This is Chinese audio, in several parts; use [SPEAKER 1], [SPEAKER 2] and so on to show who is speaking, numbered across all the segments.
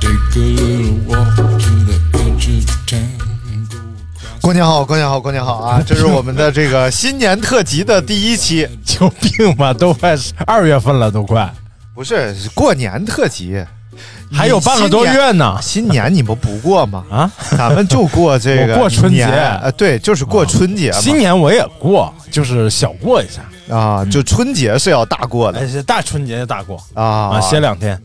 [SPEAKER 1] Take a little walk to the edge of town. Go across
[SPEAKER 2] 过年好，过年好，过年好啊！这是我们的这个新年特辑的第一期，
[SPEAKER 3] 有病吧？都快是二月份了，都快
[SPEAKER 2] 不是是过年特辑，
[SPEAKER 3] 还有半个多月呢
[SPEAKER 2] 你新年。新年你们不过 吗？
[SPEAKER 3] 啊！
[SPEAKER 2] 咱们就过这个
[SPEAKER 3] 我过春节啊
[SPEAKER 2] 年呃，对，就是过春节嘛。
[SPEAKER 3] 新年我也过，就是小过一下，
[SPEAKER 2] 啊，就春节是要大过的
[SPEAKER 3] 哎，是大春节就大过
[SPEAKER 2] 啊
[SPEAKER 3] 啊，歇两天，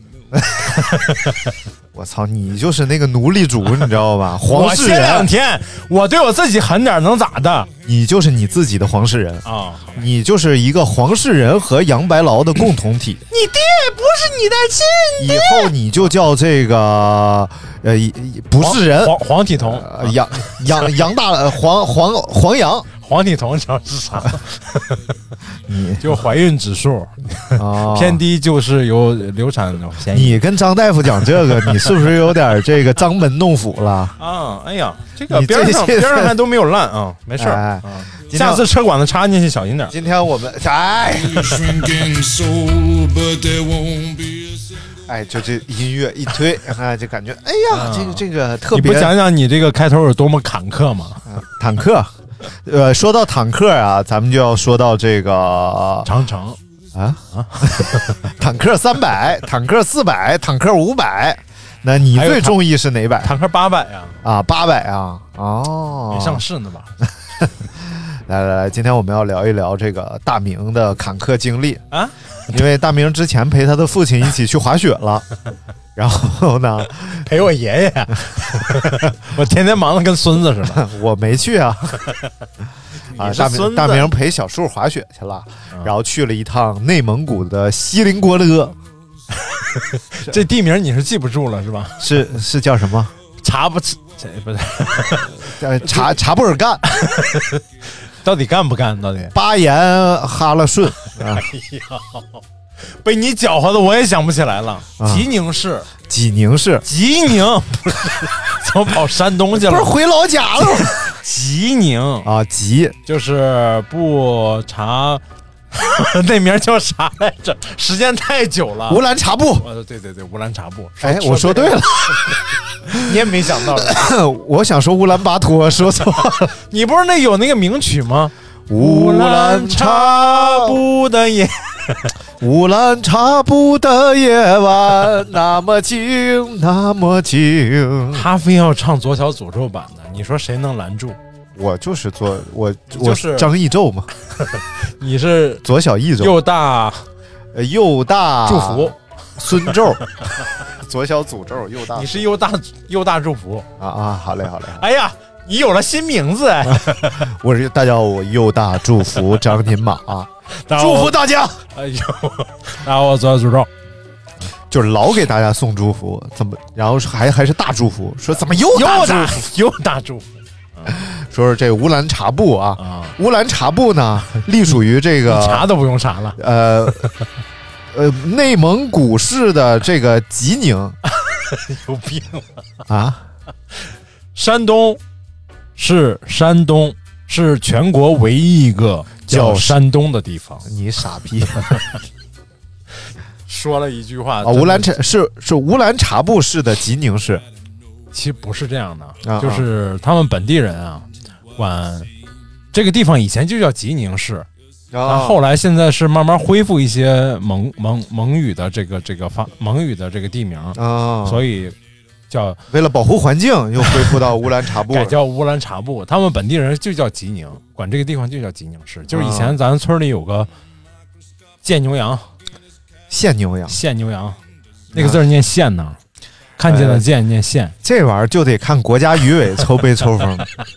[SPEAKER 2] 我操，你就是那个奴隶主，你知道 吧？
[SPEAKER 3] 我
[SPEAKER 2] 黄世
[SPEAKER 3] 歇两
[SPEAKER 2] 仁，
[SPEAKER 3] 天，我对我自己狠点能咋的
[SPEAKER 2] 你就是你自己的黄世仁，
[SPEAKER 3] 啊？
[SPEAKER 2] 你就是一个黄世仁和杨白劳的共同 体。
[SPEAKER 3] 你爹不是你的亲，
[SPEAKER 2] 以后你就叫这个呃，一一不是人，
[SPEAKER 3] 黄黄体啊酮，
[SPEAKER 2] 呃杨杨杨大呃黄黄黄杨
[SPEAKER 3] 黄体酮你知道是啥？
[SPEAKER 2] 你
[SPEAKER 3] 就怀孕指数
[SPEAKER 2] 啊
[SPEAKER 3] 偏。低，就是有流产嫌疑
[SPEAKER 2] 你跟张大夫讲这个，你是不是有点这个张门弄斧了？
[SPEAKER 3] 啊！哎呀，这个
[SPEAKER 2] 你
[SPEAKER 3] 边上
[SPEAKER 2] 这
[SPEAKER 3] 边上还都没有烂啊，没事儿
[SPEAKER 2] 哎
[SPEAKER 3] 啊
[SPEAKER 2] 今天
[SPEAKER 3] 下次车管子插进去小心点儿。
[SPEAKER 2] 今天我们哎
[SPEAKER 1] your shrinking soul, but there won't be a single.
[SPEAKER 2] 哎，就这音乐一推，哎，就感觉哎呀，这个这个特
[SPEAKER 3] 你
[SPEAKER 2] 别哎
[SPEAKER 3] 不讲讲你这个开头有多么坎坷吗？
[SPEAKER 2] 坦克。呃，说到坦克啊，咱们就要说到这个
[SPEAKER 3] 长城
[SPEAKER 2] 坦克三百、坦克四百、坦克五百。那你
[SPEAKER 3] 还有
[SPEAKER 2] 最
[SPEAKER 3] 坦
[SPEAKER 2] 中意是哪百
[SPEAKER 3] 坦克八百啊，
[SPEAKER 2] 啊？八百啊？哦，
[SPEAKER 3] 没上市呢 吧？
[SPEAKER 2] 来来来，今天我们要聊一聊这个大明的坎坷经历
[SPEAKER 3] 啊，
[SPEAKER 2] 因为大明之前陪他的父亲一起去滑雪 了，然后呢，
[SPEAKER 3] 陪我爷 爷，我天天忙得跟孙子似的。
[SPEAKER 2] 我没去 啊，啊，
[SPEAKER 3] 你是
[SPEAKER 2] 大
[SPEAKER 3] 孙
[SPEAKER 2] 明
[SPEAKER 3] 子
[SPEAKER 2] 大明陪小树滑雪去了，然后去了一趟内蒙古的锡林郭勒，
[SPEAKER 3] 这地名你是记不住了是吧？
[SPEAKER 2] 是是叫什么？
[SPEAKER 3] 查不这不是，
[SPEAKER 2] 呃，察察布尔 干、
[SPEAKER 3] 到底干不干？到底
[SPEAKER 2] 巴彦哈拉顺啊，
[SPEAKER 3] 被你搅和的我也想不起来了。
[SPEAKER 2] 啊
[SPEAKER 3] 吉宁市，
[SPEAKER 2] 济宁市，
[SPEAKER 3] 吉宁 不是怎么跑山东去
[SPEAKER 2] 不是
[SPEAKER 3] 了？
[SPEAKER 2] 回老家了吗
[SPEAKER 3] 吉宁
[SPEAKER 2] 啊？吉
[SPEAKER 3] 就是不查， 那名叫啥来着？时间太久了。
[SPEAKER 2] 乌兰察布。
[SPEAKER 3] 呃，对对对，乌兰察布。
[SPEAKER 2] 哎，我说对了，
[SPEAKER 3] 你也没想 到，
[SPEAKER 2] 我想说乌兰巴托，说错了。
[SPEAKER 3] 你不是那有那个名曲吗？
[SPEAKER 2] 乌兰察布，
[SPEAKER 3] 布的夜，
[SPEAKER 2] 乌兰察布的夜晚，那么静，那么静。
[SPEAKER 3] 他非要唱左小诅咒版的，你说谁能拦住？
[SPEAKER 2] 我就是做我，
[SPEAKER 3] 就
[SPEAKER 2] 我
[SPEAKER 3] 是
[SPEAKER 2] 张艺宙嘛，
[SPEAKER 3] 你是
[SPEAKER 2] 左小艺宙，
[SPEAKER 3] 又大
[SPEAKER 2] 呃右大
[SPEAKER 3] 祝福，
[SPEAKER 2] 孙宙，左小诅咒，右大
[SPEAKER 3] 你是又大又大祝福。
[SPEAKER 2] 啊啊，好嘞好嘞，好嘞
[SPEAKER 3] 哎呀，你有了新名字，哎
[SPEAKER 2] 啊我是大家好，我右大祝福张金马，
[SPEAKER 3] 然后
[SPEAKER 2] 祝福大家，
[SPEAKER 3] 哎呦， 然后我左小诅咒，
[SPEAKER 2] 就是老给大家送祝福，怎么，然后还还是大祝福，说怎么又大祝
[SPEAKER 3] 又大
[SPEAKER 2] 福，
[SPEAKER 3] 又大祝福
[SPEAKER 2] 说是这乌兰察布啊，
[SPEAKER 3] 啊！
[SPEAKER 2] 乌兰察布呢，隶属于这个
[SPEAKER 3] 查都不用查了，
[SPEAKER 2] 呃呃内蒙古市的这个吉宁
[SPEAKER 3] 有病！
[SPEAKER 2] 啊，
[SPEAKER 3] 山东是山东，是全国唯一一个叫
[SPEAKER 2] 叫
[SPEAKER 3] 山东的地方。
[SPEAKER 2] 你傻 逼
[SPEAKER 3] 说了一句话
[SPEAKER 2] 啊！乌兰察是是乌兰察布市的吉宁市
[SPEAKER 3] 其实不是这样的，
[SPEAKER 2] 啊
[SPEAKER 3] 就是他们本地人啊，管这个地方以前就叫吉宁市，但
[SPEAKER 2] 啊，
[SPEAKER 3] 后来现在是慢慢恢复一些蒙蒙蒙语的这个这个发蒙语的这个地名，
[SPEAKER 2] 啊，
[SPEAKER 3] 所以叫
[SPEAKER 2] 为了保护环境，又恢复到乌兰察布
[SPEAKER 3] 改
[SPEAKER 2] 了。
[SPEAKER 3] 叫乌兰察布，他们本地人就叫吉宁，管这个地方就叫吉宁市。就是以
[SPEAKER 2] 啊
[SPEAKER 3] 前咱村里有个见牛羊，
[SPEAKER 2] 现牛羊
[SPEAKER 3] 现牛羊，那个字儿念现呢，看见的见念现。
[SPEAKER 2] 这玩意儿就得看国家语委抽背抽风。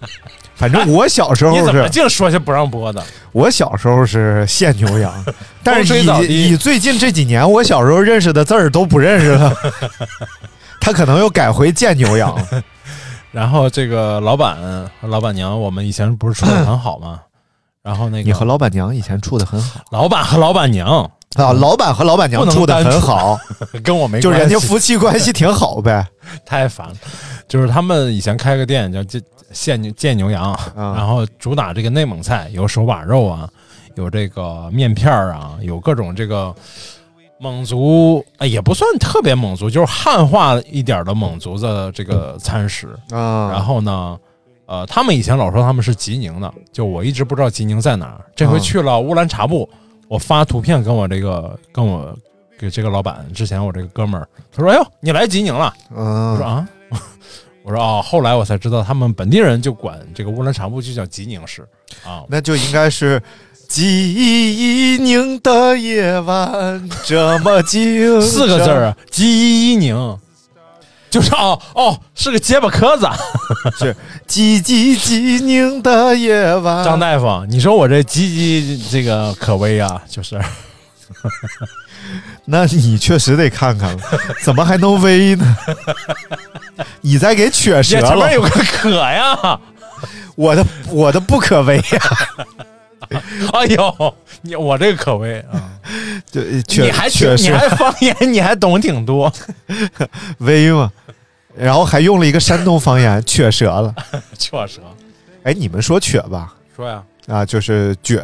[SPEAKER 2] 反正我小时
[SPEAKER 3] 你
[SPEAKER 2] 候
[SPEAKER 3] 怎么
[SPEAKER 2] 是，
[SPEAKER 3] 净说些不让播的？
[SPEAKER 2] 我小时候是现牛羊，但是
[SPEAKER 3] 风吹草
[SPEAKER 2] 以
[SPEAKER 3] 低
[SPEAKER 2] 以最近这几年，我小时候认识的字儿都不认识 了。他可能又改回见牛羊了
[SPEAKER 3] 然后这个老板和老板娘，我们以前不是处的很好吗？然后那个
[SPEAKER 2] 你和老板娘以前处的很 好
[SPEAKER 3] 老板和老板娘
[SPEAKER 2] 啊，老板和老板娘
[SPEAKER 3] 不能
[SPEAKER 2] 处的
[SPEAKER 3] 单
[SPEAKER 2] 很
[SPEAKER 3] 处
[SPEAKER 2] 好，
[SPEAKER 3] 跟我没
[SPEAKER 2] 就
[SPEAKER 3] 关
[SPEAKER 2] 人
[SPEAKER 3] 系
[SPEAKER 2] 家夫妻关系挺好 呗。
[SPEAKER 3] 太烦了。就是他们以前开个店叫建建牛建牛羊，
[SPEAKER 2] 嗯
[SPEAKER 3] 然后主打这个内蒙菜，有手把肉啊，有这个面片儿啊，有各种这个蒙族，哎也不算特别蒙族，就是汉化一点儿的蒙族的这个餐食。
[SPEAKER 2] 啊，
[SPEAKER 3] 然后呢，呃，他们以前老说他们是吉宁的，就我一直不知道吉宁在哪儿。这回
[SPEAKER 2] 嗯
[SPEAKER 3] 去了乌兰察布，我发图片跟我这个跟我给这个老板，之前我这个哥们儿，他说：“哎呦，你来吉宁了？”我说
[SPEAKER 2] 嗯，
[SPEAKER 3] 啊， 我说哦，后来我才知道他们本地人就管这个乌兰察布就叫吉宁市啊。
[SPEAKER 2] 那就应该 是寂宁的夜晚这么静，
[SPEAKER 3] 四个字儿啊，吉一宁，就是哦哦，是个结巴磕子啊。
[SPEAKER 2] 是寂寂寂宁的夜晚。
[SPEAKER 3] 张大夫，你说我这吉吉这个可危啊， 就是
[SPEAKER 2] 那你确实得看看了，怎么还能微呢？ 你再给瘸折
[SPEAKER 3] 也前面有
[SPEAKER 2] 了，
[SPEAKER 3] 个可呀。
[SPEAKER 2] 我的我的不可为啊呀、
[SPEAKER 3] 哎呦，你我这个可危啊！
[SPEAKER 2] 就瘸
[SPEAKER 3] 你还
[SPEAKER 2] 瘸
[SPEAKER 3] 你
[SPEAKER 2] 折
[SPEAKER 3] 还方言，你还懂挺多，
[SPEAKER 2] 微嘛，然后还用了一个山东方言瘸折了。
[SPEAKER 3] 确实。
[SPEAKER 2] 哎，你们说瘸吧？
[SPEAKER 3] 说呀，
[SPEAKER 2] 啊，就是撅，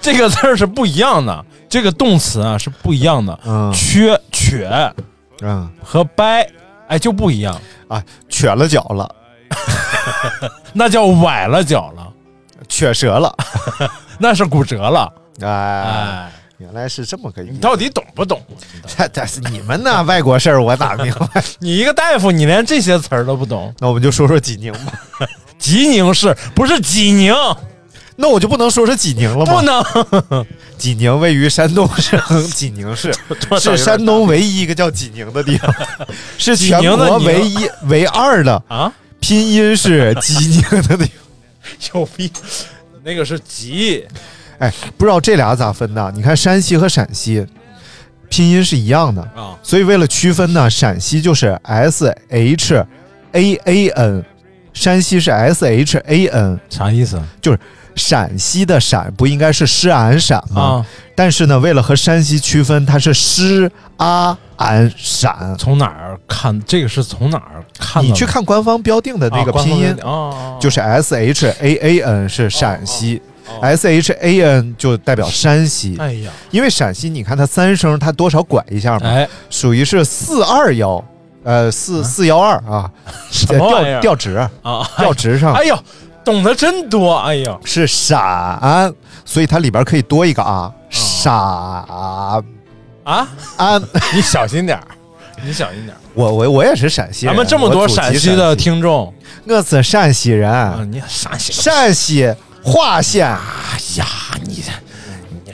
[SPEAKER 3] 这个字儿是不一样的，这个动词啊是不一样的。
[SPEAKER 2] 嗯
[SPEAKER 3] 缺瘸
[SPEAKER 2] 嗯
[SPEAKER 3] 和掰，哎就不一样，
[SPEAKER 2] 啊，瘸了脚了，
[SPEAKER 3] 那叫崴了脚了，
[SPEAKER 2] 瘸折了，
[SPEAKER 3] 那是骨折了。
[SPEAKER 2] 哎，
[SPEAKER 3] 哎，
[SPEAKER 2] 原来是这么个意
[SPEAKER 3] 你
[SPEAKER 2] 思。
[SPEAKER 3] 到底懂不懂？
[SPEAKER 2] 但但是你们那外国事儿我哪明白？
[SPEAKER 3] 你一个大夫，你连这些词儿都不懂。
[SPEAKER 2] 那我们就说说济宁吧。
[SPEAKER 3] 济宁市不是济宁，
[SPEAKER 2] 那我就不能说是济宁了吗？
[SPEAKER 3] 不能。
[SPEAKER 2] 济宁位于山东省济宁 市，是山东唯一一个叫济宁的地方，是全
[SPEAKER 3] 济宁的
[SPEAKER 2] 国
[SPEAKER 3] 宁
[SPEAKER 2] 唯一唯二的
[SPEAKER 3] 啊，
[SPEAKER 2] 拼音是济宁的地方。
[SPEAKER 3] 有逼，那个是吉，
[SPEAKER 2] 哎，不知道这俩咋分的？你看山西和陕西拼音是一样的
[SPEAKER 3] 啊
[SPEAKER 2] 所以为了区分呢，陕西就是 S H A A N，山西是 S H A N，
[SPEAKER 3] 啥意思啊
[SPEAKER 2] 就是陕西的陕不应该是诗安陕吗？
[SPEAKER 3] 啊？
[SPEAKER 2] 但是呢，为了和山西区分，它是诗阿安陕。
[SPEAKER 3] 从哪儿看？这个是从哪儿看到的？
[SPEAKER 2] 你去看官方标定的那个
[SPEAKER 3] 啊官
[SPEAKER 2] 拼
[SPEAKER 3] 方
[SPEAKER 2] 音
[SPEAKER 3] 的，啊，
[SPEAKER 2] 就是 S H A A N 是陕西
[SPEAKER 3] 哦哦哦
[SPEAKER 2] ，S H A N 就代表山西。
[SPEAKER 3] 哎呀，
[SPEAKER 2] 因为陕西，你看它三声，它多少拐一下嘛，
[SPEAKER 3] 哎，
[SPEAKER 2] 属于是四二幺，呃，四四幺二啊，
[SPEAKER 3] 什么玩意
[SPEAKER 2] 调
[SPEAKER 3] 儿
[SPEAKER 2] 调职，
[SPEAKER 3] 啊？
[SPEAKER 2] 调职上
[SPEAKER 3] 哎呦，懂得真多！哎呦，
[SPEAKER 2] 是陕，所以它里边可以多一个
[SPEAKER 3] 哦
[SPEAKER 2] 啊，陕安。
[SPEAKER 3] 啊，你小心点儿，你小心点儿。
[SPEAKER 2] 我我我也是陕西人，
[SPEAKER 3] 咱们这么
[SPEAKER 2] 我
[SPEAKER 3] 多
[SPEAKER 2] 祖籍
[SPEAKER 3] 陕
[SPEAKER 2] 陕
[SPEAKER 3] 西的听众
[SPEAKER 2] 我是陕西人，
[SPEAKER 3] 啊，你陕西，
[SPEAKER 2] 陕西华县，
[SPEAKER 3] 哎呀，你你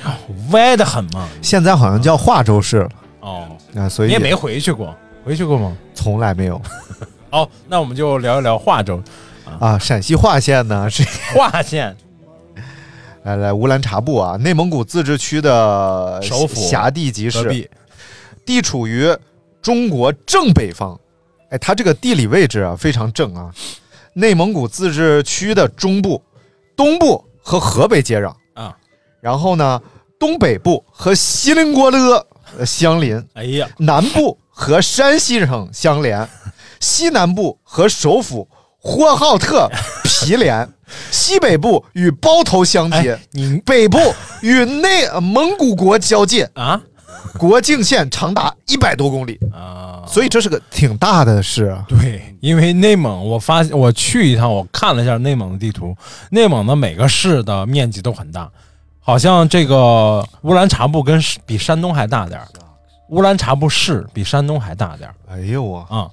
[SPEAKER 3] 歪的很嘛。
[SPEAKER 2] 现在好像叫化州市了
[SPEAKER 3] 哦，
[SPEAKER 2] 啊，所
[SPEAKER 3] 你
[SPEAKER 2] 以
[SPEAKER 3] 也没回去过，回去过吗？
[SPEAKER 2] 从来没有
[SPEAKER 3] 哦，那我们就聊一聊化 州
[SPEAKER 2] 啊。陕西华县呢是
[SPEAKER 3] 化县，
[SPEAKER 2] 来来乌兰察布啊，内蒙古自治区的
[SPEAKER 3] 首府
[SPEAKER 2] 辖地级
[SPEAKER 3] 隔
[SPEAKER 2] 市，
[SPEAKER 3] 壁
[SPEAKER 2] 地处于中国正北方。哎，它这个地理位置啊非常正啊，内蒙古自治区的中部、东部和河北接壤，
[SPEAKER 3] 啊。
[SPEAKER 2] 然后呢东北部和锡林郭勒呃相邻。
[SPEAKER 3] 哎呀，
[SPEAKER 2] 南部和山西省相连，西南部和首府呼和浩特毗连，西北部与包头相接，
[SPEAKER 3] 哎你
[SPEAKER 2] 北部与内蒙古国交界。
[SPEAKER 3] 啊，
[SPEAKER 2] 国境线长达一百多公里，
[SPEAKER 3] 啊。
[SPEAKER 2] 所以这是个挺大的事啊。
[SPEAKER 3] 对，因为内蒙，我发现我去一趟，我看了一下内蒙的地图，内蒙的每个市的面积都很大，好像这个乌兰察布跟是比山东还大点儿，乌兰察布市比山东还大点儿
[SPEAKER 2] 哎呦我，
[SPEAKER 3] 啊、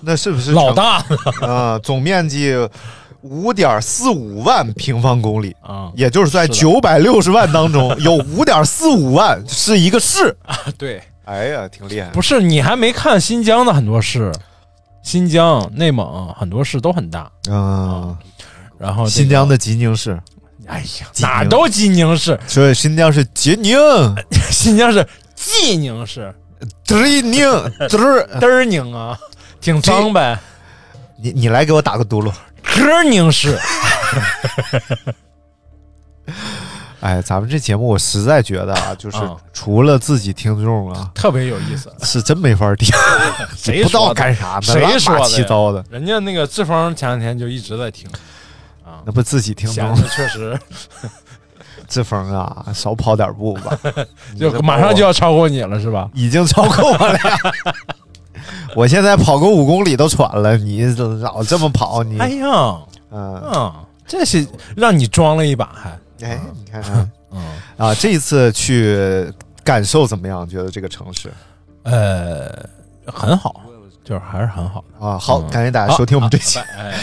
[SPEAKER 2] 那是不是
[SPEAKER 3] 老大了
[SPEAKER 2] 啊、总面积五点四五万平方公里，
[SPEAKER 3] 啊、
[SPEAKER 2] 也就是在
[SPEAKER 3] 是的
[SPEAKER 2] 九百六十万当 中，有五点四五万是一个市。
[SPEAKER 3] 对，
[SPEAKER 2] 哎呀，挺厉害。
[SPEAKER 3] 不是你还没看新疆的很多市，新疆、内蒙很多市都很大，
[SPEAKER 2] 嗯，
[SPEAKER 3] 然哦后这个、
[SPEAKER 2] 新疆的吉宁市，
[SPEAKER 3] 哎呀，
[SPEAKER 2] 济宁
[SPEAKER 3] 哪都济 宁市，
[SPEAKER 2] 所以新疆是吉 宁、
[SPEAKER 3] 新疆是济宁市，
[SPEAKER 2] 吉宁、就是
[SPEAKER 3] 嘚儿宁啊，挺脏呗，
[SPEAKER 2] 你你来给我打个嘟噜。
[SPEAKER 3] 哥宁市。
[SPEAKER 2] 哎，咱们这节目我实在觉得啊，就是
[SPEAKER 3] 嗯
[SPEAKER 2] 除了自己听众啊，
[SPEAKER 3] 特别有意思。
[SPEAKER 2] 是真没法听，
[SPEAKER 3] 谁
[SPEAKER 2] 不知道
[SPEAKER 3] 说的
[SPEAKER 2] 干啥呢，
[SPEAKER 3] 谁说
[SPEAKER 2] 乱
[SPEAKER 3] 的？
[SPEAKER 2] 八七糟的，？
[SPEAKER 3] 人家那个志峰前两天就一直在听，
[SPEAKER 2] 那不自己听
[SPEAKER 3] 闲
[SPEAKER 2] 众
[SPEAKER 3] 着确实
[SPEAKER 2] 志峰啊，少跑点步吧，
[SPEAKER 3] 就马上就要超过你了，是吧？
[SPEAKER 2] 已经超过我了呀。 我现在跑个五公里都喘了，你老这么跑，你
[SPEAKER 3] 哎呀，
[SPEAKER 2] 嗯，
[SPEAKER 3] 嗯，这是让你装了一把，还
[SPEAKER 2] 哎，你看看
[SPEAKER 3] 嗯
[SPEAKER 2] 啊，这一次去感受怎么样？觉得这个城市
[SPEAKER 3] 呃很好，就是还是很好的。
[SPEAKER 2] 啊，好，
[SPEAKER 3] 嗯
[SPEAKER 2] 感谢大家收听我们这期，
[SPEAKER 3] 哎，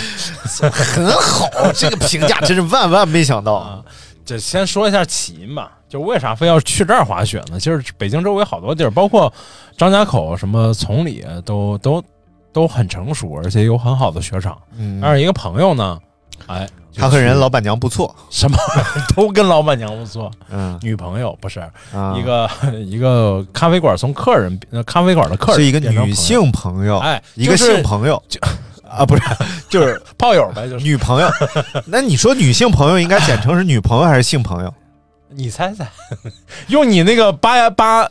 [SPEAKER 2] 很好，这个评价真是万万没想
[SPEAKER 3] 啊
[SPEAKER 2] 到。啊
[SPEAKER 3] 这先说一下起因吧，就为啥非要去这儿滑雪呢？其实北京周围好多地儿，包括张家口、什么崇礼，都都都很成熟，而且有很好的雪场。
[SPEAKER 2] 嗯，
[SPEAKER 3] 二一个朋友呢，哎，就
[SPEAKER 2] 他和人
[SPEAKER 3] 去
[SPEAKER 2] 老板娘不错，
[SPEAKER 3] 什么 都跟老板娘不错，
[SPEAKER 2] 嗯，
[SPEAKER 3] 女朋友不是、
[SPEAKER 2] 啊
[SPEAKER 3] 一个一个咖啡馆从客人呃咖啡馆的客人
[SPEAKER 2] 是一个
[SPEAKER 3] 变成朋
[SPEAKER 2] 女
[SPEAKER 3] 友
[SPEAKER 2] 性朋友，
[SPEAKER 3] 哎
[SPEAKER 2] 一个
[SPEAKER 3] 就是
[SPEAKER 2] 性朋友啊，不是，就是
[SPEAKER 3] 炮友呗，就是
[SPEAKER 2] 女朋 友。那你说女性朋友应该简称是女朋友还是性朋友？
[SPEAKER 3] 你猜猜，用你那个八八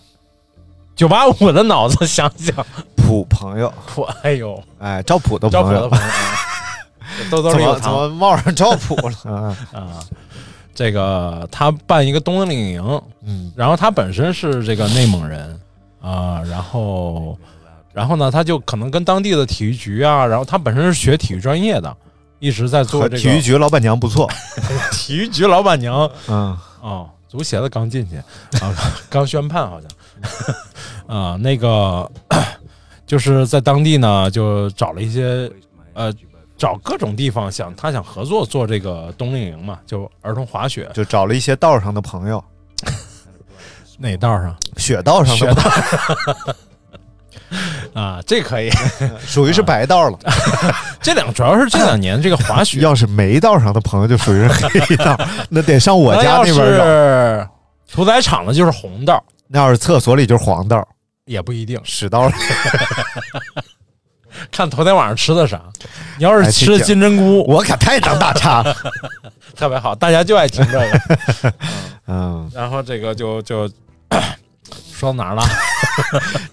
[SPEAKER 3] 九八五的脑子想想，
[SPEAKER 2] 普朋友，
[SPEAKER 3] 我哎呦，
[SPEAKER 2] 哎，赵普的
[SPEAKER 3] 招普
[SPEAKER 2] 朋
[SPEAKER 3] 的
[SPEAKER 2] 友，
[SPEAKER 3] 朋友。啊 兜兜
[SPEAKER 2] 怎
[SPEAKER 3] 里有
[SPEAKER 2] 么怎
[SPEAKER 3] 糖
[SPEAKER 2] 么冒上赵普 了？嗯
[SPEAKER 3] 啊！这个他办一个冬令营，
[SPEAKER 2] 嗯
[SPEAKER 3] 然后他本身是这个内蒙人啊、然后然后呢，他就可能跟当地的体育局啊，然后他本身是学体育专业的，一直在做
[SPEAKER 2] 和
[SPEAKER 3] 这个
[SPEAKER 2] 体育局老板娘不 错，
[SPEAKER 3] 体育局老板娘
[SPEAKER 2] 嗯，
[SPEAKER 3] 哦，足协的刚进去啊，刚宣判好像 啊，那个就是在当地呢，就找了一些呃，找各种地方想他想合作做这个冬令营嘛，就儿童滑雪
[SPEAKER 2] 就找了一些道上的朋友，
[SPEAKER 3] 那道上
[SPEAKER 2] 雪道上的
[SPEAKER 3] 雪
[SPEAKER 2] 朋友，
[SPEAKER 3] 啊，这可以。
[SPEAKER 2] 属于是白道了。
[SPEAKER 3] 这两主要是这两年这个滑雪，
[SPEAKER 2] 要是没啊道上的朋友，就属于是黑 道，那得上我家那边
[SPEAKER 3] 那
[SPEAKER 2] 找。
[SPEAKER 3] 要是屠宰场的就是红道，
[SPEAKER 2] 那要是厕所里就是黄道，
[SPEAKER 3] 也不一定
[SPEAKER 2] 屎道里。
[SPEAKER 3] 看头天晚上吃的啥。你要
[SPEAKER 2] 哎
[SPEAKER 3] 是吃
[SPEAKER 2] 这
[SPEAKER 3] 的金针菇，
[SPEAKER 2] 我可太当大叉了。
[SPEAKER 3] 特别好，大家就爱听这个。
[SPEAKER 2] 嗯，
[SPEAKER 3] 然后这个就就 说到哪儿了？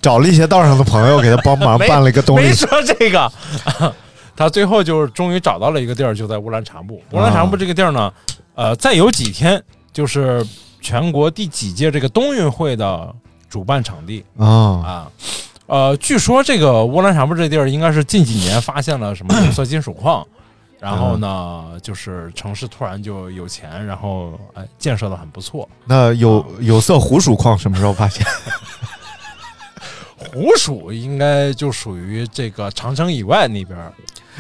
[SPEAKER 2] 找了一些道上的朋友给他帮忙
[SPEAKER 3] 没
[SPEAKER 2] 办了一个东
[SPEAKER 3] 没
[SPEAKER 2] 西。
[SPEAKER 3] 说这个。 他最后就是终于找到了一个地儿，就在乌兰察布。乌兰察布这个地儿呢，呃，再有几天就是全国第几届这个冬运会的主办场地。
[SPEAKER 2] 啊
[SPEAKER 3] 啊。呃，据说这个乌兰察布这地儿应该是近几年发现了什么有色金属矿，然后呢，就是城市突然就有钱，然后哎建设的很不错。
[SPEAKER 2] 那有有色湖属矿什么时候发现？
[SPEAKER 3] 湖属应该就属于这个长城以外那边儿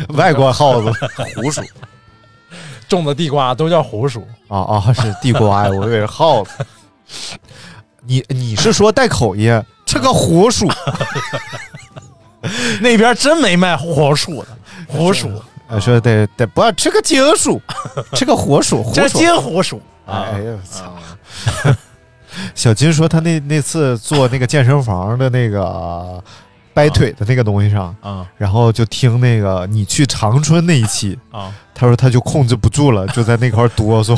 [SPEAKER 2] 外国耗子湖属
[SPEAKER 3] 种的地瓜都叫湖属，
[SPEAKER 2] 啊啊，是地瓜呀，我以为是耗子。 你你是说带口音？这个湖属
[SPEAKER 3] 那边真没卖火属的，火属
[SPEAKER 2] 啊，说得得不吃个金属，吃个火属，火
[SPEAKER 3] 这
[SPEAKER 2] 属。
[SPEAKER 3] 金火属啊
[SPEAKER 2] 哎呀，操！小金说他那那次做那个健身房的那个掰腿的那个东西上，
[SPEAKER 3] 啊
[SPEAKER 2] 然后就听那个你去长春那一期，
[SPEAKER 3] 啊，
[SPEAKER 2] 他说他就控制不住了，就在那块儿哆嗦。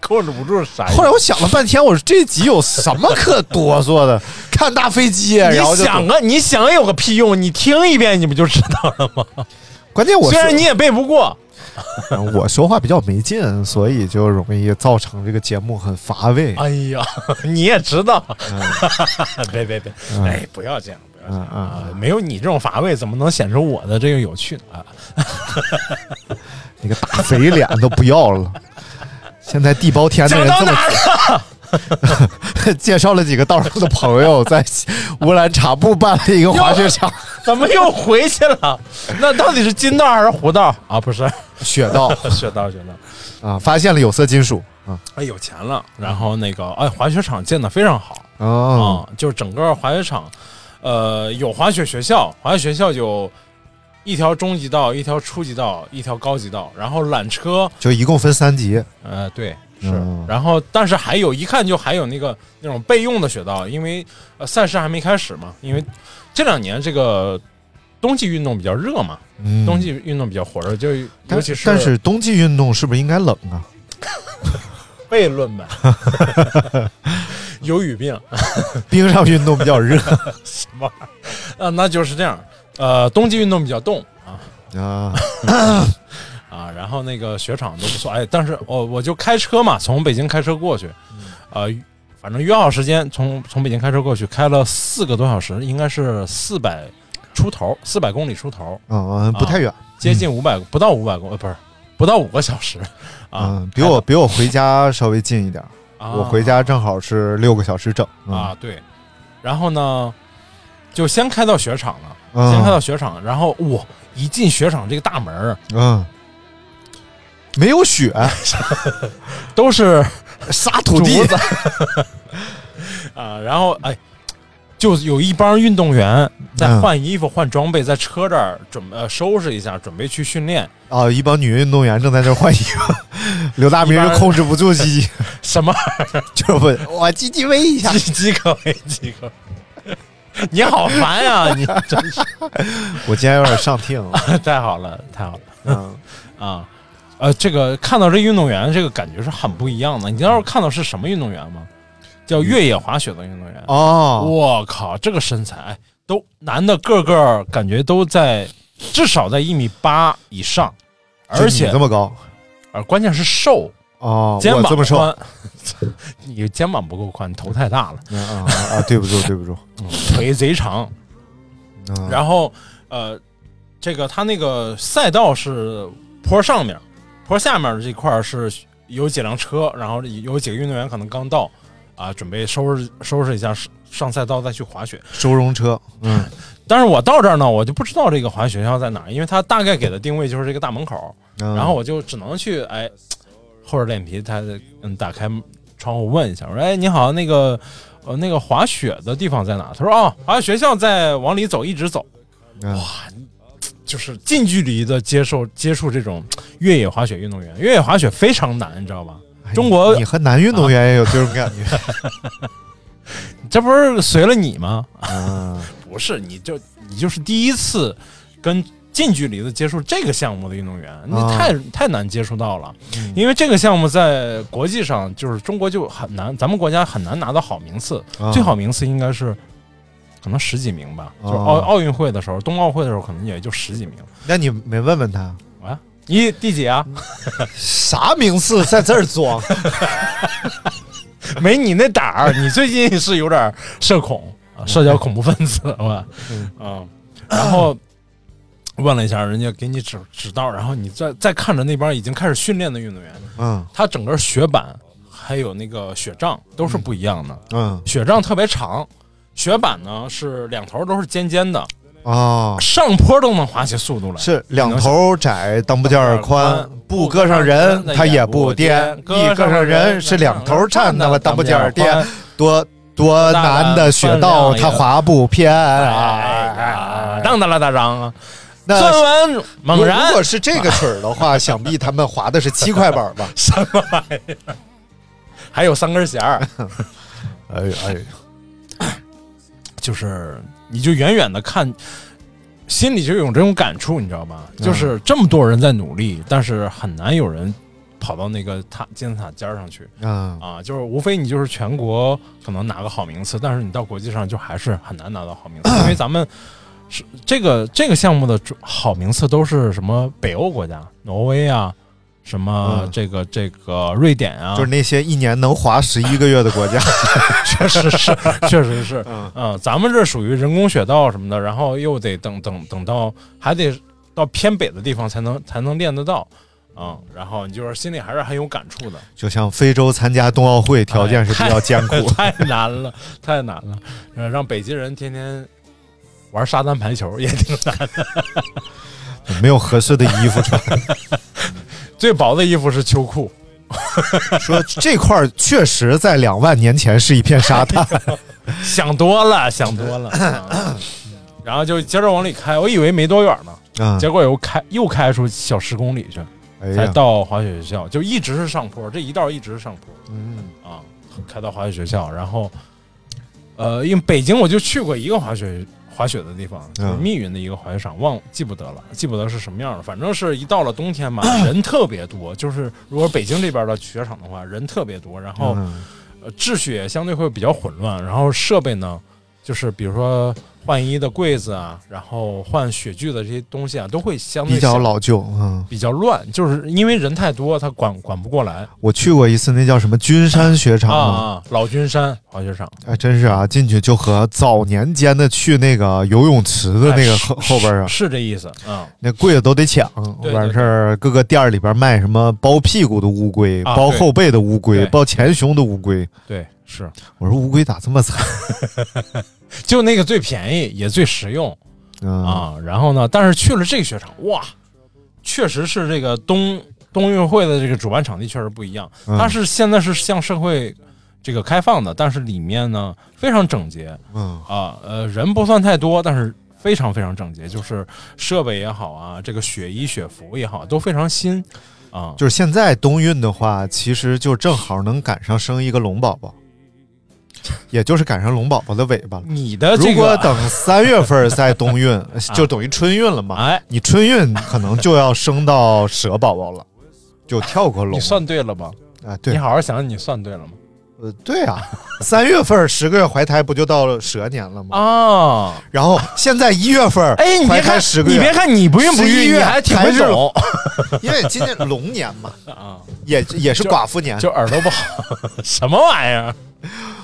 [SPEAKER 3] 控制不住是啥意思？
[SPEAKER 2] 后来我想了半天，我说这集有什么可哆嗦 的？看大飞机，然后
[SPEAKER 3] 你
[SPEAKER 2] 就
[SPEAKER 3] 想啊，你 想有个屁用？你听一遍你不就知道了吗？
[SPEAKER 2] 关键我
[SPEAKER 3] 虽然
[SPEAKER 2] 说
[SPEAKER 3] 你也背不过，
[SPEAKER 2] 嗯我说话比较没劲，所以就容易造成这个节目很乏味。
[SPEAKER 3] 哎呀， 你也知道， 别别别，哎，不要这样，不要这样
[SPEAKER 2] 嗯嗯
[SPEAKER 3] 啊！没有你这种乏味，怎么能显出我的这个有趣呢？啊
[SPEAKER 2] 你个大肥脸都不要 了。现在地包天的
[SPEAKER 3] 讲
[SPEAKER 2] 人
[SPEAKER 3] 到
[SPEAKER 2] 这
[SPEAKER 3] 哪儿了？
[SPEAKER 2] 么 介绍了几个道上的朋友，在乌兰察布办了一个滑雪 场、
[SPEAKER 3] 怎么又回去了？那到底是金道还是胡道啊？不是
[SPEAKER 2] 雪道
[SPEAKER 3] 学道学道，
[SPEAKER 2] 啊，发现了有色金属啊
[SPEAKER 3] 哎，有钱了，然后那个哎，滑雪场建的非常好
[SPEAKER 2] 哦，
[SPEAKER 3] 啊、就是整个滑雪场，呃，有滑雪学校，滑雪学校有一条中级道，一条初级道，一条高级道，然后缆车，
[SPEAKER 2] 就一共分三级，
[SPEAKER 3] 呃，对，是，
[SPEAKER 2] 嗯
[SPEAKER 3] 然后但是还有一看就还有那个那种备用的雪道，因为、呃、赛事还没开始嘛，因为这两年这个冬季运动比较热嘛，
[SPEAKER 2] 嗯
[SPEAKER 3] 冬季运动比较火热，就
[SPEAKER 2] 但
[SPEAKER 3] 尤其
[SPEAKER 2] 但是冬季运动是不是应该冷啊？
[SPEAKER 3] 悖论吧， 有语病啊
[SPEAKER 2] 冰上运动比较 热，
[SPEAKER 3] 那就是这样。呃，冬季运动比较冻啊
[SPEAKER 2] 啊，
[SPEAKER 3] 啊，然后那个雪场都不错，哎，但是我、我就开车嘛，从北京开车过去，
[SPEAKER 2] 嗯
[SPEAKER 3] 呃，反正约好时间从从北京开车过去，开了四个多小时，应该是四百出头，四百公里出头，
[SPEAKER 2] 嗯，
[SPEAKER 3] 啊
[SPEAKER 2] 不太远，
[SPEAKER 3] 接近五百、不到五百公，呃，不是不到五个小 时啊
[SPEAKER 2] 嗯，，比我比我回家稍微近一点儿，
[SPEAKER 3] 啊
[SPEAKER 2] 我回家正好是六个小时整嗯
[SPEAKER 3] 啊，，对，然后呢，就先开到雪场了。
[SPEAKER 2] 嗯
[SPEAKER 3] 先开到雪场，然后哇，一进雪场这个大门儿
[SPEAKER 2] 嗯，没有 雪，
[SPEAKER 3] 都是
[SPEAKER 2] 沙土地
[SPEAKER 3] 竹子啊，然后哎，就有一帮运动员在
[SPEAKER 2] 嗯
[SPEAKER 3] 换衣服、换装备，在车这儿准备、呃、收拾一下，准备去训练。
[SPEAKER 2] 啊，一帮女运动员正在那儿换衣服， 刘大明
[SPEAKER 3] 一般
[SPEAKER 2] 控制不住鸡鸡，
[SPEAKER 3] 什么
[SPEAKER 2] 就是问我鸡鸡喂一下，
[SPEAKER 3] 鸡鸡可没鸡可没， 你好烦呀、你真是
[SPEAKER 2] 我今天有点上听，
[SPEAKER 3] 太好了，太好了。
[SPEAKER 2] 嗯，
[SPEAKER 3] 啊，呃，这个看到这运动员，这个感觉是很不一样的。你知道看到是什么运动员吗？叫越野滑雪的运动员。
[SPEAKER 2] 哦，
[SPEAKER 3] 我靠，这个身材都男的个个感觉都在至少在一米八以上，而
[SPEAKER 2] 就
[SPEAKER 3] 且
[SPEAKER 2] 你这么高，
[SPEAKER 3] 而关键是瘦，
[SPEAKER 2] 哦，
[SPEAKER 3] 肩
[SPEAKER 2] 我
[SPEAKER 3] 膀
[SPEAKER 2] 这么瘦，
[SPEAKER 3] 宽，你肩膀不够宽，头太 大了，
[SPEAKER 2] 嗯啊啊啊，对不住，对不住，
[SPEAKER 3] 腿贼长，
[SPEAKER 2] 嗯
[SPEAKER 3] 然后呃，这个它那个赛道是坡上面，坡下面这块儿是有几辆车，然后有几个运动员可能刚到啊，准备收拾收拾一下，上赛道再去滑雪。
[SPEAKER 2] 收容车，嗯
[SPEAKER 3] 但是我到这儿呢，我就不知道这个滑雪学校在哪儿，因为它大概给的定位就是这个大门口，
[SPEAKER 2] 嗯
[SPEAKER 3] 然后我就只能去哎，厚着脸皮，他嗯打开窗户问一下，我说哎你好，那个呃那个滑雪的地方在哪？他说哦，滑雪学校在往里走，一直走，
[SPEAKER 2] 嗯
[SPEAKER 3] 就是近距离的接受接触这种呃越野滑雪运动员，越野滑雪非常难，你知道吧？中国
[SPEAKER 2] 哎
[SPEAKER 3] 啊
[SPEAKER 2] 你和男运动员也有这种感觉，
[SPEAKER 3] 这不是随了你吗？
[SPEAKER 2] 嗯
[SPEAKER 3] 不是，你就你就是第一次跟近距离的接触这个项目的运动员，你
[SPEAKER 2] 啊
[SPEAKER 3] 太、太难接触到了、
[SPEAKER 2] 嗯
[SPEAKER 3] 因为这个项目在国际上就是中国就很难，咱们国家很难拿到好名次，
[SPEAKER 2] 啊
[SPEAKER 3] 最好名次应该是。可能十几名吧，就是奥、
[SPEAKER 2] 啊
[SPEAKER 3] 奥运会的时候，冬奥会的时候，可能也就十几名。
[SPEAKER 2] 那你没问问他
[SPEAKER 3] 啊，你第几啊？
[SPEAKER 2] 啥名次在这儿装？
[SPEAKER 3] 没你那胆儿，你最近是有点社恐，啊社交恐怖分子吧？
[SPEAKER 2] 嗯
[SPEAKER 3] 啊，然后问了一下，人家给你指指道，然后你再再看着那边已经开始训练的运动员，
[SPEAKER 2] 嗯
[SPEAKER 3] 他整个雪板还有那个雪杖都是不一样的，
[SPEAKER 2] 嗯
[SPEAKER 3] 雪杖特别长。雪板呢是两头都是尖尖的，
[SPEAKER 2] 啊，
[SPEAKER 3] 上坡都能滑起速度来。
[SPEAKER 2] 是两头窄，裆部尖宽，不搁上人他也不颠，一搁上人是两头颤，那么裆部尖颠，多多难的雪道他滑不偏
[SPEAKER 3] 哎
[SPEAKER 2] 啊
[SPEAKER 3] 呀，！当当啦当当啊！
[SPEAKER 2] 那
[SPEAKER 3] 钻完猛然
[SPEAKER 2] 如果是这个曲儿的 话，想必他们滑的是七块板吧？
[SPEAKER 3] 什么玩意儿？还有三根弦儿，
[SPEAKER 2] 哎呀哎呀，
[SPEAKER 3] 就是你就远远的看，心里就有这种感触，你知道吧？就是这么多人在努力，但是很难有人跑到那个塔金字塔尖儿上去
[SPEAKER 2] 嗯
[SPEAKER 3] 啊！就是无非你就是全国可能拿个好名次，但是你到国际上就还是很难拿到好名次，因为咱们是这个这个项目的主好名次都是什么北欧国家，挪威啊，什么
[SPEAKER 2] 嗯
[SPEAKER 3] 这个、这个瑞典啊，
[SPEAKER 2] 就是那些一年能滑十一个月的 国家，
[SPEAKER 3] 确 实是，确实是，
[SPEAKER 2] 嗯
[SPEAKER 3] 嗯，咱们这属于人工雪道什么的，然后又得等等等到，还得到偏北的地方才能才能练得到，嗯，然后你就是心里还是很有感触的，
[SPEAKER 2] 就像非洲参加冬奥会条件是比较艰苦。
[SPEAKER 3] 太难了，太难了，呃让北极人天天玩沙滩排球也挺难的。
[SPEAKER 2] 没有合适的衣服穿。
[SPEAKER 3] 最薄的衣服是秋裤，
[SPEAKER 2] 说这块儿确实在两万年前是一片沙 滩，
[SPEAKER 3] 想多了，想多了。嗯然后就接着往里开，我以为没多远呢，
[SPEAKER 2] 啊，
[SPEAKER 3] 结果又开又开出小十公里去。
[SPEAKER 2] 哎
[SPEAKER 3] 才
[SPEAKER 2] 呀，
[SPEAKER 3] 到滑雪学校，就一直是上坡，这一道一直是上坡
[SPEAKER 2] 嗯，
[SPEAKER 3] 啊，开到滑雪学校，然后，呃，因为北京我就去过一个滑雪滑雪的地方，就是
[SPEAKER 2] 嗯
[SPEAKER 3] 密云的一个滑雪场，忘记不得了，记不得是什么样了，反正是一到了 冬天嘛，人特别多，就是如果北京这边的雪场的话，人特别多，然后、
[SPEAKER 2] 嗯
[SPEAKER 3] 呃秩序也相对会比较混乱，然后设备呢，就是比如说换衣的柜子啊，然后换雪具的这些东西啊，都会相对
[SPEAKER 2] 比较
[SPEAKER 3] 小
[SPEAKER 2] 老旧，嗯，
[SPEAKER 3] 比较乱，就是因为人太多，他管管不过来
[SPEAKER 2] 我去过一次，那叫什么君山雪场
[SPEAKER 3] 啊
[SPEAKER 2] 啊，
[SPEAKER 3] 啊！老君山滑雪场
[SPEAKER 2] 哎，真是啊，进去就和早年间的去那个游泳池的那个
[SPEAKER 3] 哎
[SPEAKER 2] 后
[SPEAKER 3] 是
[SPEAKER 2] 后边啊，
[SPEAKER 3] 是是这意思啊、
[SPEAKER 2] 那柜子都得抢，
[SPEAKER 3] 对对
[SPEAKER 2] 完事儿各个店儿里边卖什么包屁股的乌龟、
[SPEAKER 3] 啊
[SPEAKER 2] 包后背的乌龟、
[SPEAKER 3] 对
[SPEAKER 2] 包前胸的乌龟。
[SPEAKER 3] 对，是
[SPEAKER 2] 我说乌龟咋这么惨
[SPEAKER 3] 就那个最便宜也最实用
[SPEAKER 2] 啊？
[SPEAKER 3] 啊。然后呢，但是去了这个雪场，哇，确实是这个冬冬运会的这个主办场地确实不一样，
[SPEAKER 2] 嗯
[SPEAKER 3] 它是现在是向社会这个开放的，但是里面呢非常整洁，
[SPEAKER 2] 嗯
[SPEAKER 3] 啊，呃，人不算太多，但是非常非常整洁，就是设备也好啊，这个雪衣雪服也好，都非常新啊。
[SPEAKER 2] 就是现在冬运的话，其实就正好能赶上生一个龙宝宝，也就是赶上龙宝宝的尾巴了。
[SPEAKER 3] 你的
[SPEAKER 2] 如
[SPEAKER 3] 这
[SPEAKER 2] 果
[SPEAKER 3] 个，啊
[SPEAKER 2] 等三月份再冬 运，就等于春运了嘛？
[SPEAKER 3] 哎，
[SPEAKER 2] 你春运可能就要升到蛇宝宝了，就跳过龙
[SPEAKER 3] 你。算对了吧？
[SPEAKER 2] 啊，对
[SPEAKER 3] 你，好好想想，你算对了吗？
[SPEAKER 2] 呃，对啊， 三月份儿十个月怀胎不就到蛇年了 吗？
[SPEAKER 3] 啊，
[SPEAKER 2] 然后现在一月份儿
[SPEAKER 3] 哎，你
[SPEAKER 2] 怀
[SPEAKER 3] 别
[SPEAKER 2] 胎
[SPEAKER 3] 看
[SPEAKER 2] 十，个
[SPEAKER 3] 你别
[SPEAKER 2] 月，
[SPEAKER 3] 看你不孕不
[SPEAKER 2] 11
[SPEAKER 3] 育，
[SPEAKER 2] 月
[SPEAKER 3] 你还挺
[SPEAKER 2] 还
[SPEAKER 3] 会
[SPEAKER 2] 是
[SPEAKER 3] 整
[SPEAKER 2] 因为今年龙年嘛，
[SPEAKER 3] 啊，
[SPEAKER 2] 也也是寡妇年。
[SPEAKER 3] 就耳朵不好，什么玩意儿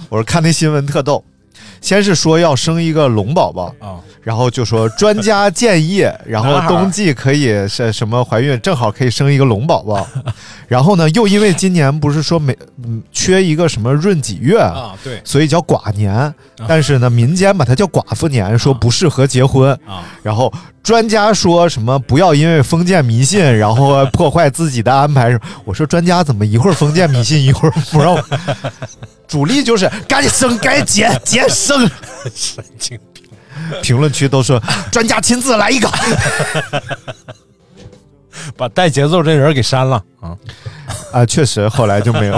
[SPEAKER 2] 我是看那新闻特逗，先是说要生一个龙宝宝，
[SPEAKER 3] 啊？
[SPEAKER 2] 然后就说专家建议，然后冬季可以是什么怀孕，正好可以生一个龙宝宝。然后呢，又因为今年不是说没嗯缺一个什么闰几月
[SPEAKER 3] 啊，对
[SPEAKER 2] 所以叫寡年。但是呢，民间把它叫寡妇年，说不适合结婚。
[SPEAKER 3] 啊，
[SPEAKER 2] 然后专家说什么不要因为封建迷信，然后破坏自己的安排什么。我说专家怎么一会儿封建迷信，一会儿不让我？主力就是该生该结结生。
[SPEAKER 3] 神经病
[SPEAKER 2] 评论区都说 专家亲自来一个。
[SPEAKER 3] 把带节奏这人给删了啊！
[SPEAKER 2] 啊，确实后来就没 有。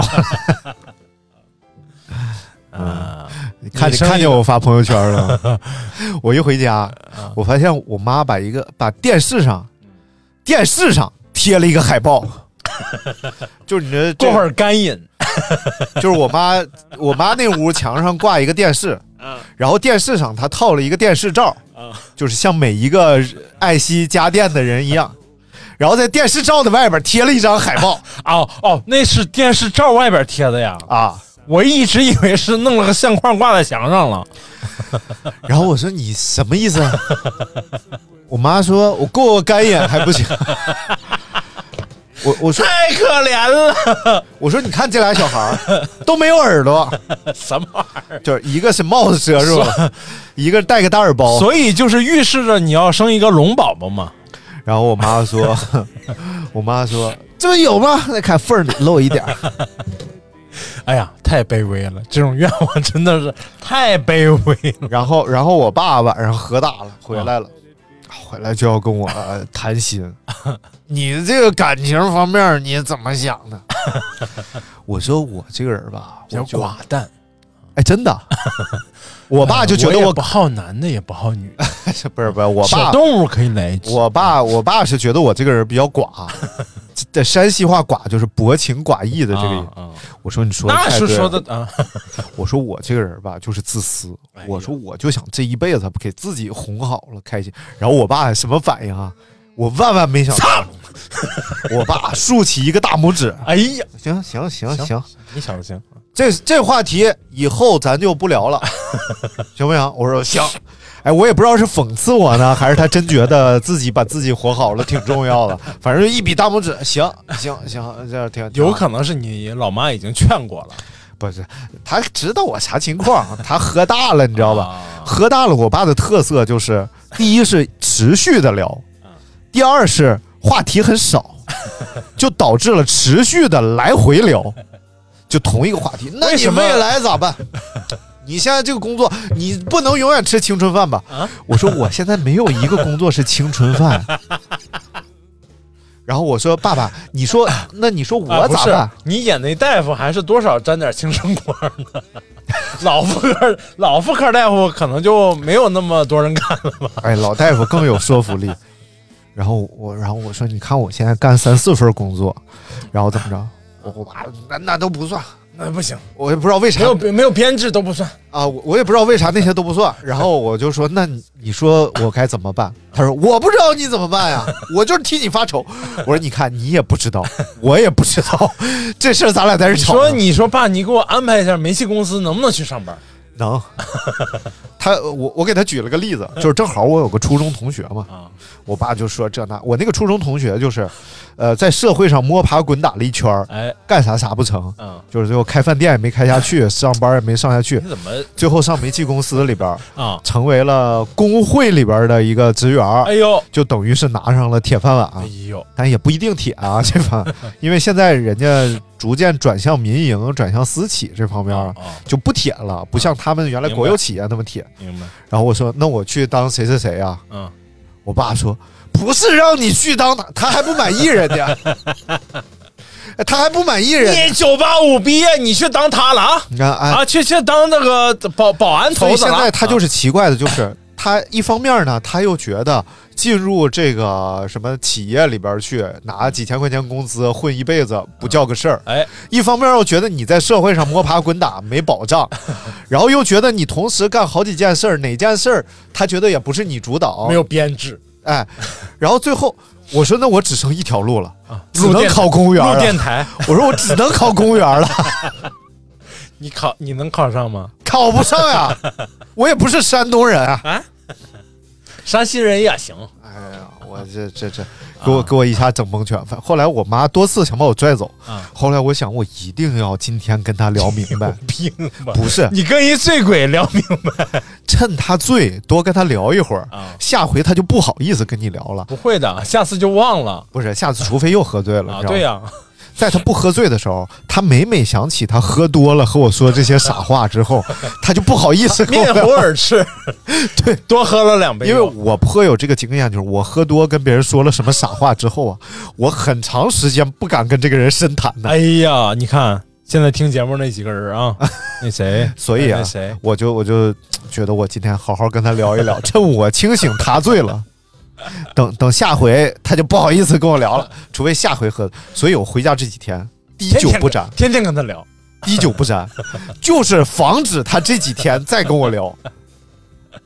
[SPEAKER 3] 啊，
[SPEAKER 2] 你看
[SPEAKER 3] 你
[SPEAKER 2] 你
[SPEAKER 3] 生
[SPEAKER 2] 看
[SPEAKER 3] 一
[SPEAKER 2] 见我发朋友圈 了？我一回家，我发现我妈把一个把电视上电视上贴了一个海报， 就是你这
[SPEAKER 3] 过会
[SPEAKER 2] 儿
[SPEAKER 3] 儿干瘾
[SPEAKER 2] 就是我妈我妈那屋墙上挂一个电视。然后电视上她套了一个电视罩，就是像每一个爱惜家电的人一样，然后在电视罩的外边贴了一张海报
[SPEAKER 3] 哦哦，那是电视罩外边贴的呀。
[SPEAKER 2] 啊，
[SPEAKER 3] 我一直以为是弄了个相框挂在墙上了。
[SPEAKER 2] 然后我说你什么意思？啊？ 我妈说我过过干瘾还不行。 我我说
[SPEAKER 3] 太可怜了，
[SPEAKER 2] 我说你看这俩小孩儿都没有耳朵，
[SPEAKER 3] 什么玩意儿？
[SPEAKER 2] 就是一个是帽子遮住了，一个戴个大耳包。
[SPEAKER 3] 所以就是预示着你要生一个龙宝宝嘛。
[SPEAKER 2] 然后我妈说， 我妈说这不有吗？再看缝儿里露一点儿。
[SPEAKER 3] 哎呀，太卑微了，这种愿望真的是太卑微了。
[SPEAKER 2] 然后然后我爸晚上喝大了回来了，回来就要跟我呃谈心，你这个感情方面你怎么想的？我说我这个人吧，
[SPEAKER 3] 比
[SPEAKER 2] 我
[SPEAKER 3] 较
[SPEAKER 2] 就
[SPEAKER 3] 寡淡，
[SPEAKER 2] 哎，真的，我爸就觉得
[SPEAKER 3] 我
[SPEAKER 2] 我
[SPEAKER 3] 也不好男的，也不好女的，
[SPEAKER 2] 不是不是，我
[SPEAKER 3] 小
[SPEAKER 2] 爸
[SPEAKER 3] 动物可以来一只。
[SPEAKER 2] 我爸我爸是觉得我这个人比较寡， 这这山西话“寡”就是薄情寡义的这个意思。
[SPEAKER 3] 啊啊
[SPEAKER 2] 我说你说的
[SPEAKER 3] 那
[SPEAKER 2] 太
[SPEAKER 3] 是
[SPEAKER 2] 对
[SPEAKER 3] 说
[SPEAKER 2] 了
[SPEAKER 3] 的啊，
[SPEAKER 2] 我说我这个人吧，就是自私。
[SPEAKER 3] 哎
[SPEAKER 2] 我
[SPEAKER 3] 呦
[SPEAKER 2] 说我就想这一辈子给自己哄好了，开心。然后我爸什么反应啊？我万万没想到，我爸竖起一个大拇指。
[SPEAKER 3] 哎呀，
[SPEAKER 2] 行行行
[SPEAKER 3] 行
[SPEAKER 2] 行，
[SPEAKER 3] 你小子行，
[SPEAKER 2] 这这话题以后咱就不 聊了，行不行？我说行。哎，我也不知道是讽刺我呢，还是他真觉得自己把自己活好了挺重要的。反正就一比大拇指，行行行，这样挺挺好
[SPEAKER 3] 有可能是你老妈已经劝过了，
[SPEAKER 2] 不是，他知道我啥情况，他喝大了，你知道吧
[SPEAKER 3] 啊？
[SPEAKER 2] 喝大了，我爸的特色就是，第一是持续的聊，第二是话题很 少，就导致了持续的来回聊，就同一个话题。那
[SPEAKER 3] 为
[SPEAKER 2] 你
[SPEAKER 3] 什么
[SPEAKER 2] 未来咋办？你现在这个工作，你不能永远吃青春饭吧？
[SPEAKER 3] 啊
[SPEAKER 2] 我说我现在没有一个工作是青春饭。 然后我说爸爸，你说那你说
[SPEAKER 3] 啊
[SPEAKER 2] 我
[SPEAKER 3] 不
[SPEAKER 2] 咋
[SPEAKER 3] 是
[SPEAKER 2] 办？
[SPEAKER 3] 你演那大夫还是多少沾点青春光的，老妇科老妇科大夫可能就没有那么多人看了吧？
[SPEAKER 2] 哎，老大夫更有说服力。 然后我，然后我说，你看我现在干三四份工作，然后怎么着？我我爸那那都不算，
[SPEAKER 3] 那不行，
[SPEAKER 2] 我也不知道为啥
[SPEAKER 3] 没有没有编制都不算。
[SPEAKER 2] 啊，我我也不知道为啥那些都不算。然后我就说，那你你说我该怎么办？他说我不知道你怎么办呀，我就是替你发愁。我说你看你也不知道，我也不知道，这事儿咱俩在这
[SPEAKER 3] 你
[SPEAKER 2] 吵呢。
[SPEAKER 3] 说你说爸，你给我安排一下煤气公司能不能去上班？
[SPEAKER 2] 能， 他我我给他举了个例子，就是正好我有个初中同学嘛，
[SPEAKER 3] 啊
[SPEAKER 2] 我爸就说这那，我那个初中同学就是，呃，在社会上摸爬滚打了一圈儿，
[SPEAKER 3] 哎，
[SPEAKER 2] 干啥啥不成，
[SPEAKER 3] 嗯，
[SPEAKER 2] 就是最后开饭店也没开下去，上班也没上下去
[SPEAKER 3] 你，怎么
[SPEAKER 2] 最后上煤气公司里边儿，
[SPEAKER 3] 啊？
[SPEAKER 2] 成为了工会里边儿的一个职员儿，
[SPEAKER 3] 哎呦，
[SPEAKER 2] 就等于是拿上了铁饭碗。
[SPEAKER 3] 哎呦，
[SPEAKER 2] 但也不一定铁啊，这方，因为现在人家逐渐转向民营、转向私企这方面儿
[SPEAKER 3] 啊，
[SPEAKER 2] 就不铁了，不像他们原来
[SPEAKER 3] 明白
[SPEAKER 2] 国有企业那么铁。
[SPEAKER 3] 明白，
[SPEAKER 2] 然后我说：“那我去当谁谁谁啊
[SPEAKER 3] 嗯，？”
[SPEAKER 2] 我爸说：“不是让你去当他，他还不满意人家， 哎他还不满意人。
[SPEAKER 3] 你九八五毕业，你去当他了啊？
[SPEAKER 2] 你看，哎，
[SPEAKER 3] 啊，去去当那个保保安
[SPEAKER 2] 所
[SPEAKER 3] 头
[SPEAKER 2] 以
[SPEAKER 3] 子
[SPEAKER 2] 现
[SPEAKER 3] 了。啊
[SPEAKER 2] 在他就是是奇怪的，就是他一方面呢，他又觉得进入这个什么企业里边去拿几千块钱工资混一辈子不叫个事儿，
[SPEAKER 3] 哎，
[SPEAKER 2] 一方面又觉得你在社会上摸爬滚打没保 障，然后又觉得你同时干好几件事儿，哪件事儿他觉得也不是你主导，
[SPEAKER 3] 没有编制，
[SPEAKER 2] 哎，然后最后我说那我只剩一条路了，只
[SPEAKER 3] 啊录
[SPEAKER 2] 能
[SPEAKER 3] 电
[SPEAKER 2] 考公务员
[SPEAKER 3] 录
[SPEAKER 2] 了。
[SPEAKER 3] 电台，
[SPEAKER 2] 我说我只能考公务员了，
[SPEAKER 3] 你考你能考上吗？
[SPEAKER 2] 考不上呀，我也不是山东人啊。
[SPEAKER 3] 山西人也行，
[SPEAKER 2] 哎呀，我这这这，给
[SPEAKER 3] 啊
[SPEAKER 2] 我给我一下整蒙圈。反后来我妈多次想把我拽走
[SPEAKER 3] 啊，
[SPEAKER 2] 后来我想我一定要今天跟她聊明 白，
[SPEAKER 3] 病吧？
[SPEAKER 2] 不是
[SPEAKER 3] 你跟一醉鬼聊明白？
[SPEAKER 2] 趁她醉多跟她聊一会儿
[SPEAKER 3] 啊，
[SPEAKER 2] 下回她就不好意思跟你聊了。
[SPEAKER 3] 不会的，下次就忘了
[SPEAKER 2] 不是，下次除非又喝醉了，你
[SPEAKER 3] 啊！
[SPEAKER 2] 知道吗
[SPEAKER 3] 对呀、
[SPEAKER 2] 在他不喝醉的时候，他每每想起他喝多了和我说这些傻话之后，他就不好意思跟
[SPEAKER 3] 面
[SPEAKER 2] 我
[SPEAKER 3] 红
[SPEAKER 2] 聊。
[SPEAKER 3] 耳赤，
[SPEAKER 2] 对，
[SPEAKER 3] 多喝了两杯
[SPEAKER 2] 因为
[SPEAKER 3] 酒，
[SPEAKER 2] 我颇有这个经验，就是我喝多跟别人说了什么傻话之后啊，我很长时间不敢跟这个人深谈的。
[SPEAKER 3] 哎呀，你看现在听节目那几个 人啊，那谁，哎
[SPEAKER 2] 所以啊
[SPEAKER 3] 那谁，
[SPEAKER 2] 我就我就觉得我今天好好跟他聊一聊，趁我清醒他醉了， 等等下回他就不好意思跟我聊了，除非下回喝。所以我回家这几天滴酒不沾，
[SPEAKER 3] 天天跟他聊，
[SPEAKER 2] 滴酒不沾，就是防止他这几天再跟我 聊。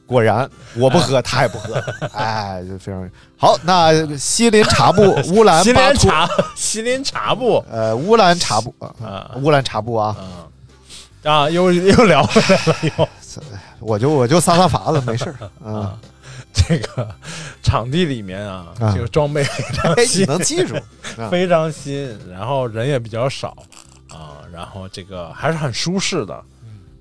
[SPEAKER 2] 果然，我不喝，他也不喝，哎，就非常好。那西林茶布、乌 兰
[SPEAKER 3] 西
[SPEAKER 2] 巴
[SPEAKER 3] 林
[SPEAKER 2] 图，
[SPEAKER 3] 茶，西林茶布
[SPEAKER 2] 呃，乌兰茶布，啊
[SPEAKER 3] 啊
[SPEAKER 2] 乌兰茶布啊，
[SPEAKER 3] 啊，又又聊回来了，又
[SPEAKER 2] 我就我就撒撒法子，没事儿。 嗯，
[SPEAKER 3] 啊这个场地里面啊，
[SPEAKER 2] 啊
[SPEAKER 3] 这个装备非常
[SPEAKER 2] 哎，你
[SPEAKER 3] 新，
[SPEAKER 2] 能 记住？啊
[SPEAKER 3] 非常新，然后人也比较少啊，然后这个还是很舒适的。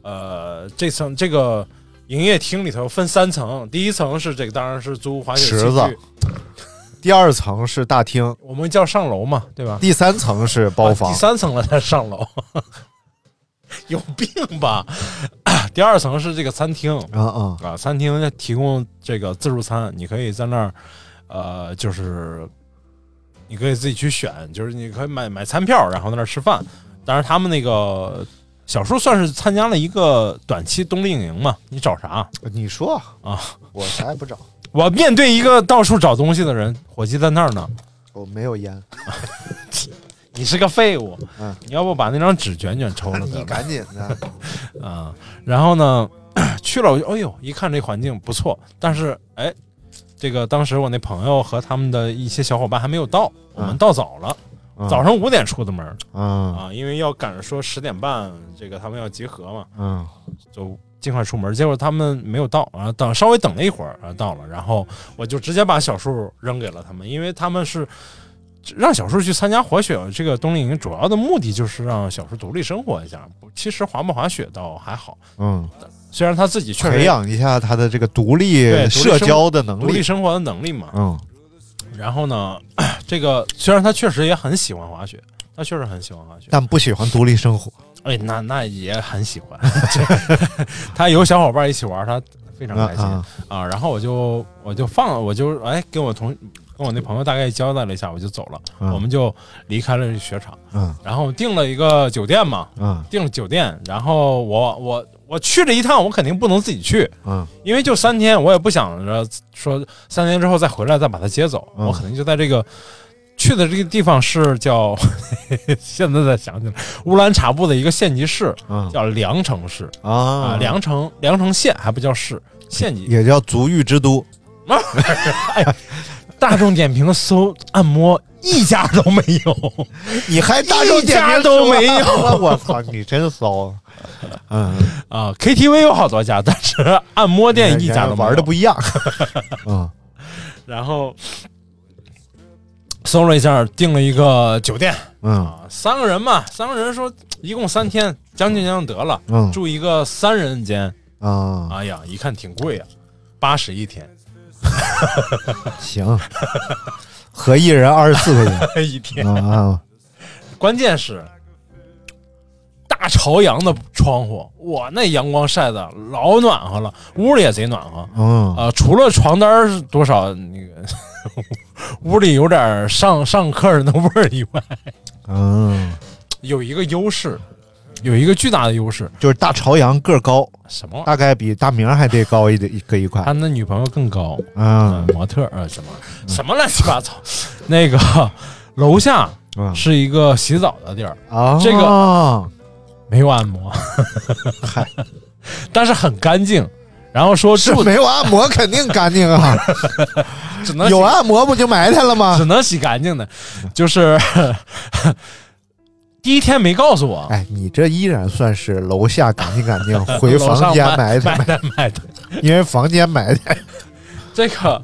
[SPEAKER 3] 呃，这层这个营业厅里头分三层，第一层是这个当然是租滑雪器具
[SPEAKER 2] 池子第二层是大厅，
[SPEAKER 3] 我们叫上楼嘛，对吧？
[SPEAKER 2] 第三层是包
[SPEAKER 3] 啊
[SPEAKER 2] 房
[SPEAKER 3] 第。三层了才上楼， 有病吧？ 第二层是这个餐厅
[SPEAKER 2] 嗯嗯，
[SPEAKER 3] 啊，餐厅提供这个自助餐，你可以在那儿，呃，就是你可以自己去选，就是你可以买买餐票，然后在那儿吃饭。当然，他们那个小叔算是参加了一个短期冬令营嘛，你找啥
[SPEAKER 2] 嗯你说，
[SPEAKER 3] 啊？
[SPEAKER 2] 我啥也不找，
[SPEAKER 3] 我面对一个到处找东西的人，伙计在那儿呢，
[SPEAKER 2] 我没有 烟，
[SPEAKER 3] 你是个废物，
[SPEAKER 2] 嗯
[SPEAKER 3] 你要不把那张纸卷卷抽了得
[SPEAKER 2] 你
[SPEAKER 3] 了
[SPEAKER 2] 赶紧的。
[SPEAKER 3] 啊？然后呢， 去了我就哎呦，一看这环境不错，但是哎，这个当时我那朋友和他们的一些小伙伴还没有到，我们到早了，早上五点出的门儿
[SPEAKER 2] 嗯
[SPEAKER 3] 啊，因为要赶着说十点半这个他们要集合嘛，
[SPEAKER 2] 嗯
[SPEAKER 3] 就尽快出门。结果他们没有到，然后等稍微等了一会儿，然后到了，然后我就直接把小树扔给了他们，因为他们是让小树去参加滑雪这个冬令营，主要的目的就是让小树独立生活一下。不其实滑不滑雪倒还好，
[SPEAKER 2] 嗯，
[SPEAKER 3] 虽然他自己确
[SPEAKER 2] 培
[SPEAKER 3] 实
[SPEAKER 2] 养一下他的这个独
[SPEAKER 3] 对独
[SPEAKER 2] 立
[SPEAKER 3] 立
[SPEAKER 2] 社交的能
[SPEAKER 3] 独立
[SPEAKER 2] 力。
[SPEAKER 3] 生活的能力嘛。
[SPEAKER 2] 嗯
[SPEAKER 3] 然后呢， 这个虽然他确实也很喜欢滑雪，他确实很喜欢滑雪。
[SPEAKER 2] 但不喜欢独立生活，
[SPEAKER 3] 哎，那那也很喜欢， 他有小伙伴一起玩，他非常开心
[SPEAKER 2] 啊
[SPEAKER 3] 啊然后我就我就放我就哎跟我同跟我那朋友大概交代了一下，我就走了，
[SPEAKER 2] 嗯
[SPEAKER 3] 我们就离开了这雪场，
[SPEAKER 2] 嗯
[SPEAKER 3] 然后订了一个酒店嘛，
[SPEAKER 2] 嗯
[SPEAKER 3] 订了酒店，然后我我我去了一趟，我肯定不能自己去，
[SPEAKER 2] 嗯
[SPEAKER 3] 因为就三天，我也不想着说三天之后再回来再把他接走，
[SPEAKER 2] 嗯
[SPEAKER 3] 我肯定就在这个去的这个地方是叫 现在才想起来乌兰察布的一个县级市，
[SPEAKER 2] 嗯
[SPEAKER 3] 叫梁城市啊，
[SPEAKER 2] 啊，
[SPEAKER 3] 梁城梁城县还不叫市，县 级。
[SPEAKER 2] 也叫足浴之都。
[SPEAKER 3] 大众点评搜按摩一家都没有，
[SPEAKER 2] 你
[SPEAKER 3] 哎
[SPEAKER 2] 还大众点
[SPEAKER 3] 一家
[SPEAKER 2] 评啊
[SPEAKER 3] 都
[SPEAKER 2] 说
[SPEAKER 3] 没有
[SPEAKER 2] 了 我操，你真骚。 嗯，
[SPEAKER 3] 啊，KTV 有好多家， 但是按摩店一家都没有
[SPEAKER 2] 玩的不一 样。嗯
[SPEAKER 3] 然后搜了一下，订了一个酒店
[SPEAKER 2] 嗯
[SPEAKER 3] 啊，三个人嘛，三个人说一共三天，将近将近得了，
[SPEAKER 2] 嗯
[SPEAKER 3] 住一个三人间，
[SPEAKER 2] 啊，
[SPEAKER 3] 哎呀，一看挺贵呀、八十 一天，
[SPEAKER 2] 行，合一人二十四块 钱。
[SPEAKER 3] 一天，
[SPEAKER 2] 啊啊，
[SPEAKER 3] 关键是大朝阳的窗户，哇，那阳光晒的老暖和了，屋里也贼暖和。
[SPEAKER 2] 嗯
[SPEAKER 3] 啊，除了床单儿是多少那个 屋里有点上上客人的味儿以外，
[SPEAKER 2] 嗯，
[SPEAKER 3] 有一个优势，有一个巨大的优势，
[SPEAKER 2] 就是大朝阳个儿高，
[SPEAKER 3] 什么玩意儿？
[SPEAKER 2] 大概比大明儿还得高一点一个一块
[SPEAKER 3] 他。那女朋友更高，
[SPEAKER 2] 嗯
[SPEAKER 3] 模特儿呃什么玩意儿什么乱七八糟，那个楼下
[SPEAKER 2] 嗯
[SPEAKER 3] 是一个洗澡的地儿，
[SPEAKER 2] 啊，
[SPEAKER 3] 这
[SPEAKER 2] 个
[SPEAKER 3] 没有按摩，但是很干净。然后说
[SPEAKER 2] 是
[SPEAKER 3] 住
[SPEAKER 2] 没有按摩肯定干净啊，
[SPEAKER 3] 只能洗
[SPEAKER 2] 有啊按摩不就埋汰了吗
[SPEAKER 3] 只？能洗干净的，就是 第一天没告诉我，
[SPEAKER 2] 哎，你这依然算是楼下干净干 净，回
[SPEAKER 3] 楼上
[SPEAKER 2] 房间埋
[SPEAKER 3] 买
[SPEAKER 2] 汰，
[SPEAKER 3] 的买的，
[SPEAKER 2] 因为房间埋汰。
[SPEAKER 3] 这个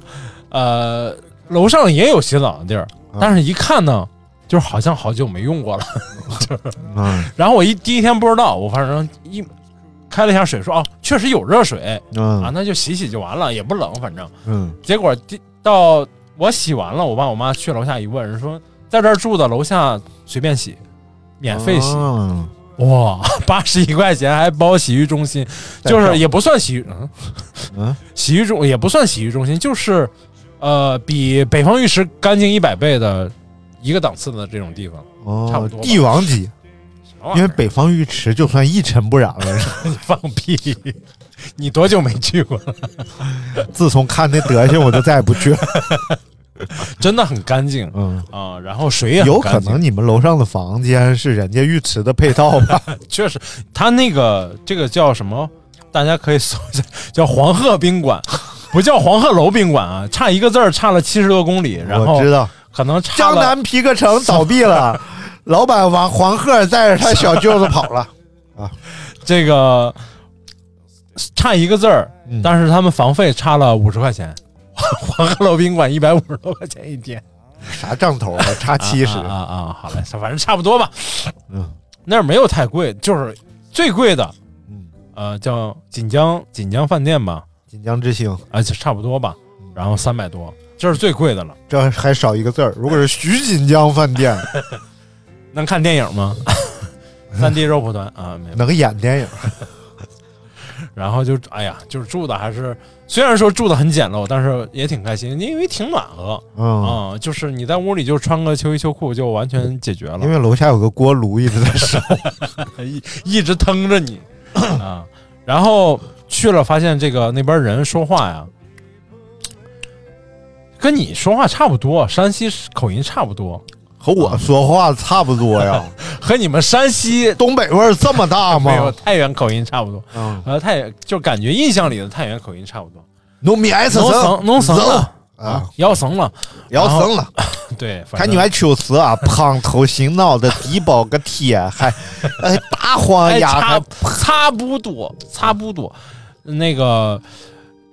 [SPEAKER 3] 呃，楼上也有洗澡的地儿，但是一看呢，就是好像好久没用过了。
[SPEAKER 2] 嗯
[SPEAKER 3] 然后我一第一天不知道，我反正一开了一下水说，哦，确实有热水啊，
[SPEAKER 2] 嗯
[SPEAKER 3] 那就洗洗就完了，也不冷，反正。
[SPEAKER 2] 嗯
[SPEAKER 3] 结果第到我洗完了，我爸我妈去楼下一问，人说在这儿住的，楼下随便洗，免费洗。
[SPEAKER 2] 嗯
[SPEAKER 3] 哇，八十一块钱还包洗浴中心，就是也不算洗浴，嗯，
[SPEAKER 2] 嗯
[SPEAKER 3] 洗浴中也不算洗浴中心，就是呃，比北方浴池干净一百倍的一个档次的这种地方。差不
[SPEAKER 2] 哦
[SPEAKER 3] 多，吧
[SPEAKER 2] 帝王级，
[SPEAKER 3] 什么玩意
[SPEAKER 2] 因
[SPEAKER 3] 儿
[SPEAKER 2] 为北方浴池就算一尘不染了。
[SPEAKER 3] 放屁，你多久没去过了？
[SPEAKER 2] 自从看那德行，我就再也不去了。
[SPEAKER 3] 真的很干净
[SPEAKER 2] 嗯。
[SPEAKER 3] 啊、然后水也很
[SPEAKER 2] 有可
[SPEAKER 3] 干净
[SPEAKER 2] 能你们楼上的房间是人家浴池的配套吧？
[SPEAKER 3] 确实，他那个这个叫什么？大家可以搜一下，叫黄鹤宾馆，不叫黄鹤楼宾馆啊，差一个字儿，差了七十多公里， 然后
[SPEAKER 2] 我知道，
[SPEAKER 3] 可能差
[SPEAKER 2] 江
[SPEAKER 3] 了
[SPEAKER 2] 南皮革城倒闭 了，老板王黄鹤带着他小舅子跑了。
[SPEAKER 3] 这个差一个字儿，
[SPEAKER 2] 嗯
[SPEAKER 3] 但是他们房费差了五十块钱， 黄鹤楼宾馆一百五十多块钱一天，
[SPEAKER 2] 啥账头啊？差七十
[SPEAKER 3] 啊啊啊！好嘞， 反正差不多吧。
[SPEAKER 2] 嗯，
[SPEAKER 3] 那儿没有太贵，就是最贵的，
[SPEAKER 2] 嗯，
[SPEAKER 3] 呃，叫锦江锦江饭店吧，
[SPEAKER 2] 锦江之星，
[SPEAKER 3] 啊，就差不多吧，
[SPEAKER 2] 嗯
[SPEAKER 3] 然后三百多，这是最贵的了。
[SPEAKER 2] 这还少一个字儿。如果是徐锦江饭店，
[SPEAKER 3] 能 看电影吗？三 D 肉蒲团啊，没有。
[SPEAKER 2] 能演电影。
[SPEAKER 3] 然后就哎呀，就是住的还是虽然说住的很简陋，但是也挺开心，因为挺暖和
[SPEAKER 2] 嗯，
[SPEAKER 3] 啊、就是你在屋里就穿个秋衣秋裤就完全解决了，
[SPEAKER 2] 因为楼下有个锅炉一直在烧，
[SPEAKER 3] 一一直腾 着你啊。然后去了，发现这个那边人说话呀，跟你说话差不多，山西口音差不多，
[SPEAKER 2] 和我说话差不多呀。
[SPEAKER 3] 和你们山西
[SPEAKER 2] 东北味儿这么大
[SPEAKER 3] 没有
[SPEAKER 2] 吗？
[SPEAKER 3] 太原口音差不多。
[SPEAKER 2] 嗯，
[SPEAKER 3] 呃，太原就感觉印象里的太原口音差不多，
[SPEAKER 2] 农民爱吃
[SPEAKER 3] 农绳农绳 了
[SPEAKER 2] 啊，，
[SPEAKER 3] 腰绳了，
[SPEAKER 2] 要生了。
[SPEAKER 3] 对，反
[SPEAKER 2] 看
[SPEAKER 3] 正
[SPEAKER 2] 你们秋实啊，胖头醒脑的低保个铁，还 哎大黄
[SPEAKER 3] 哎，
[SPEAKER 2] 鸭，
[SPEAKER 3] 差
[SPEAKER 2] 还
[SPEAKER 3] 差不多，差不多。那个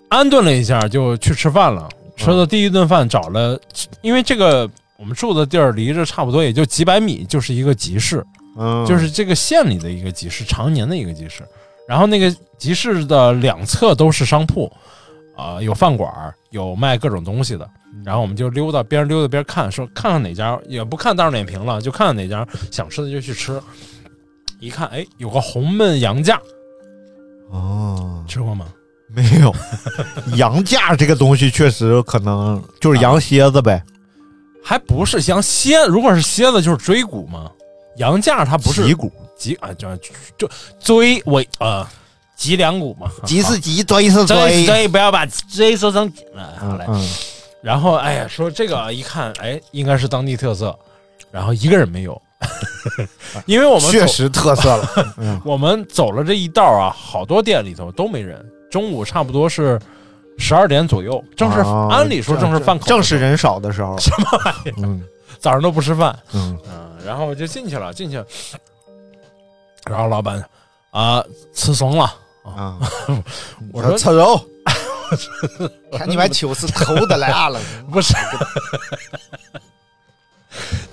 [SPEAKER 3] 安顿了一下，就去吃饭了。吃的第一顿饭找了，因为这个我们住的地儿离着差不多也就几百米，就是一个集市，
[SPEAKER 2] 嗯
[SPEAKER 3] 就是这个县里的一个集市，常年的一个集市。然后那个集市的两侧都是商铺，啊、有饭馆儿，有卖各种东西的。
[SPEAKER 2] 嗯
[SPEAKER 3] 然后我们就溜达边溜达边看，说看看哪家也不看大众点评了，就看看哪家想吃的就去吃。一看，哎，有个红焖羊架，
[SPEAKER 2] 哦，
[SPEAKER 3] 吃过吗？
[SPEAKER 2] 没有 羊架这个东西确实可能就是羊蝎子呗，
[SPEAKER 3] 还不是像蝎，如果是蝎子就是椎骨嘛，羊架它不是
[SPEAKER 2] 脊骨，
[SPEAKER 3] 脊啊，就就椎我啊脊梁骨 嘛，
[SPEAKER 2] 鸡是鸡，锥是
[SPEAKER 3] 椎
[SPEAKER 2] 锥。
[SPEAKER 3] 椎不要把椎说成啊，好
[SPEAKER 2] 嗯
[SPEAKER 3] 嘞。
[SPEAKER 2] 嗯，
[SPEAKER 3] 然后哎呀，说这个一看，哎，应该是当地特色，然后一个人 没有，因为我们
[SPEAKER 2] 确
[SPEAKER 3] 走
[SPEAKER 2] 实特色了。嗯
[SPEAKER 3] 我们走了这一道啊，好多店里头都没人。中午差不多是十二点左右，正是、
[SPEAKER 2] 哦
[SPEAKER 3] 按理说正是饭口，
[SPEAKER 2] 正是人少的时候。什么玩意儿？嗯
[SPEAKER 3] 早上都不吃饭。
[SPEAKER 2] 嗯，
[SPEAKER 3] 嗯，然后我就进去了，进去，然后老板啊、吃怂了，
[SPEAKER 2] 啊，
[SPEAKER 3] 我说
[SPEAKER 2] 扯 肉，看你们酒是头的来啊了，
[SPEAKER 3] 不是，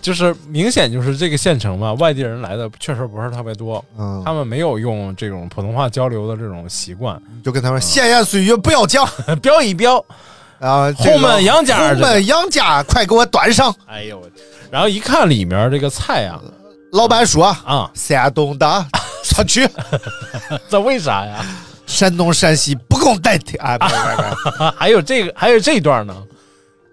[SPEAKER 3] 就是明显就是这个县城嘛，外地人来的确实不是特别多，
[SPEAKER 2] 嗯
[SPEAKER 3] 他，们没有用这种普通话交流的这种习惯，
[SPEAKER 2] 就跟他们闲言碎语不要讲
[SPEAKER 3] 标一标，
[SPEAKER 2] 啊，这个
[SPEAKER 3] 后门羊架
[SPEAKER 2] 后门羊架，快给我端上！
[SPEAKER 3] 哎呦，然后一看里面这个菜啊
[SPEAKER 2] 老板说，
[SPEAKER 3] 啊，
[SPEAKER 2] 山东 的他去，
[SPEAKER 3] 这为啥呀？
[SPEAKER 2] 山东山西不共戴天啊！不 不
[SPEAKER 3] 啊，还有这个，还有这一段呢，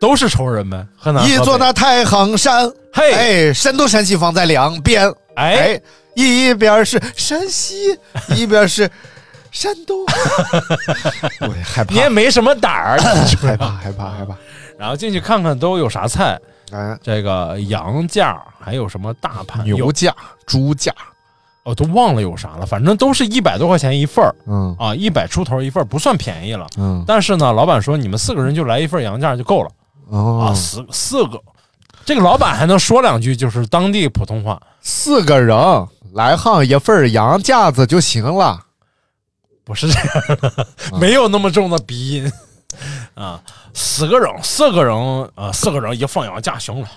[SPEAKER 3] 都是仇人呗，河南
[SPEAKER 2] 不一
[SPEAKER 3] 河
[SPEAKER 2] 座
[SPEAKER 3] 北
[SPEAKER 2] 那太行山，
[SPEAKER 3] 嘿
[SPEAKER 2] 哎，山东山西放在两边，
[SPEAKER 3] 哎
[SPEAKER 2] 哎，一边是山 西，一边是山东， 我害怕
[SPEAKER 3] 你，也没什么胆 儿， 你知
[SPEAKER 2] 害
[SPEAKER 3] 道
[SPEAKER 2] 怕，
[SPEAKER 3] 吗
[SPEAKER 2] 害怕，害怕！
[SPEAKER 3] 然后进去看看都有啥菜，
[SPEAKER 2] 哎，
[SPEAKER 3] 这个羊架，还有什么大盘
[SPEAKER 2] 牛
[SPEAKER 3] 有
[SPEAKER 2] 架、猪架，
[SPEAKER 3] 哦，都忘了有啥了，反正都是一百多块钱一份儿
[SPEAKER 2] 嗯
[SPEAKER 3] 啊，一百出头一份儿，不算便宜了。
[SPEAKER 2] 嗯，
[SPEAKER 3] 但是呢，老板说你们四个人就来一份羊架就够了啊，
[SPEAKER 2] 哦，
[SPEAKER 3] 四四个，这个老板还能说两句就是当地普通话，
[SPEAKER 2] 四个人来上一份羊架子就行了。
[SPEAKER 3] 不是这样的，没有那么重的鼻音啊。四个人，四个人，啊，四个人一放羊架行了。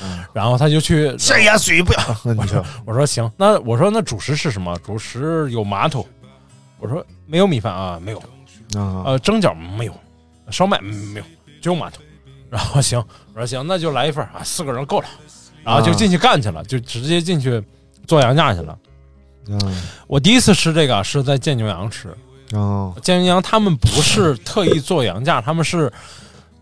[SPEAKER 3] 啊然后他就去，
[SPEAKER 2] 这也水不要，
[SPEAKER 3] 我说我说行，那我说那主食是什么？主食有馒头，我说没有米饭啊，没有，
[SPEAKER 2] 啊，
[SPEAKER 3] 呃，蒸饺没有，烧麦嗯没有，只有馒头。然后行，我说行，那就来一份儿啊，四个人够了。然后
[SPEAKER 2] 啊
[SPEAKER 3] 就进去干去了，就直接进去做羊架去了。
[SPEAKER 2] 嗯
[SPEAKER 3] 我第一次吃这个啊是在建牛羊吃，
[SPEAKER 2] 哦，
[SPEAKER 3] 建牛羊他们不是特意做羊架，他们是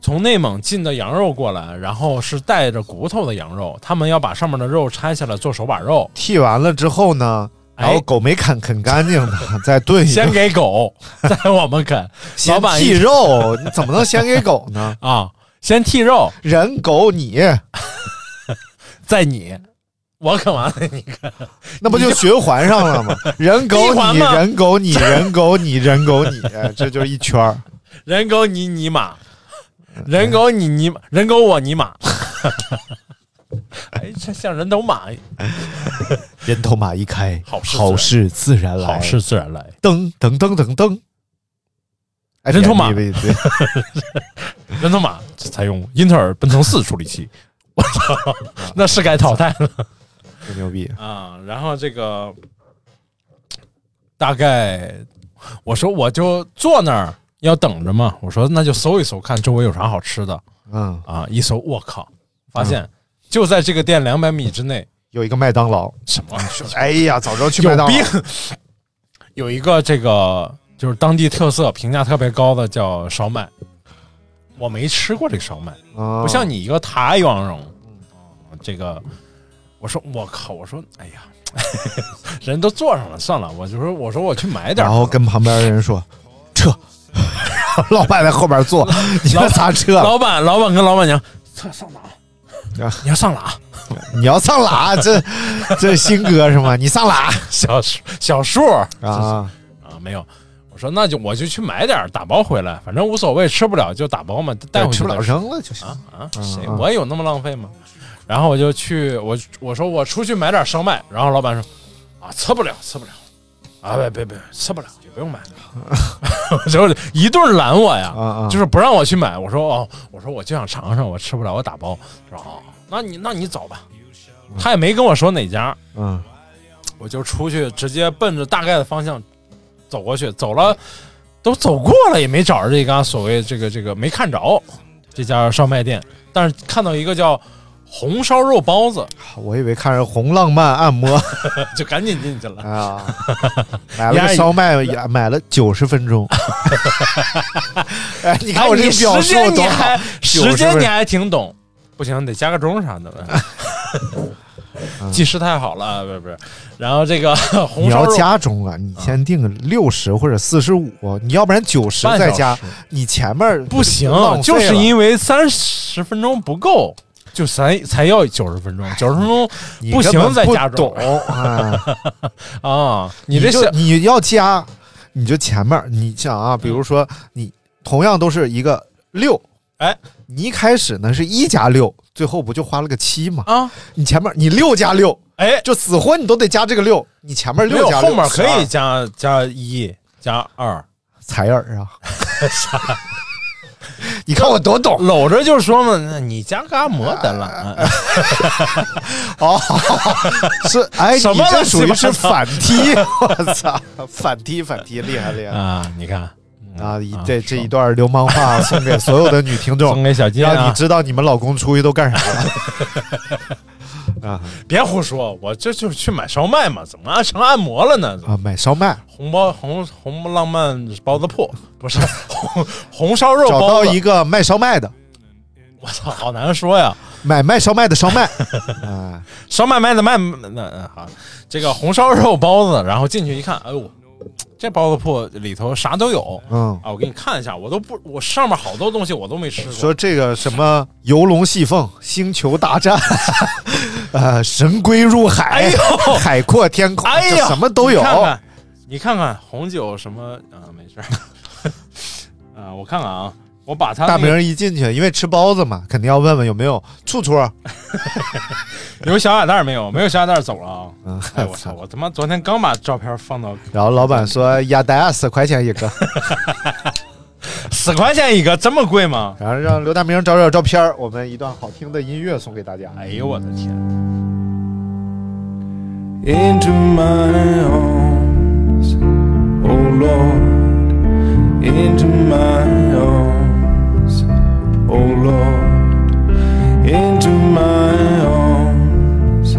[SPEAKER 3] 从内蒙进的羊肉过来，然后是带着骨头的羊肉，他们要把上面的肉拆下来做手把肉，
[SPEAKER 2] 剃完了之后呢，
[SPEAKER 3] 哎
[SPEAKER 2] 然后狗没啃啃干净的， 再炖一
[SPEAKER 3] 先
[SPEAKER 2] 顿，
[SPEAKER 3] 给狗，再我们啃。老
[SPEAKER 2] 先
[SPEAKER 3] 板
[SPEAKER 2] 剃
[SPEAKER 3] 一
[SPEAKER 2] 肉，你怎么能先给狗 呢？
[SPEAKER 3] 啊，先剔肉，
[SPEAKER 2] 人狗你，
[SPEAKER 3] 再你，我啃完了你啃。
[SPEAKER 2] 那不就循环上了 吗？人狗
[SPEAKER 3] 闭环
[SPEAKER 2] 你，
[SPEAKER 3] 嘛
[SPEAKER 2] 人狗你， 人狗你，人狗你，哎这就是一圈儿。
[SPEAKER 3] 人狗你尼玛，人狗你尼玛，人狗我尼 玛。哎，这像人头马，
[SPEAKER 2] 人头马一开，
[SPEAKER 3] 好事自
[SPEAKER 2] 好事
[SPEAKER 3] 然
[SPEAKER 2] 自然来，
[SPEAKER 3] 好事自然来。
[SPEAKER 2] 噔噔噔噔噔。哎
[SPEAKER 3] 人头马
[SPEAKER 2] 别别别
[SPEAKER 3] 人头马采用英特尔奔腾四处理 器，我操，那是该淘汰了
[SPEAKER 2] 真牛逼！
[SPEAKER 3] 啊！然后这个大概我说我就坐那儿要等着嘛，我说那就搜一搜看周围有啥好吃的
[SPEAKER 2] 嗯，
[SPEAKER 3] 啊！一搜，我靠，发现就在这个店两百米之内，
[SPEAKER 2] 有一个麦当劳，
[SPEAKER 3] 什么玩意儿？
[SPEAKER 2] 哎呀，早知道去
[SPEAKER 3] 有
[SPEAKER 2] 麦当劳
[SPEAKER 3] 病，有一个这个就是当地特色、评价特别高的叫烧麦。我没吃过这烧麦，
[SPEAKER 2] 啊
[SPEAKER 3] 不像你一个台湾人。这个，我说我靠，我说哎呀， 人都坐上了，算了，我就说我说我去买点 儿
[SPEAKER 2] 然。后跟旁边人说撤， 老板在后边坐，你们仨撤，
[SPEAKER 3] 老板，老板跟老板娘，上上哪
[SPEAKER 2] 啊
[SPEAKER 3] 啊？你要上哪啊？
[SPEAKER 2] 你要上哪？这这新歌是吗？你上哪
[SPEAKER 3] 小树小树
[SPEAKER 2] 啊？
[SPEAKER 3] 啊，没有。我说那就我就去买点儿打包回来，反正无所谓，吃不了就打包嘛，带回去
[SPEAKER 2] 吃不
[SPEAKER 3] 再
[SPEAKER 2] 了扔了就行。
[SPEAKER 3] 啊啊！
[SPEAKER 2] 嗯
[SPEAKER 3] 谁
[SPEAKER 2] 嗯
[SPEAKER 3] 我有那么浪费吗？然后我就去我我说我出去买点烧麦，然后老板说啊吃不了吃不了啊别别别吃不了不用买 了，我就一顿拦我呀，
[SPEAKER 2] 啊啊
[SPEAKER 3] 就是不让我去买。我说哦，我说我就想尝尝，我吃不了我打包。他说哦，那你那你走吧。他也没跟我说哪家，
[SPEAKER 2] 嗯
[SPEAKER 3] 我就出去直接奔着大概的方向走过去，走了都走过了，也没找着这家所谓这个这个没看着这家烧麦店，但是看到一个叫红烧肉包子，
[SPEAKER 2] 我以为看着红浪漫按摩
[SPEAKER 3] 就赶紧进去了。
[SPEAKER 2] 啊，买了个烧麦，也买了九十分钟。哎， 你
[SPEAKER 3] 你
[SPEAKER 2] 看我这个表
[SPEAKER 3] 时
[SPEAKER 2] 述
[SPEAKER 3] 哎间你
[SPEAKER 2] 多好
[SPEAKER 3] 还，时
[SPEAKER 2] 90
[SPEAKER 3] 间
[SPEAKER 2] 分
[SPEAKER 3] 你还挺懂，不行得加个钟啥 的 了。
[SPEAKER 2] 嗯
[SPEAKER 3] 技师太好了，不是不是，然后这个红
[SPEAKER 2] 你
[SPEAKER 3] 烧
[SPEAKER 2] 要
[SPEAKER 3] 肉
[SPEAKER 2] 加钟啊，你先定个六十或者四十五，你要不然九十
[SPEAKER 3] 半小
[SPEAKER 2] 再加
[SPEAKER 3] 时，
[SPEAKER 2] 你前面
[SPEAKER 3] 不行
[SPEAKER 2] 浪费，了
[SPEAKER 3] 就是因为三十分钟不够，就才才要九十分钟，九十分钟
[SPEAKER 2] 哎你
[SPEAKER 3] 不
[SPEAKER 2] 根本
[SPEAKER 3] 行再
[SPEAKER 2] 不
[SPEAKER 3] 加
[SPEAKER 2] 懂
[SPEAKER 3] 钟
[SPEAKER 2] 啊！
[SPEAKER 3] 啊！ 你这
[SPEAKER 2] 就
[SPEAKER 3] 小
[SPEAKER 2] 你要加，你就前面你想啊，比如说你同样都是一个六，
[SPEAKER 3] 哎，
[SPEAKER 2] 你一开始呢是一加六，最后不就花了个七吗？
[SPEAKER 3] 啊，
[SPEAKER 2] 你前面你六加六，
[SPEAKER 3] 哎，
[SPEAKER 2] 就死活你都得加这个六，你前面
[SPEAKER 3] 没有
[SPEAKER 2] 六加
[SPEAKER 3] 哎后
[SPEAKER 2] 六，
[SPEAKER 3] 面可以
[SPEAKER 2] 12
[SPEAKER 3] 加加一加二，
[SPEAKER 2] 采耳 啊！你看我多懂啊
[SPEAKER 3] 搂着就说嘛，那你加个按摩得了，
[SPEAKER 2] 哎
[SPEAKER 3] 啊
[SPEAKER 2] 哦， 是哎，
[SPEAKER 3] 什
[SPEAKER 2] 你
[SPEAKER 3] 么
[SPEAKER 2] 这
[SPEAKER 3] 乱七
[SPEAKER 2] 属于
[SPEAKER 3] 八
[SPEAKER 2] 是
[SPEAKER 3] 糟
[SPEAKER 2] 反踢， 我操，反踢反踢，厉害厉害！
[SPEAKER 3] 啊！你看
[SPEAKER 2] 啊，
[SPEAKER 3] 嗯
[SPEAKER 2] 一这这一段流氓 话送给所有的女听众，
[SPEAKER 3] 送给小金啊
[SPEAKER 2] 让哎你知道你们老公出去都干啥了。
[SPEAKER 3] 别胡说，我这就去买烧麦嘛，怎么成按摩了呢？
[SPEAKER 2] 啊，买烧麦，
[SPEAKER 3] 红包红红浪漫包子铺不是 红红烧 肉
[SPEAKER 2] 找
[SPEAKER 3] 包
[SPEAKER 2] 到
[SPEAKER 3] 子，
[SPEAKER 2] 一个卖烧麦的，
[SPEAKER 3] 我操，好难说呀！
[SPEAKER 2] 买卖烧麦的烧麦。啊，
[SPEAKER 3] 烧麦卖的卖那那好，这个红烧肉包子，然后进去一看，哎呦，这包子铺里头啥都有，
[SPEAKER 2] 嗯
[SPEAKER 3] 啊，我给你看一下，我都不，我上面好多东西我都没吃过，
[SPEAKER 2] 说这个什么游龙戏凤、星球大战， 呃，神龟入海
[SPEAKER 3] 哎、呦
[SPEAKER 2] 海阔天空，
[SPEAKER 3] 哎
[SPEAKER 2] 这
[SPEAKER 3] 呀，
[SPEAKER 2] 什么都有
[SPEAKER 3] 你。看看，你看看红酒什么啊，没事儿， 啊，我看看啊，我把它、那
[SPEAKER 2] 大
[SPEAKER 3] 个、
[SPEAKER 2] 明儿一进去，因为吃包子嘛，肯定要问问有没有处处。
[SPEAKER 3] 有小海带没有？没有小海带走了啊！
[SPEAKER 2] 嗯
[SPEAKER 3] 哎，我操，我他妈昨天刚把照片 放到
[SPEAKER 2] 然后老板说：“呀，大家四块钱 一个。”
[SPEAKER 3] 十块钱一个，这么贵吗？
[SPEAKER 2] 然后让刘大明找找照片儿，我们一段好听的音乐送给大家。
[SPEAKER 3] 哎呦我的天！
[SPEAKER 1] into my arms, oh Lord, into my arms, oh Lord, into my arms,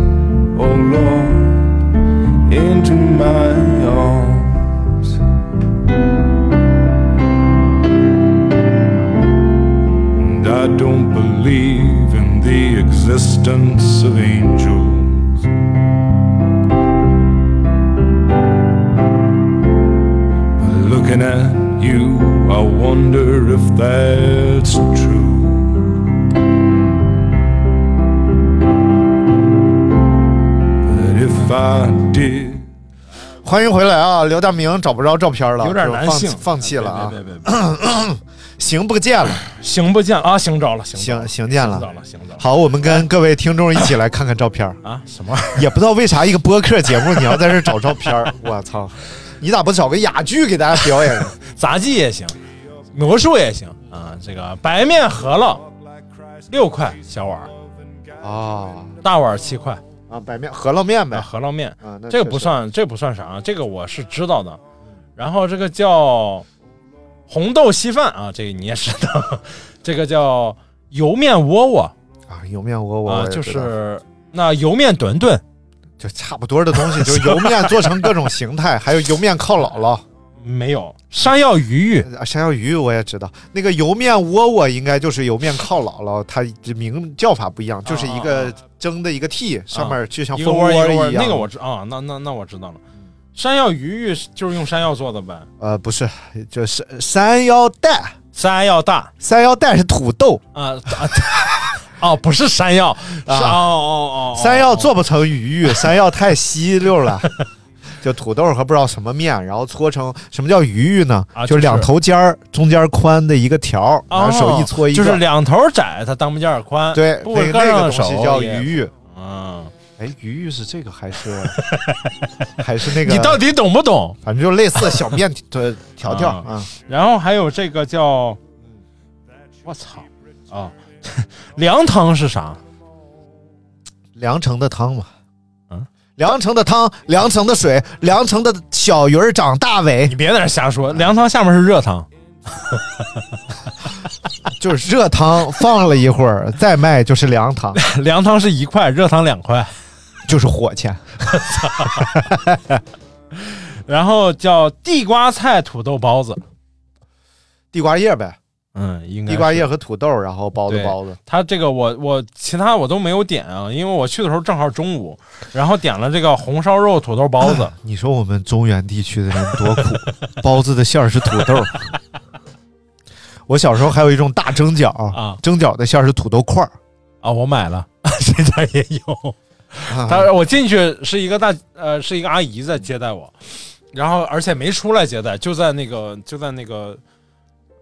[SPEAKER 1] oh Lord, into my arms. And I don't believe in the existence of angels. Looking at you, I wonder if that's true. But if I did,
[SPEAKER 2] 欢迎回来啊，刘大明找不着照片了，
[SPEAKER 3] 有点男性哎
[SPEAKER 2] 就放放弃了啊
[SPEAKER 3] 别，别别别别
[SPEAKER 2] 行不 见了，
[SPEAKER 3] 行不见了啊，行着了，行着
[SPEAKER 2] 行
[SPEAKER 3] 了
[SPEAKER 2] 行见
[SPEAKER 3] 行着
[SPEAKER 2] 了
[SPEAKER 3] 了，。行着了。
[SPEAKER 2] 好，我们跟各位听众一起来看看照片儿
[SPEAKER 3] 啊！什么玩意儿？
[SPEAKER 2] 也不知道为啥一个播客节目你要在这儿找照片 儿，我操！你咋不找个哑剧给大家表演呢？
[SPEAKER 3] 杂技也行，魔术也行啊！这个白面饸饹六块小碗儿，
[SPEAKER 2] 啊
[SPEAKER 3] 大碗儿七块，
[SPEAKER 2] 啊，白面饸饹面
[SPEAKER 3] 买
[SPEAKER 2] 呗，
[SPEAKER 3] 饸饹面
[SPEAKER 2] 啊那
[SPEAKER 3] 这个
[SPEAKER 2] 确
[SPEAKER 3] 不
[SPEAKER 2] 实嗯
[SPEAKER 3] 算，这个不算啥，这个我是知道的。然后这个叫红豆稀饭啊，这个你也知道，这个叫油面窝窝。
[SPEAKER 2] 啊，油面窝窝
[SPEAKER 3] 啊，
[SPEAKER 2] 我也
[SPEAKER 3] 就
[SPEAKER 2] 知道
[SPEAKER 3] 是那油面墩墩，
[SPEAKER 2] 就差不多的东西，就是油面做成各种形态，还有油面靠姥姥
[SPEAKER 3] 没有山药鱼鱼，
[SPEAKER 2] 啊山药鱼我也知道，那个油面窝窝应该就是油面靠姥姥，它名叫法不一样，就是一个蒸的一个屉，上面就像
[SPEAKER 3] 哦一
[SPEAKER 2] 蜂
[SPEAKER 3] 个窝一个窝
[SPEAKER 2] 窝
[SPEAKER 3] 儿，
[SPEAKER 2] 样。嗯
[SPEAKER 3] 那个我知啊，那那那我知道了。山药鱼鱼是就是用山药做的呗，
[SPEAKER 2] 呃不是，就是山药蛋，
[SPEAKER 3] 山药大
[SPEAKER 2] 山药蛋是土豆，
[SPEAKER 3] 啊啊， 哦，不是山药，是哦
[SPEAKER 2] 啊
[SPEAKER 3] 哦哦，哦
[SPEAKER 2] 山药做不成鱼鱼，山药太稀溜 了。就土豆和不知道什么面，然后搓成什么叫鱼鱼呢？
[SPEAKER 3] 啊
[SPEAKER 2] 就
[SPEAKER 3] 就是
[SPEAKER 2] 是两头尖儿，中间宽的一个条儿，
[SPEAKER 3] 哦
[SPEAKER 2] 拿手一搓一
[SPEAKER 3] 就
[SPEAKER 2] 个
[SPEAKER 3] 是两头窄，它当不间宽，
[SPEAKER 2] 对，
[SPEAKER 3] 不
[SPEAKER 2] 那个
[SPEAKER 3] 搁
[SPEAKER 2] 那
[SPEAKER 3] 上
[SPEAKER 2] 个东
[SPEAKER 3] 手
[SPEAKER 2] 西叫
[SPEAKER 3] 也
[SPEAKER 2] 鱼鱼。
[SPEAKER 3] 嗯，
[SPEAKER 2] 哎，鱼鱼是这个还是 还是那个？
[SPEAKER 3] 你到底懂不懂？
[SPEAKER 2] 反正就类似小面的条条
[SPEAKER 3] 啊
[SPEAKER 2] 啊，
[SPEAKER 3] 然后还有这个叫，我操啊， 凉汤是啥？
[SPEAKER 2] 凉城的汤嘛。
[SPEAKER 3] 嗯，
[SPEAKER 2] 凉城的汤，凉城的水，凉城的小鱼儿长大尾
[SPEAKER 3] 你，别在这瞎说，凉汤下面是热汤，
[SPEAKER 2] 就是热汤放了一会儿再卖就是凉 汤，
[SPEAKER 3] 凉汤是一块，热汤两块，
[SPEAKER 2] 就是火钱。
[SPEAKER 3] 然后叫地瓜菜土豆包子，
[SPEAKER 2] 地瓜叶呗，
[SPEAKER 3] 嗯，应该
[SPEAKER 2] 地瓜
[SPEAKER 3] 是
[SPEAKER 2] 叶和土豆，然后包子
[SPEAKER 3] 对
[SPEAKER 2] 包子。
[SPEAKER 3] 它这个我我其他我都没有点啊，因为我去的时候正好中午，然后点了这个红烧肉土豆包子，
[SPEAKER 2] 你说我们中原地区的人多苦， 包子的馅儿是 土豆。我小时候还有一种大蒸饺
[SPEAKER 3] 啊
[SPEAKER 2] 蒸饺的馅儿是土豆块儿。
[SPEAKER 3] 啊，我买了， 谁家也有。他我进去是一个大呃是一个阿姨在接待我，然后而且没出来接待，就在那个就在那个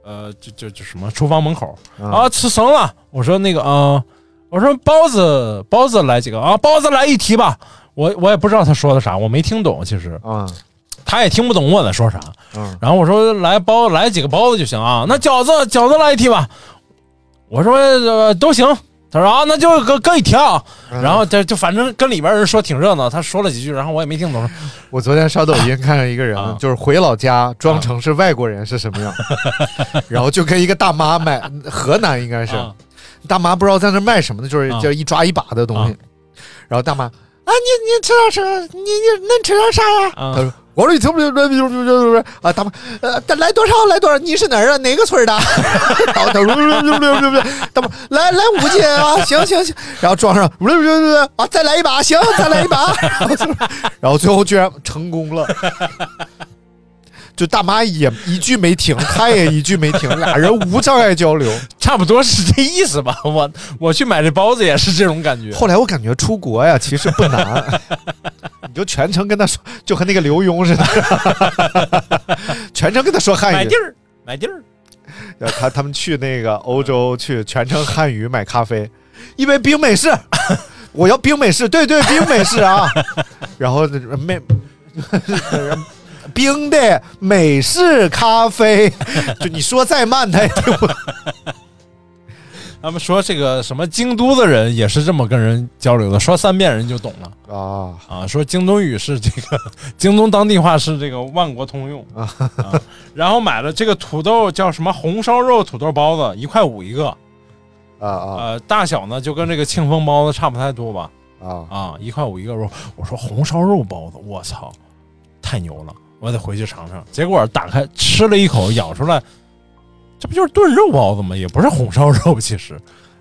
[SPEAKER 3] 呃就就就什么厨房门口啊吃生了，我说那个呃我说包子包子来几个啊包子来一提吧，我我也不知道他说的啥，我没听懂其实，
[SPEAKER 2] 啊
[SPEAKER 3] 他也听不懂我在说啥，
[SPEAKER 2] 嗯
[SPEAKER 3] 然后我说来包来几个包子就行啊，那饺子饺子来一屉吧，我说、呃、都行，他说啊那就各各一屉啊，
[SPEAKER 2] 嗯
[SPEAKER 3] 然后这就反正跟里边人说挺热闹，他说了几句，然后我也没听懂，
[SPEAKER 2] 我昨天刷抖音看到一个人，
[SPEAKER 3] 啊
[SPEAKER 2] 就是回老家装成是外国人是什么 样，然后就跟一个大妈买河南应该是、
[SPEAKER 3] 啊
[SPEAKER 2] 大妈不知道在那卖什么呢，就是
[SPEAKER 3] 啊
[SPEAKER 2] 就一抓一把的东西，
[SPEAKER 3] 啊
[SPEAKER 2] 然后大妈啊你你吃点啥？你你能吃点啥呀？
[SPEAKER 3] 啊
[SPEAKER 2] 他说我说你听不听不听不听不听啊？大妈呃来多少来多少？你是哪儿啊？哪个 村儿的？然后他说不不不不不，大妈来来五斤啊， 行行行，然后装上不不不不啊，再来一把，行再来一把， 然后就然后最后居然成功了。 就大妈也一句没停，他也一句没停，俩人无障碍交流。
[SPEAKER 3] 差不多是这意思吧。 我我去买这包子也是这种感觉，
[SPEAKER 2] 后来我感觉出国 呀，其实不难，你就全程跟他说，就和那个刘墉似的， 全程跟他说汉
[SPEAKER 3] 买
[SPEAKER 2] 语
[SPEAKER 3] 地。儿买地儿，
[SPEAKER 2] 他他们去那个欧洲去，全程汉语买咖啡，一杯冰美式，我要冰美式，对对，冰美式 啊。然后没 冰的美式咖啡，就你说再慢他也听 不。
[SPEAKER 3] 他们说这个什么京都的人也是这么跟人交流的，说三遍人就懂了。
[SPEAKER 2] 啊
[SPEAKER 3] 啊，说京东语是这个京东当地话是这个万国通用啊然后买了这个土豆叫什么红烧肉土豆包子，一块五一个，
[SPEAKER 2] 啊啊
[SPEAKER 3] 呃，大小呢就跟这个庆丰包子差不太多吧，
[SPEAKER 2] 啊！
[SPEAKER 3] 啊，一块五一个肉，我说红烧肉包子，我操，太牛了，我得回去尝尝。结果打开吃了一口，咬出来，这不就是炖肉包子吗？也不是红烧肉，其实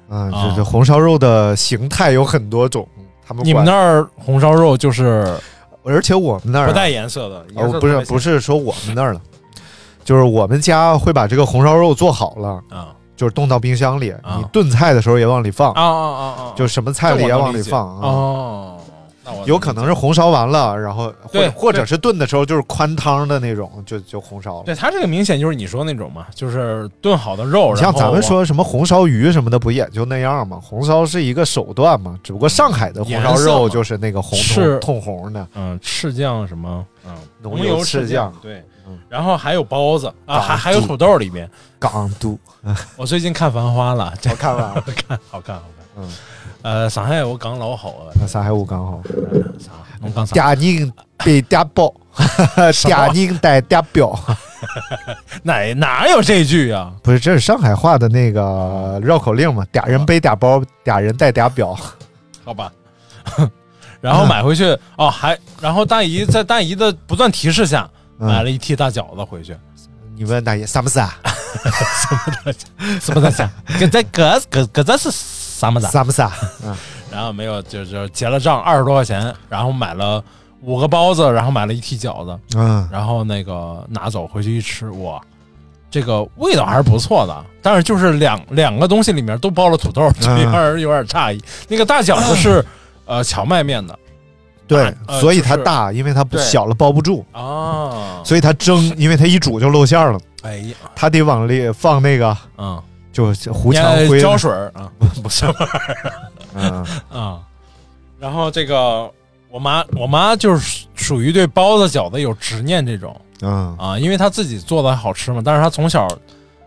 [SPEAKER 2] 嗯，这这红烧肉的形态有很多种，他们
[SPEAKER 3] 啊你们
[SPEAKER 2] 管
[SPEAKER 3] 那儿红烧肉就是
[SPEAKER 2] 而且我们那儿啊
[SPEAKER 3] 不带颜色的，颜色
[SPEAKER 2] 哦，不是
[SPEAKER 3] 特别
[SPEAKER 2] 不是说我们那儿了，就是我们家会把这个红烧肉做好了，
[SPEAKER 3] 小啊
[SPEAKER 2] 就是冻到冰箱里，
[SPEAKER 3] 啊
[SPEAKER 2] 你炖菜的时候也往里放，
[SPEAKER 3] 啊啊啊啊，
[SPEAKER 2] 就什么菜里也往里
[SPEAKER 3] 这
[SPEAKER 2] 放
[SPEAKER 3] 我能理解
[SPEAKER 2] 啊。
[SPEAKER 3] 哦，那我
[SPEAKER 2] 有可能是红烧完了，然后或
[SPEAKER 3] 对
[SPEAKER 2] 者或者
[SPEAKER 3] 对
[SPEAKER 2] 是炖的时候就是宽汤的那种，就就红烧了。
[SPEAKER 3] 对它这个明显就是你说那种嘛，就是炖好的肉，
[SPEAKER 2] 你像
[SPEAKER 3] 然后
[SPEAKER 2] 咱们说什么红烧鱼什么的，不也就那样吗？红烧是一个手段嘛，只不过上海的红烧
[SPEAKER 3] 颜色嘛
[SPEAKER 2] 肉就是那个红
[SPEAKER 3] 是
[SPEAKER 2] 通通红的，
[SPEAKER 3] 嗯赤酱什么嗯
[SPEAKER 2] 浓
[SPEAKER 3] 浓
[SPEAKER 2] 油
[SPEAKER 3] 油
[SPEAKER 2] 赤
[SPEAKER 3] 酱
[SPEAKER 2] 酱
[SPEAKER 3] 对
[SPEAKER 2] 嗯，
[SPEAKER 3] 然后还有包子啊，
[SPEAKER 2] 港
[SPEAKER 3] 还还有
[SPEAKER 2] 猪
[SPEAKER 3] 土豆里面。
[SPEAKER 2] 港都。
[SPEAKER 3] 我最近看《繁花》了，这
[SPEAKER 2] 我看啊完了，
[SPEAKER 3] 看好看好看。
[SPEAKER 2] 嗯，
[SPEAKER 3] 呃，上海我讲老好啊，
[SPEAKER 2] 那上海话讲好。
[SPEAKER 3] 啥？侬讲啥？
[SPEAKER 2] 嗲人被嗲 爆，嗲人带嗲表，
[SPEAKER 3] 哪哪有这句呀？
[SPEAKER 2] 不是，这是上海话的那个绕口令嘛？嗲人背嗲包，嗲人带嗲表。
[SPEAKER 3] 好吧。 然后买回去哦，还然后大姨在大姨的不断提示下，
[SPEAKER 2] 嗯
[SPEAKER 3] 买了一屉大饺子回去，
[SPEAKER 2] 你问大爷啥么子啊？
[SPEAKER 3] 什么东 西啊？搁这搁搁搁这是什么的？
[SPEAKER 2] 啥么子啊？嗯
[SPEAKER 3] 然后没有，就就结了账二十多块钱，然后买了五个包子，然后买了一屉饺子，
[SPEAKER 2] 嗯，
[SPEAKER 3] 然后那个拿走回去一吃，哇，这个味道还是不错的，但是就是两两个东西里面都包了土豆，所以
[SPEAKER 2] 嗯
[SPEAKER 3] 让人有点诧异。那个大饺子是、呃荞麦面的
[SPEAKER 2] 对，
[SPEAKER 3] 呃
[SPEAKER 2] 所以它
[SPEAKER 3] 就是
[SPEAKER 2] 大，因为它不
[SPEAKER 3] 对
[SPEAKER 2] 小了包不住，
[SPEAKER 3] 啊，
[SPEAKER 2] 所以它蒸，因为它一煮就露馅儿了，
[SPEAKER 3] 哎呀，
[SPEAKER 2] 它得往里放那个
[SPEAKER 3] 嗯，
[SPEAKER 2] 就是胡荞灰
[SPEAKER 3] 浇水儿啊，不是
[SPEAKER 2] 嗯，
[SPEAKER 3] 啊，然后这个我妈我妈就是属于对包子饺子有执念这种。
[SPEAKER 2] 嗯
[SPEAKER 3] 啊，因为他自己做的好吃嘛，但是他从小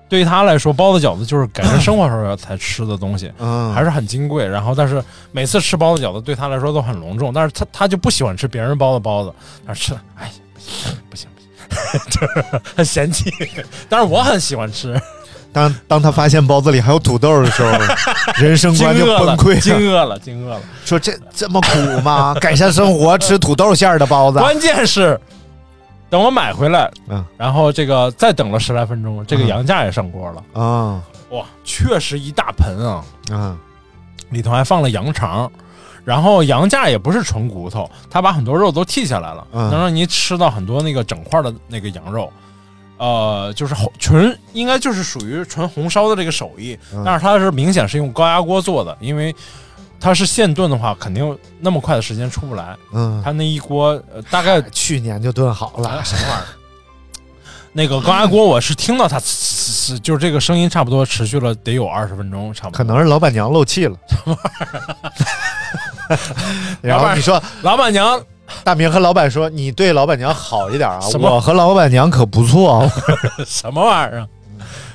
[SPEAKER 3] 对于他来说，包子饺子就是改善生活时候才吃的东西，
[SPEAKER 2] 嗯，
[SPEAKER 3] 还是很金贵。然后，但是每次吃包子饺子对他来说都很隆重，但是他他就不喜欢吃别人包的包子，他吃，哎呀，不行不行， 就是很嫌弃。 但是我很喜欢吃，
[SPEAKER 2] 当当他发现包子里还有土豆的时候， 人生
[SPEAKER 3] 惊
[SPEAKER 2] 观就
[SPEAKER 3] 饿
[SPEAKER 2] 崩
[SPEAKER 3] 了，
[SPEAKER 2] 溃了。
[SPEAKER 3] 惊饿了，惊饿了。
[SPEAKER 2] 说这这么苦吗？改善生活吃土豆馅儿的包子，啊
[SPEAKER 3] 关键是等我买回来，
[SPEAKER 2] 嗯
[SPEAKER 3] 然后这个再等了十来分钟，这个
[SPEAKER 2] 嗯
[SPEAKER 3] 羊架也上锅了，
[SPEAKER 2] 啊
[SPEAKER 3] 哇，确实一大盆啊。
[SPEAKER 2] 啊
[SPEAKER 3] 里头还放了羊肠，然后羊架也不是纯骨头，它把很多肉都剔下来了，
[SPEAKER 2] 嗯
[SPEAKER 3] 能让你吃到很多那个整块的那个羊肉。呃，就是红纯应该就是属于纯红烧的这个手艺，
[SPEAKER 2] 嗯
[SPEAKER 3] 但是它是明显是用高压锅做的，因为它是现炖的话，肯定那么快的时间出不来。
[SPEAKER 2] 嗯，
[SPEAKER 3] 它那一锅、呃大概
[SPEAKER 2] 去年就炖好
[SPEAKER 3] 哎
[SPEAKER 2] 了，
[SPEAKER 3] 什么玩意儿？那个高压锅，我是听到它呲呲呲，就是这个声音差不多持续了得有二十分钟，差不多。
[SPEAKER 2] 可能是老板娘漏 气了。然后你说，
[SPEAKER 3] 老板娘
[SPEAKER 2] 大明和老板说，你对老板娘好一点啊，
[SPEAKER 3] 什么
[SPEAKER 2] 我和老板娘可不错哦。
[SPEAKER 3] 什么玩意儿啊？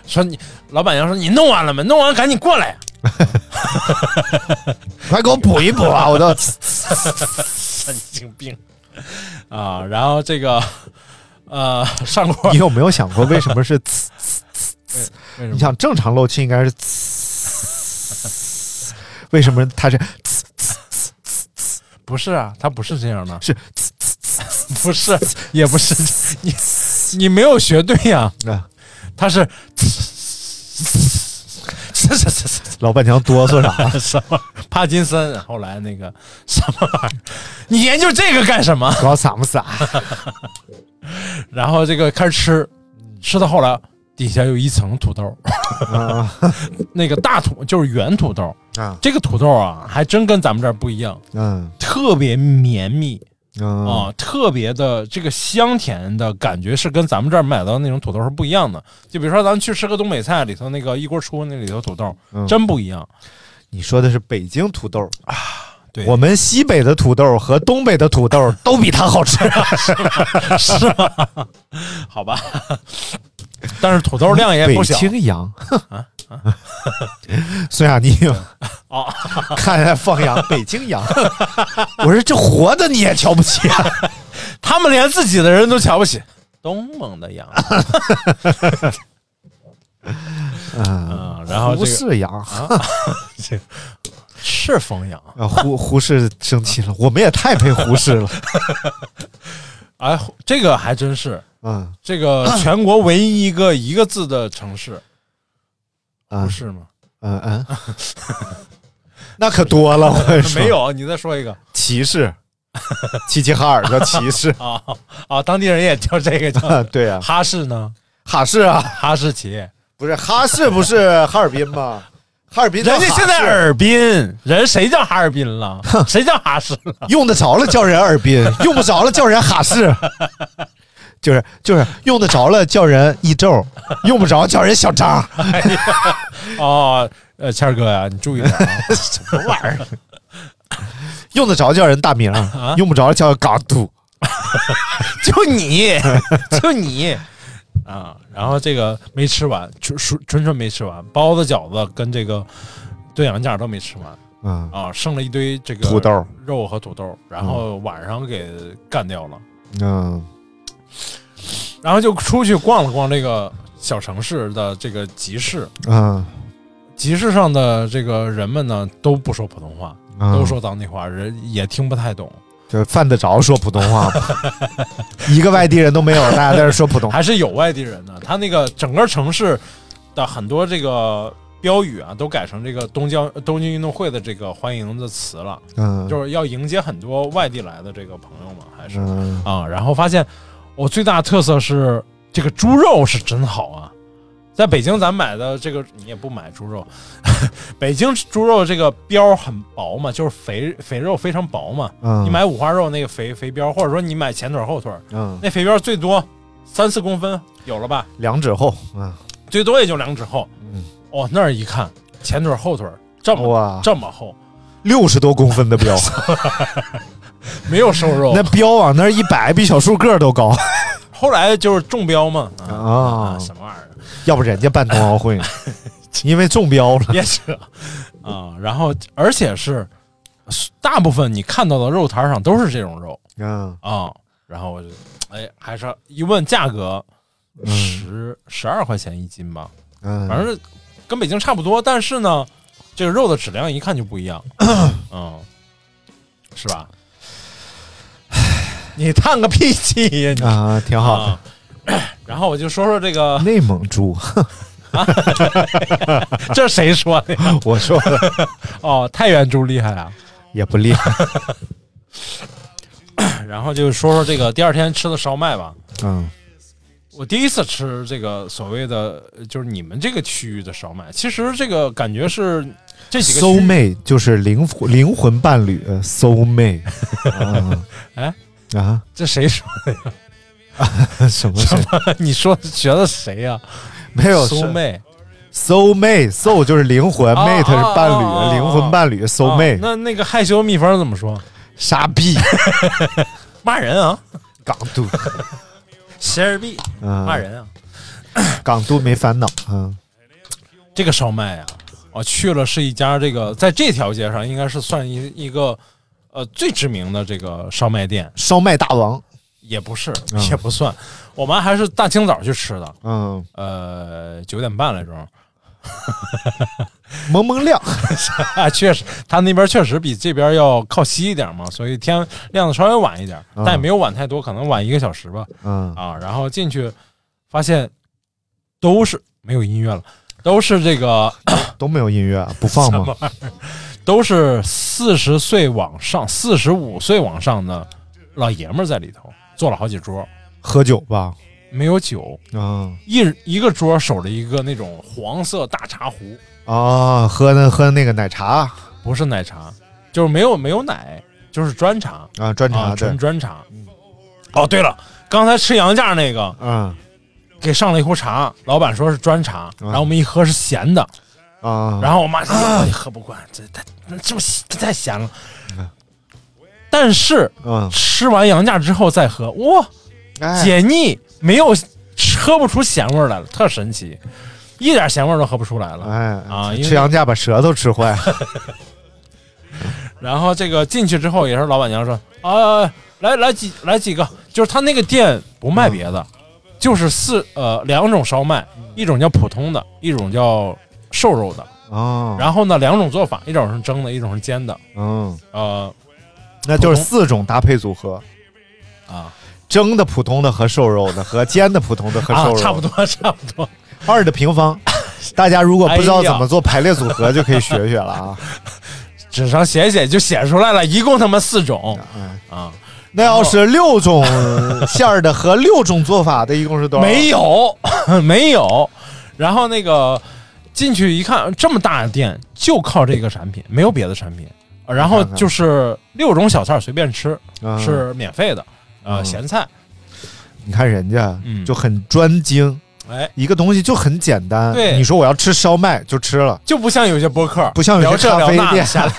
[SPEAKER 3] 说你老板娘说你弄完了没？弄完赶紧过来。
[SPEAKER 2] 快给我补一补 啊！我都
[SPEAKER 3] 神经病啊！然后这个呃上锅
[SPEAKER 2] 你有没有想过为什么是呲？
[SPEAKER 3] 为什
[SPEAKER 2] 你
[SPEAKER 3] 么
[SPEAKER 2] 想正常漏气应该是呲，为什么他是
[SPEAKER 3] 不是啊？他不是这样的，
[SPEAKER 2] 是
[SPEAKER 3] 不是也不是你你没有学对呀、
[SPEAKER 2] 啊？
[SPEAKER 3] 他是
[SPEAKER 2] 老板娘哆嗦啥？
[SPEAKER 3] 什么帕金森？后来那个什么玩意儿？你研究这个干什么？
[SPEAKER 2] 搞啥么 啥？
[SPEAKER 3] 然后这个开始吃，吃到后来底下有一层土豆，
[SPEAKER 2] 嗯
[SPEAKER 3] 那个大土就是圆土豆，
[SPEAKER 2] 啊，
[SPEAKER 3] 这个土豆啊还真跟咱们这儿不一样，
[SPEAKER 2] 嗯
[SPEAKER 3] 特别绵密啊、
[SPEAKER 2] 嗯
[SPEAKER 3] 特别的这个香甜的感觉是跟咱们这儿买到的那种土豆是不一样的。就比如说咱们去吃个东北菜，里头那个一锅出那里头土豆、
[SPEAKER 2] 嗯
[SPEAKER 3] 真不一样。
[SPEAKER 2] 你说的是北京土豆，
[SPEAKER 3] 对，
[SPEAKER 2] 我们西北的土豆和东北的土豆都比它好吃。
[SPEAKER 3] 是吗？好吧，但是土豆 量也不小
[SPEAKER 2] 北京羊孙亚妮
[SPEAKER 3] 哦，
[SPEAKER 2] 看来放羊北京羊，我说这活的你也瞧不起啊？
[SPEAKER 3] 他们连自己的人都瞧不起。东盟的羊，嗯，然后
[SPEAKER 2] 胡
[SPEAKER 3] 这个啊
[SPEAKER 2] 适羊
[SPEAKER 3] 赤峰羊，
[SPEAKER 2] 啊，胡胡适生气了，我们也太配胡适了。
[SPEAKER 3] 哎，这个还真是
[SPEAKER 2] 嗯
[SPEAKER 3] 这个全国唯一一个一个字的城市，
[SPEAKER 2] 啊
[SPEAKER 3] 不，是吗？
[SPEAKER 2] 嗯嗯，那可多了，我跟你说
[SPEAKER 3] 没有，你再说一个
[SPEAKER 2] 歧视，齐齐哈尔叫歧视
[SPEAKER 3] 啊啊！当地人也叫这个
[SPEAKER 2] 啊，
[SPEAKER 3] 叫
[SPEAKER 2] 对啊，
[SPEAKER 3] 哈市呢，
[SPEAKER 2] 哈市啊，
[SPEAKER 3] 哈士奇，
[SPEAKER 2] 不是哈市不是哈尔滨吗？哈尔滨叫
[SPEAKER 3] 人
[SPEAKER 2] 哈市，
[SPEAKER 3] 家现在尔滨人谁叫哈尔滨 了？谁叫哈市了？
[SPEAKER 2] 用得着了叫人耳滨，用不着了叫人哈市，就是就是用得着了叫人一周， 用不着叫人小张。
[SPEAKER 3] 哎 哦，呃，谦儿哥呀，你注意点啊！ 什么玩意儿？
[SPEAKER 2] 用得着叫人大名， 用不着叫港督。
[SPEAKER 3] 就 你，就你啊！然后这个没吃完，纯纯纯纯没吃完，包子、饺子跟这个炖羊架都没吃完
[SPEAKER 2] 嗯
[SPEAKER 3] 啊，剩了一堆这个
[SPEAKER 2] 土豆、
[SPEAKER 3] 肉和土豆，然后晚上给干掉了，
[SPEAKER 2] 嗯
[SPEAKER 3] 然后就出去逛了逛这个小城市的这个集市，
[SPEAKER 2] 嗯，
[SPEAKER 3] 集市上
[SPEAKER 2] 嗯
[SPEAKER 3] 的这个人们呢都不说普通话，都说当地话，人也听不太懂。
[SPEAKER 2] 啊就犯得着说普通话吗？一个外地人都没有，大家在这说普 通话。
[SPEAKER 3] 还是有外地人的。他那个整个城市的很多这个标语啊，都改成这个东京东京运动会的这个欢迎的词了，
[SPEAKER 2] 嗯，
[SPEAKER 3] 就是要迎接很多外地来的这个朋友嘛，还是
[SPEAKER 2] 嗯，
[SPEAKER 3] 啊。然后发现我最大的特色是这个猪肉是真好啊。在北京，咱买的这个你也不买猪肉， 北京猪肉这个膘很薄嘛，就是肥肥肉非常薄嘛。
[SPEAKER 2] 嗯
[SPEAKER 3] 你买五花肉那个肥肥膘，或者说你买前腿后腿，
[SPEAKER 2] 嗯，
[SPEAKER 3] 那肥膘最多三四公分有了吧？
[SPEAKER 2] 两指厚，嗯，
[SPEAKER 3] 最多也就两指厚。
[SPEAKER 2] 嗯，
[SPEAKER 3] 哦，那儿一看，前腿儿后腿儿这么
[SPEAKER 2] 哇
[SPEAKER 3] 这么厚，
[SPEAKER 2] 六十多公分的膘，
[SPEAKER 3] 没有瘦肉
[SPEAKER 2] 那。膘往那儿一摆，比小树个儿都高
[SPEAKER 3] 后来就是中标嘛，啊
[SPEAKER 2] 啊
[SPEAKER 3] 啊，什么玩意儿，
[SPEAKER 2] 要不人家办冬奥会呢，因为中标 了。
[SPEAKER 3] 别扯啊。然后而且是大部分你看到的肉摊儿上都是这种肉
[SPEAKER 2] 嗯，
[SPEAKER 3] 啊。然后我就哎，还是一问价格，十十二块钱一斤吧，
[SPEAKER 2] 嗯，
[SPEAKER 3] 反正跟北京差不多，但是呢，这个肉的质量一看就不一 样，嗯，是吧？你叹个屁气呀你！
[SPEAKER 2] 啊，挺好的。
[SPEAKER 3] 啊，然后我就说说这个，
[SPEAKER 2] 内蒙猪，
[SPEAKER 3] 这谁说 的呀？
[SPEAKER 2] 我说的
[SPEAKER 3] 哦，太原猪厉害啊！
[SPEAKER 2] 也不厉 害。
[SPEAKER 3] 然后就说说这个第二天吃的烧麦吧。
[SPEAKER 2] 嗯
[SPEAKER 3] 我第一次吃这个所谓的，就是你们这个区域的烧麦，其实这个感觉是这几个区域
[SPEAKER 2] ，soul mate 就是灵魂灵魂伴侣，soul mate。嗯
[SPEAKER 3] 哎
[SPEAKER 2] 啊，
[SPEAKER 3] 这谁说的？
[SPEAKER 2] 什么什么
[SPEAKER 3] 你说的学的谁呀、
[SPEAKER 2] 没有
[SPEAKER 3] 苏妹，
[SPEAKER 2] soul mate，soul 就是灵魂
[SPEAKER 3] 啊
[SPEAKER 2] ，mate
[SPEAKER 3] 啊
[SPEAKER 2] 是伴
[SPEAKER 3] 啊啊啊
[SPEAKER 2] 侣，灵魂伴侣，soul
[SPEAKER 3] 啊
[SPEAKER 2] mate。
[SPEAKER 3] 那那个害羞蜜蜂怎么说？
[SPEAKER 2] 傻逼，
[SPEAKER 3] 骂人啊，
[SPEAKER 2] 港都，
[SPEAKER 3] 邪二逼，
[SPEAKER 2] 嗯
[SPEAKER 3] 骂人啊！
[SPEAKER 2] 港都没烦恼。嗯
[SPEAKER 3] 这个烧麦啊，我去了是一家这个在这条街上应该是算一一个呃最知名的这个烧麦店，
[SPEAKER 2] 烧麦大王，
[SPEAKER 3] 也不是
[SPEAKER 2] 嗯
[SPEAKER 3] 也不算，我们还是大清早去吃的，
[SPEAKER 2] 嗯，
[SPEAKER 3] 呃九点半来钟，
[SPEAKER 2] 蒙蒙亮，
[SPEAKER 3] 啊，确实，他那边确实比这边要靠西一点嘛，所以天亮的稍微晚一点，
[SPEAKER 2] 嗯
[SPEAKER 3] 但也没有晚太多，可能晚一个小时吧。
[SPEAKER 2] 嗯
[SPEAKER 3] 啊，然后进去发现都是没有音乐了，都是这个
[SPEAKER 2] 都没有音乐，啊不 放吗？
[SPEAKER 3] 都是四十岁往上、四十五岁往上的老爷们儿在里头坐了好几桌，
[SPEAKER 2] 喝酒吧，
[SPEAKER 3] 没有酒，
[SPEAKER 2] 嗯
[SPEAKER 3] 一一个桌守着一个那种黄色大茶壶，
[SPEAKER 2] 啊，喝那喝那个奶茶
[SPEAKER 3] 不是奶茶，就是没有没有奶，就是砖茶。
[SPEAKER 2] 啊，砖茶
[SPEAKER 3] 啊，
[SPEAKER 2] 对
[SPEAKER 3] 纯，砖茶。哦，对了，刚才吃羊架那个
[SPEAKER 2] 嗯
[SPEAKER 3] 给上了一壶茶，老板说是砖茶，
[SPEAKER 2] 嗯
[SPEAKER 3] 然后我们一喝是咸的，
[SPEAKER 2] 啊，
[SPEAKER 3] 然后我妈说哎呀喝不惯，这太这不咸这太咸了。但是
[SPEAKER 2] 嗯，
[SPEAKER 3] 吃完羊架之后再喝，哇，
[SPEAKER 2] 哎
[SPEAKER 3] 解腻，没有喝不出咸味儿来了，特神奇，一点咸味儿都喝不出来了。
[SPEAKER 2] 哎
[SPEAKER 3] 啊因为
[SPEAKER 2] 吃羊架把舌头吃 坏了，
[SPEAKER 3] 然后这个进去之后也是老板娘说啊，来来几来几个，就是他那个店不卖别的，就是四呃两种烧麦，一种叫普通的，一种叫瘦肉的。
[SPEAKER 2] 哦，
[SPEAKER 3] 然后呢，两种做法，一种是蒸的，一种是煎的。
[SPEAKER 2] 嗯，
[SPEAKER 3] 呃
[SPEAKER 2] 那就是四种搭配组合，
[SPEAKER 3] 啊
[SPEAKER 2] 蒸的、普通的和瘦肉的，和煎的、普通的和瘦
[SPEAKER 3] 啊
[SPEAKER 2] 肉，的
[SPEAKER 3] 差不多 差不多。
[SPEAKER 2] 二的平方。大家如果不知道
[SPEAKER 3] 哎呀
[SPEAKER 2] 怎么做排列组合，就可以学学了 啊！
[SPEAKER 3] 纸上写写就写出来了，一共他妈四种
[SPEAKER 2] 嗯，
[SPEAKER 3] 啊，
[SPEAKER 2] 那要是六种馅儿的和六种做法的，一共是多少？
[SPEAKER 3] 没有 没有。然后那个进去一看，这么大的店就靠这个产品，没有别的产品。然后就是六种小菜随便吃，
[SPEAKER 2] 嗯
[SPEAKER 3] 是免费的。呃，
[SPEAKER 2] 嗯
[SPEAKER 3] 咸菜，
[SPEAKER 2] 你看人家
[SPEAKER 3] 嗯
[SPEAKER 2] 就很专精，
[SPEAKER 3] 哎，
[SPEAKER 2] 一个东西就很简单。
[SPEAKER 3] 对
[SPEAKER 2] 你说我要吃烧麦就吃了，
[SPEAKER 3] 就不像有些播客，
[SPEAKER 2] 不像有
[SPEAKER 3] 聊
[SPEAKER 2] 些
[SPEAKER 3] 这
[SPEAKER 2] 咖
[SPEAKER 3] 聊
[SPEAKER 2] 啡
[SPEAKER 3] 那
[SPEAKER 2] 店
[SPEAKER 3] 瞎聊。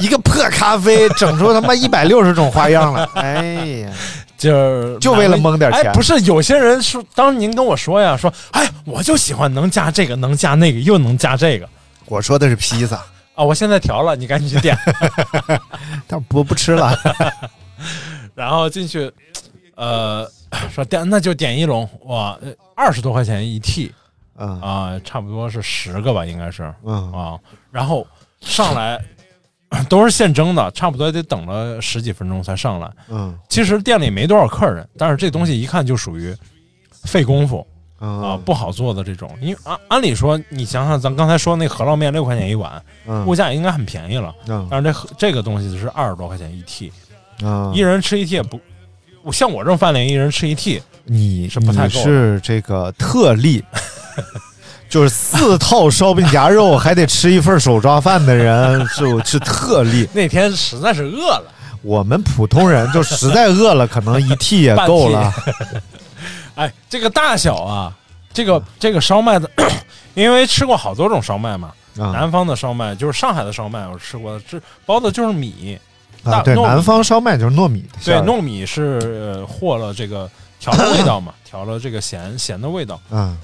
[SPEAKER 2] 一个破咖啡整出他妈一百六十种花样来，哎呀，
[SPEAKER 3] 就是
[SPEAKER 2] 就为了蒙点钱
[SPEAKER 3] 哎，不是，有些人说，当您跟我说呀，说，哎，我就喜欢能加这个，能加那个，又能加这个
[SPEAKER 2] 我说的是披萨，
[SPEAKER 3] 啊！我现在调了，你赶紧去点。
[SPEAKER 2] 但不不吃了。
[SPEAKER 3] 然后进去，呃，说点那就点一笼，哇，二十多块钱一屉
[SPEAKER 2] 嗯
[SPEAKER 3] 啊、差不多是十个吧，应该是啊、
[SPEAKER 2] 嗯
[SPEAKER 3] 然后上来都是现蒸的，差不多得等了十几分钟才上来。
[SPEAKER 2] 嗯
[SPEAKER 3] 其实店里没多少客人，但是这东西一看就属于费功夫 啊、
[SPEAKER 2] 啊
[SPEAKER 3] 不好做的这种。因为按啊按理说，你想想咱刚才说那饸烙面六块钱一碗，
[SPEAKER 2] 嗯
[SPEAKER 3] 物价应该很便宜了，
[SPEAKER 2] 嗯
[SPEAKER 3] 但是这和这个东西是二十多块钱一屉，
[SPEAKER 2] 啊
[SPEAKER 3] 一人吃一屉也不，我像我这种饭量一人吃一屉，
[SPEAKER 2] 你
[SPEAKER 3] 是不太
[SPEAKER 2] 你
[SPEAKER 3] 够的
[SPEAKER 2] 是这个特例， 就是四套烧饼夹肉还得吃一份手抓饭的人是是特例。
[SPEAKER 3] 那天实在是饿了。
[SPEAKER 2] 我们普通人就实在饿了，可能一屉也够了。 啊
[SPEAKER 3] 哎，这个大小啊，这个这个烧麦的， 因为吃过好多种烧麦嘛，
[SPEAKER 2] 啊
[SPEAKER 3] 南方的烧麦就是上海的烧麦，我吃过的，这包的就是米，
[SPEAKER 2] 啊，对，
[SPEAKER 3] 大糯米
[SPEAKER 2] 南方烧麦就是糯米的馅
[SPEAKER 3] 对，
[SPEAKER 2] 儿，
[SPEAKER 3] 糯米是呃和了这个调了味道嘛，调了这个咸咸的味道，
[SPEAKER 2] 嗯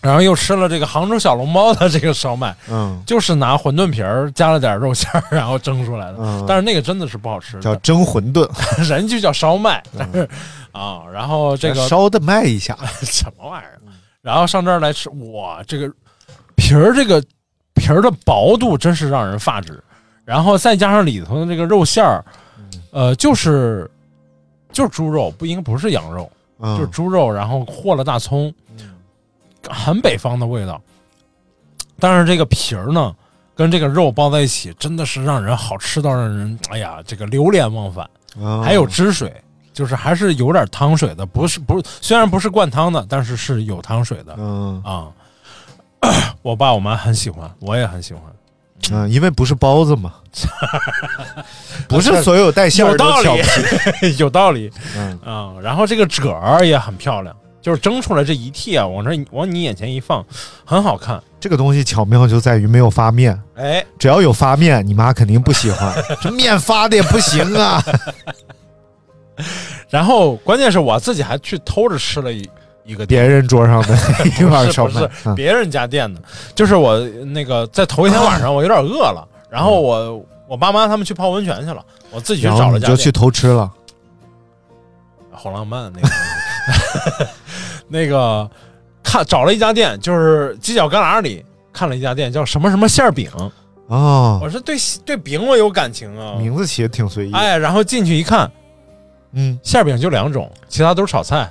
[SPEAKER 3] 然后又吃了这个杭州小笼包的这个烧麦，
[SPEAKER 2] 嗯
[SPEAKER 3] 就是拿馄饨皮儿加了点肉馅儿，然后蒸出来的。
[SPEAKER 2] 嗯，
[SPEAKER 3] 但是那个真的是不好吃，
[SPEAKER 2] 叫蒸馄饨，
[SPEAKER 3] 人就叫烧麦，但是 啊，然后这个
[SPEAKER 2] 嗯烧的卖一下，
[SPEAKER 3] 什么玩意儿？啊然后上这儿来吃，哇，这个皮儿这个皮儿的薄度真是让人发指。然后再加上里头的这个肉馅儿，
[SPEAKER 2] 嗯
[SPEAKER 3] 呃，就是就是猪肉，不应该不是羊肉，就是
[SPEAKER 2] 嗯
[SPEAKER 3] 猪肉，然后和了大葱，很北方的味道。但是这个皮儿呢，跟这个肉包在一起，真的是让人好吃到让人哎呀，这个流连忘返。
[SPEAKER 2] 嗯
[SPEAKER 3] 还有汁水，就是还是有点汤水的，不是不是，虽然不是灌汤的，但是是有汤水的
[SPEAKER 2] 嗯
[SPEAKER 3] 啊、 我爸我妈很喜欢，我也很喜欢，
[SPEAKER 2] 嗯，因为不是包子嘛，不是所有带馅儿
[SPEAKER 3] 啊有道
[SPEAKER 2] 都
[SPEAKER 3] 理
[SPEAKER 2] 巧皮，
[SPEAKER 3] 有道理
[SPEAKER 2] 嗯
[SPEAKER 3] 啊、然后这个褶儿也很漂亮，就是蒸出来这一屉啊，往这往你眼前一放，很好看。
[SPEAKER 2] 这个东西巧妙就在于没有发面，
[SPEAKER 3] 哎，
[SPEAKER 2] 只要有发面，你妈肯定不喜 欢，这面发的也不行啊。
[SPEAKER 3] 然后关键是我自己还去偷着吃了一一个
[SPEAKER 2] 别人桌上的 一碗烧
[SPEAKER 3] 不
[SPEAKER 2] 麦
[SPEAKER 3] 是，
[SPEAKER 2] 嗯
[SPEAKER 3] 别人家店的，就是我那个在头一天晚 上我有点饿了，然后我我爸妈他们去泡温泉去了，我自己
[SPEAKER 2] 嗯
[SPEAKER 3] 去
[SPEAKER 2] 然
[SPEAKER 3] 找
[SPEAKER 2] 后
[SPEAKER 3] 了
[SPEAKER 2] 你
[SPEAKER 3] 家
[SPEAKER 2] 就
[SPEAKER 3] 店，
[SPEAKER 2] 去偷吃了。
[SPEAKER 3] 好浪漫那个 那个看找了一家店，就是犄角旮旯里看了一家店叫什么什么馅儿饼，
[SPEAKER 2] 哦
[SPEAKER 3] 我，说对对饼我有感情啊，
[SPEAKER 2] 名字起的挺随意。
[SPEAKER 3] 哎，然后进去一看，
[SPEAKER 2] 嗯，
[SPEAKER 3] 馅儿饼就两种，其他都是炒菜。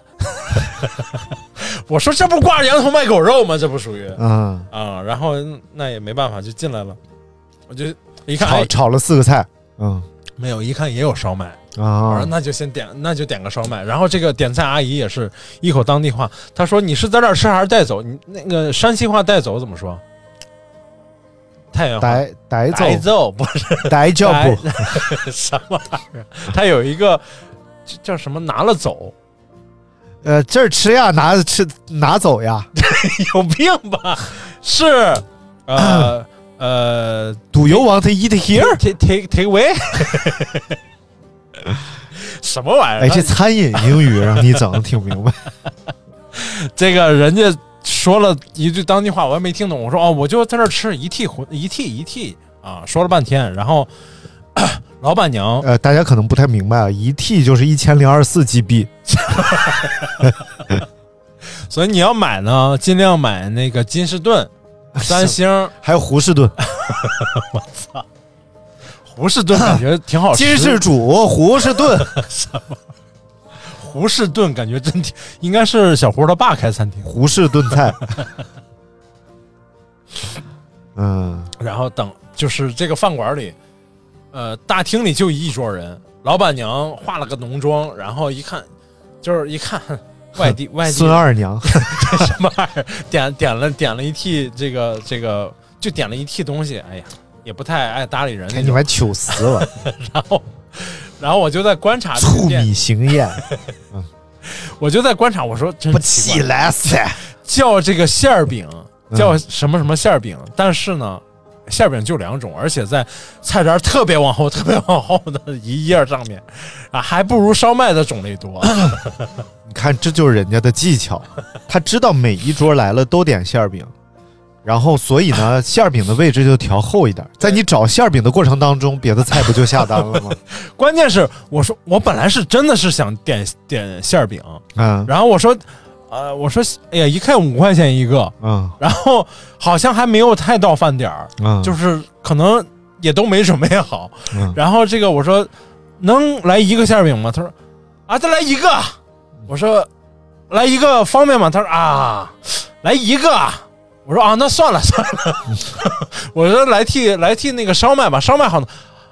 [SPEAKER 3] 我说这不挂着羊头卖狗肉吗？这不属于？
[SPEAKER 2] 嗯，
[SPEAKER 3] 啊，然后那也没办法，就进来了。我就一看，
[SPEAKER 2] 炒
[SPEAKER 3] 哎，
[SPEAKER 2] 炒了四个菜。嗯
[SPEAKER 3] 没有，一看也有烧麦，我说
[SPEAKER 2] 啊，
[SPEAKER 3] 那就先点，那就点个烧麦。然后这个点菜阿姨也是一口当地话，她说你是在这儿吃还是带走？你那个山西话带走怎么说？太原话。
[SPEAKER 2] 逮逮
[SPEAKER 3] 带
[SPEAKER 2] 走
[SPEAKER 3] 走不是
[SPEAKER 2] 逮脚步，
[SPEAKER 3] 什么玩意儿，他有一个这叫什么拿了走，
[SPEAKER 2] 呃，这儿吃呀，拿吃拿走 呀，
[SPEAKER 3] 有病吧？是呃呃
[SPEAKER 2] 赌油王他 eat here。
[SPEAKER 3] take take take away，什么玩意儿？
[SPEAKER 2] 哎，这餐饮英语让你整的挺明白。
[SPEAKER 3] 这个人家说了一句当地话，我也没听懂。我说哦，我就在这儿吃一屉馄一屉一屉啊，说了半天，然后咳老板娘
[SPEAKER 2] 呃，大家可能不太明白啊，一 T 就是一千零二十四 GB，
[SPEAKER 3] 所以你要买呢，尽量买那个金士顿、三星、
[SPEAKER 2] 还有胡士顿，
[SPEAKER 3] 胡士顿，感觉挺好吃。
[SPEAKER 2] 金士主，胡士顿，
[SPEAKER 3] 胡士顿感觉真挺，应该是小胡他爸开餐厅。
[SPEAKER 2] 胡士炖菜。嗯，
[SPEAKER 3] 然后等就是这个饭馆里，呃，大厅里就一桌人，老板娘化了个浓妆，然后一看，就是一看 外地外地
[SPEAKER 2] 孙二娘，
[SPEAKER 3] 什么玩意儿，点点了点了一屉这个这个，就点了一屉东西，哎呀，也不太爱搭理人
[SPEAKER 2] 给
[SPEAKER 3] 那
[SPEAKER 2] 你
[SPEAKER 3] 种。
[SPEAKER 2] 们糗死了，
[SPEAKER 3] 然后，然后我就在观察这
[SPEAKER 2] 醋
[SPEAKER 3] 个店
[SPEAKER 2] 米，行宴
[SPEAKER 3] 我就在观察，我说真
[SPEAKER 2] 不
[SPEAKER 3] 奇怪
[SPEAKER 2] 起来噻。
[SPEAKER 3] 叫这个馅儿饼，
[SPEAKER 2] 嗯
[SPEAKER 3] 叫什么什么馅儿饼，但是呢，馅儿饼就两种，而且在菜单特别往后、特 别往后的一页上面，啊，还不如烧麦的种类多。
[SPEAKER 2] 你看，这就是人家的技巧，他知道每一桌来了都点馅儿饼，然后所以 呢，馅儿饼的位置就调后一点。在你找馅儿饼的过程当中，别的菜不就下单 了吗？
[SPEAKER 3] 关键是，我说我本来是真的是想点点馅儿饼，
[SPEAKER 2] 嗯
[SPEAKER 3] 然后我说，呃，我说，哎呀，一看五块钱一个，
[SPEAKER 2] 嗯
[SPEAKER 3] 然后好像还没有太到饭点儿，
[SPEAKER 2] 嗯，
[SPEAKER 3] 就是可能也都没准备好。
[SPEAKER 2] 嗯
[SPEAKER 3] 然后这个我说能来一个馅儿饼吗？他说啊，再来一个。我说来一个方便吗？他说啊，来一个。我说啊，那算了算了。 我说来屉来屉那个烧麦吧，烧麦好呢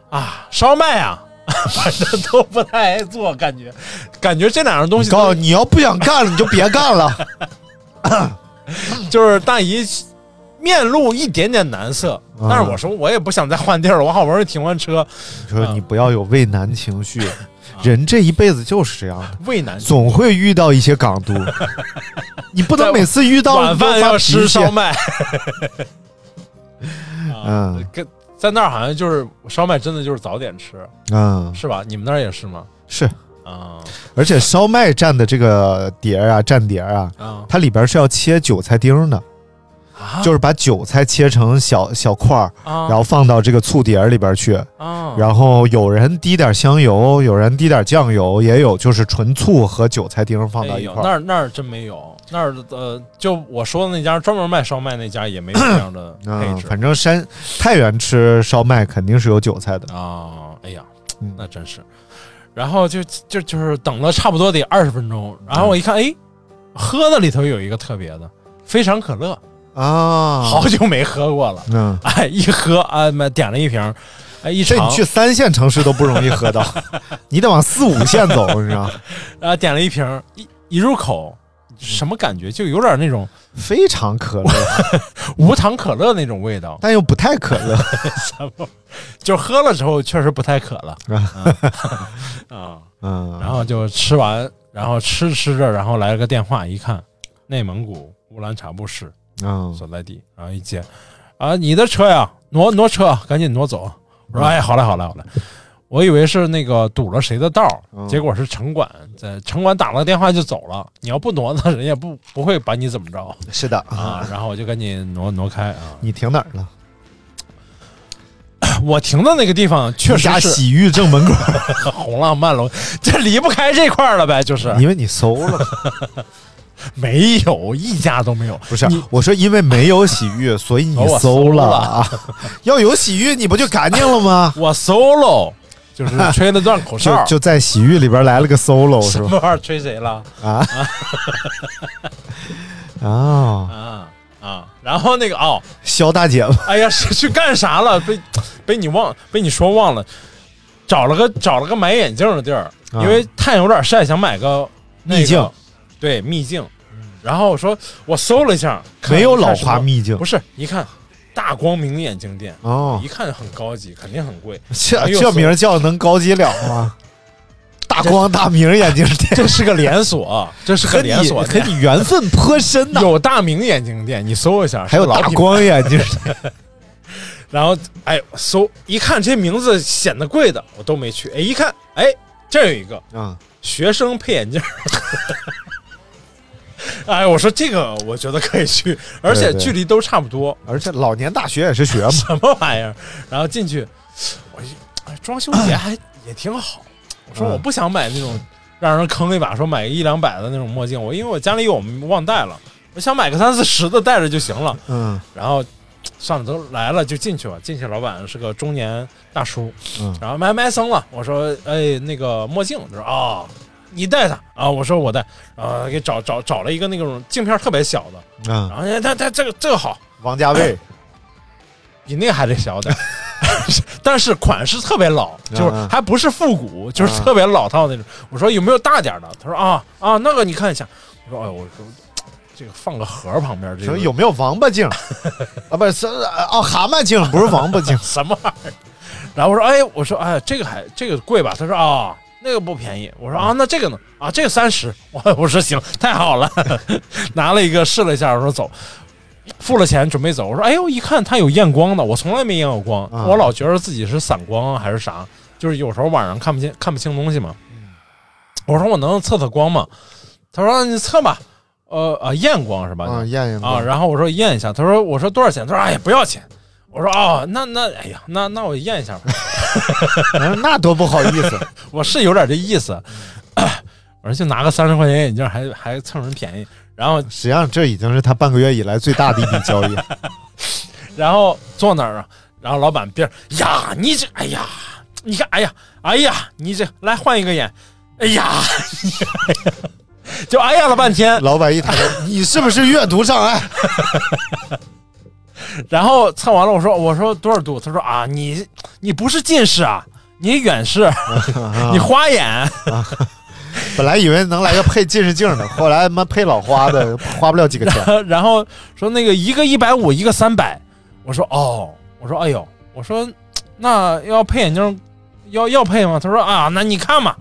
[SPEAKER 3] 啊，烧麦啊。 反正都不太爱做，感觉，感觉这两样东西都
[SPEAKER 2] 告诉你要不想干了，你就别干了。
[SPEAKER 3] 就是大姨面露一点点难色，
[SPEAKER 2] 啊
[SPEAKER 3] 但是我说我也不想再换地儿了，我好不容易停完车，
[SPEAKER 2] 你说你不要有畏难情绪，人这一辈子就是这样的，
[SPEAKER 3] 畏难。
[SPEAKER 2] 总会遇到一些港督， 你不能每次遇到
[SPEAKER 3] 晚饭
[SPEAKER 2] 你都发
[SPEAKER 3] 要
[SPEAKER 2] 脾
[SPEAKER 3] 吃
[SPEAKER 2] 气
[SPEAKER 3] 烧麦， 啊
[SPEAKER 2] 嗯
[SPEAKER 3] 跟在那儿好像就是烧麦，真的就是早点吃，
[SPEAKER 2] 嗯，
[SPEAKER 3] 是吧？你们那儿也是吗？
[SPEAKER 2] 是，
[SPEAKER 3] 啊
[SPEAKER 2] 而且烧麦蘸的这个碟儿啊，蘸碟儿啊，
[SPEAKER 3] 啊
[SPEAKER 2] 它里边是要切韭菜丁的，
[SPEAKER 3] 啊
[SPEAKER 2] 就是把韭菜切成小小块儿，
[SPEAKER 3] 啊，
[SPEAKER 2] 然后放到这个醋碟儿里边去，
[SPEAKER 3] 啊，
[SPEAKER 2] 然后有人滴点香油，有人滴点酱油，也有就是纯醋和韭菜丁放到一块
[SPEAKER 3] 哎呦那
[SPEAKER 2] 儿。
[SPEAKER 3] 儿那儿真没有，那儿呃，就我说的那家专门卖烧麦那家也没有这样的配
[SPEAKER 2] 嗯，
[SPEAKER 3] 置
[SPEAKER 2] 反正山太原吃烧麦肯定是有韭菜的。
[SPEAKER 3] 啊。哎呀，
[SPEAKER 2] 嗯
[SPEAKER 3] 那真是。然后就就就是等了差不多得二十分钟，然后我一看，哎，喝的里头有一个特别的，非常可乐，
[SPEAKER 2] 啊，
[SPEAKER 3] 好，久没喝过了。
[SPEAKER 2] 嗯，
[SPEAKER 3] 哎，一喝啊，买点了一瓶，哎，一
[SPEAKER 2] 这
[SPEAKER 3] 尝
[SPEAKER 2] 你去三线城市都不容易喝到， 你得往四五线走，你知道，
[SPEAKER 3] 啊，点了一瓶，一一入口，什么感觉？就有点那种
[SPEAKER 2] 非常可乐，
[SPEAKER 3] 无
[SPEAKER 2] 嗯
[SPEAKER 3] 糖可乐那种味道，
[SPEAKER 2] 但又不太可 乐。
[SPEAKER 3] 就喝了之后确实不太渴了啊。
[SPEAKER 2] 嗯，
[SPEAKER 3] 然后就吃完，然后吃吃着，然后来了个电话，一看，内蒙古乌兰察布市
[SPEAKER 2] 嗯，
[SPEAKER 3] 所在地，然后一接，啊，你的车呀，挪挪车，赶紧挪走。我说，哎，好嘞，好嘞，好嘞。我以为是那个堵了谁的道儿，
[SPEAKER 2] 嗯
[SPEAKER 3] 结果是城管在城管打了个电话就走了。你要不挪呢，人也不不会把你怎么着
[SPEAKER 2] 是的
[SPEAKER 3] 啊。然后我就赶紧挪挪开啊。
[SPEAKER 2] 你停哪儿了？
[SPEAKER 3] 我停的那个地方确
[SPEAKER 2] 你
[SPEAKER 3] 实
[SPEAKER 2] 啊家
[SPEAKER 3] 是
[SPEAKER 2] 洗浴正门口，
[SPEAKER 3] 红浪漫楼，这离不开这块儿了呗，就是
[SPEAKER 2] 因为你搜 了，
[SPEAKER 3] 没有一家都没有，
[SPEAKER 2] 不是啊
[SPEAKER 3] 你？
[SPEAKER 2] 我说因为没有洗浴，所以你
[SPEAKER 3] 哦
[SPEAKER 2] 搜
[SPEAKER 3] 我搜了
[SPEAKER 2] 啊。 要有洗浴，你不就干净了吗？
[SPEAKER 3] 我 solo 就是吹了段口哨
[SPEAKER 2] 就，就在洗浴里边来了个 solo 是
[SPEAKER 3] 什
[SPEAKER 2] 吧
[SPEAKER 3] 么？玩意儿吹谁了
[SPEAKER 2] 啊啊！
[SPEAKER 3] 啊啊！然后那个哦，
[SPEAKER 2] 肖大姐吧，
[SPEAKER 3] 哎呀，是去干啥了？被被你忘，被你说忘了，找了个找了个买眼镜的地儿，
[SPEAKER 2] 啊
[SPEAKER 3] 因为太阳有点晒，想买个那个
[SPEAKER 2] 秘境，
[SPEAKER 3] 对秘境。然后我说我搜了一下，看
[SPEAKER 2] 没有
[SPEAKER 3] 看
[SPEAKER 2] 老
[SPEAKER 3] 什么
[SPEAKER 2] 花秘境
[SPEAKER 3] 不是一看大光明眼镜店，
[SPEAKER 2] 哦
[SPEAKER 3] 一，看很高级，肯定很贵。
[SPEAKER 2] 这
[SPEAKER 3] 哎呦
[SPEAKER 2] 这名儿叫能高级了 吗？大光大明眼镜店，
[SPEAKER 3] 这是个连锁，这是
[SPEAKER 2] 和
[SPEAKER 3] 个
[SPEAKER 2] 你
[SPEAKER 3] 连锁
[SPEAKER 2] 和
[SPEAKER 3] 店，
[SPEAKER 2] 你缘分颇深呐。
[SPEAKER 3] 有大明眼镜店，你搜一下，
[SPEAKER 2] 还有
[SPEAKER 3] 是个老
[SPEAKER 2] 大
[SPEAKER 3] 品牌
[SPEAKER 2] 光眼 镜店，
[SPEAKER 3] 然后哎，搜一看这名字显得贵的，我都没去。哎，一看，哎，这儿有一个
[SPEAKER 2] 啊，
[SPEAKER 3] 学生配眼镜儿。 哎，我说这个我觉得可以去，而且
[SPEAKER 2] 对
[SPEAKER 3] 距离都差不多，
[SPEAKER 2] 而且老年大学也是学 嘛。
[SPEAKER 3] 什么玩意儿？然后进去，我一哎装修节还也挺好。我说
[SPEAKER 2] 嗯
[SPEAKER 3] 我不想买那种让人坑一把，说买个一两百的那种墨镜，我因为我家里有，我们忘带了，我想买个三四十的戴着就行了。
[SPEAKER 2] 嗯
[SPEAKER 3] 然后上头来了就进去吧，进去老板是个中年大叔，
[SPEAKER 2] 嗯
[SPEAKER 3] 然后买买僧了，我说哎那个墨镜，他说啊、你戴它啊，我说我戴，啊给找找找了一个那种镜片特别小的，
[SPEAKER 2] 嗯，
[SPEAKER 3] 然后哎他他这个这个好，
[SPEAKER 2] 王家卫，
[SPEAKER 3] 哎比那个还得小点儿。 但是款式特别老，就是
[SPEAKER 2] 啊
[SPEAKER 3] 还不是复古，就是
[SPEAKER 2] 啊
[SPEAKER 3] 特别老套那种。我说有没有大点儿的？他说啊啊，那个你看一下。我说哎呦，我说这个放个盒儿旁边这
[SPEAKER 2] 说
[SPEAKER 3] 个。
[SPEAKER 2] 有没有王八镜？啊，不是，哦，蛤蟆镜不是王八镜
[SPEAKER 3] 什么玩意儿？然后我说，哎，我说，哎，这个还这个贵吧？他说啊、那个不便宜。我说
[SPEAKER 2] 嗯
[SPEAKER 3] 啊，那这个呢？啊，这个三十。 我我说行，太好了， 拿了一个试了一下，我说走。付了钱准备走，我说：“哎呦，一看它有验光的，我从来没验过光，
[SPEAKER 2] 啊
[SPEAKER 3] 我老觉得自己是散光啊还是啥，就是有时候晚上看不见看不清东西嘛。”我说：“我能测测光吗？”他说：“啊你测吧，呃啊，验光是吧？
[SPEAKER 2] 啊，验验
[SPEAKER 3] 啊，然后我说验一下，他说我说多少钱？他说哎呀不要钱。我说哦，那那哎呀，那那我验一下吧，
[SPEAKER 2] 后那多不好意思。
[SPEAKER 3] 我是有点这意思。 我说就拿个三十块钱眼镜，还还蹭人便宜。然后
[SPEAKER 2] 实际上，这已经是他半个月以来最大的一笔交易。
[SPEAKER 3] 然后坐那儿啊，然后老板边儿呀，你这哎呀，你看哎呀哎呀，你这来换一个眼，哎呀， 就哎呀了半天，
[SPEAKER 2] 老板一抬头，你是不是阅读障碍？
[SPEAKER 3] 然后测完了，我说我说多少度？他说啊，你你不是近视啊，你远视，你花眼。
[SPEAKER 2] 本来以为能来个配近视镜的， 后来他妈配老花的，花不了几个钱。
[SPEAKER 3] 然后说那个一个一百五，一个三百。我说哦，我说哎呦，我说那要配眼镜，要要配吗？他说啊，那你看嘛，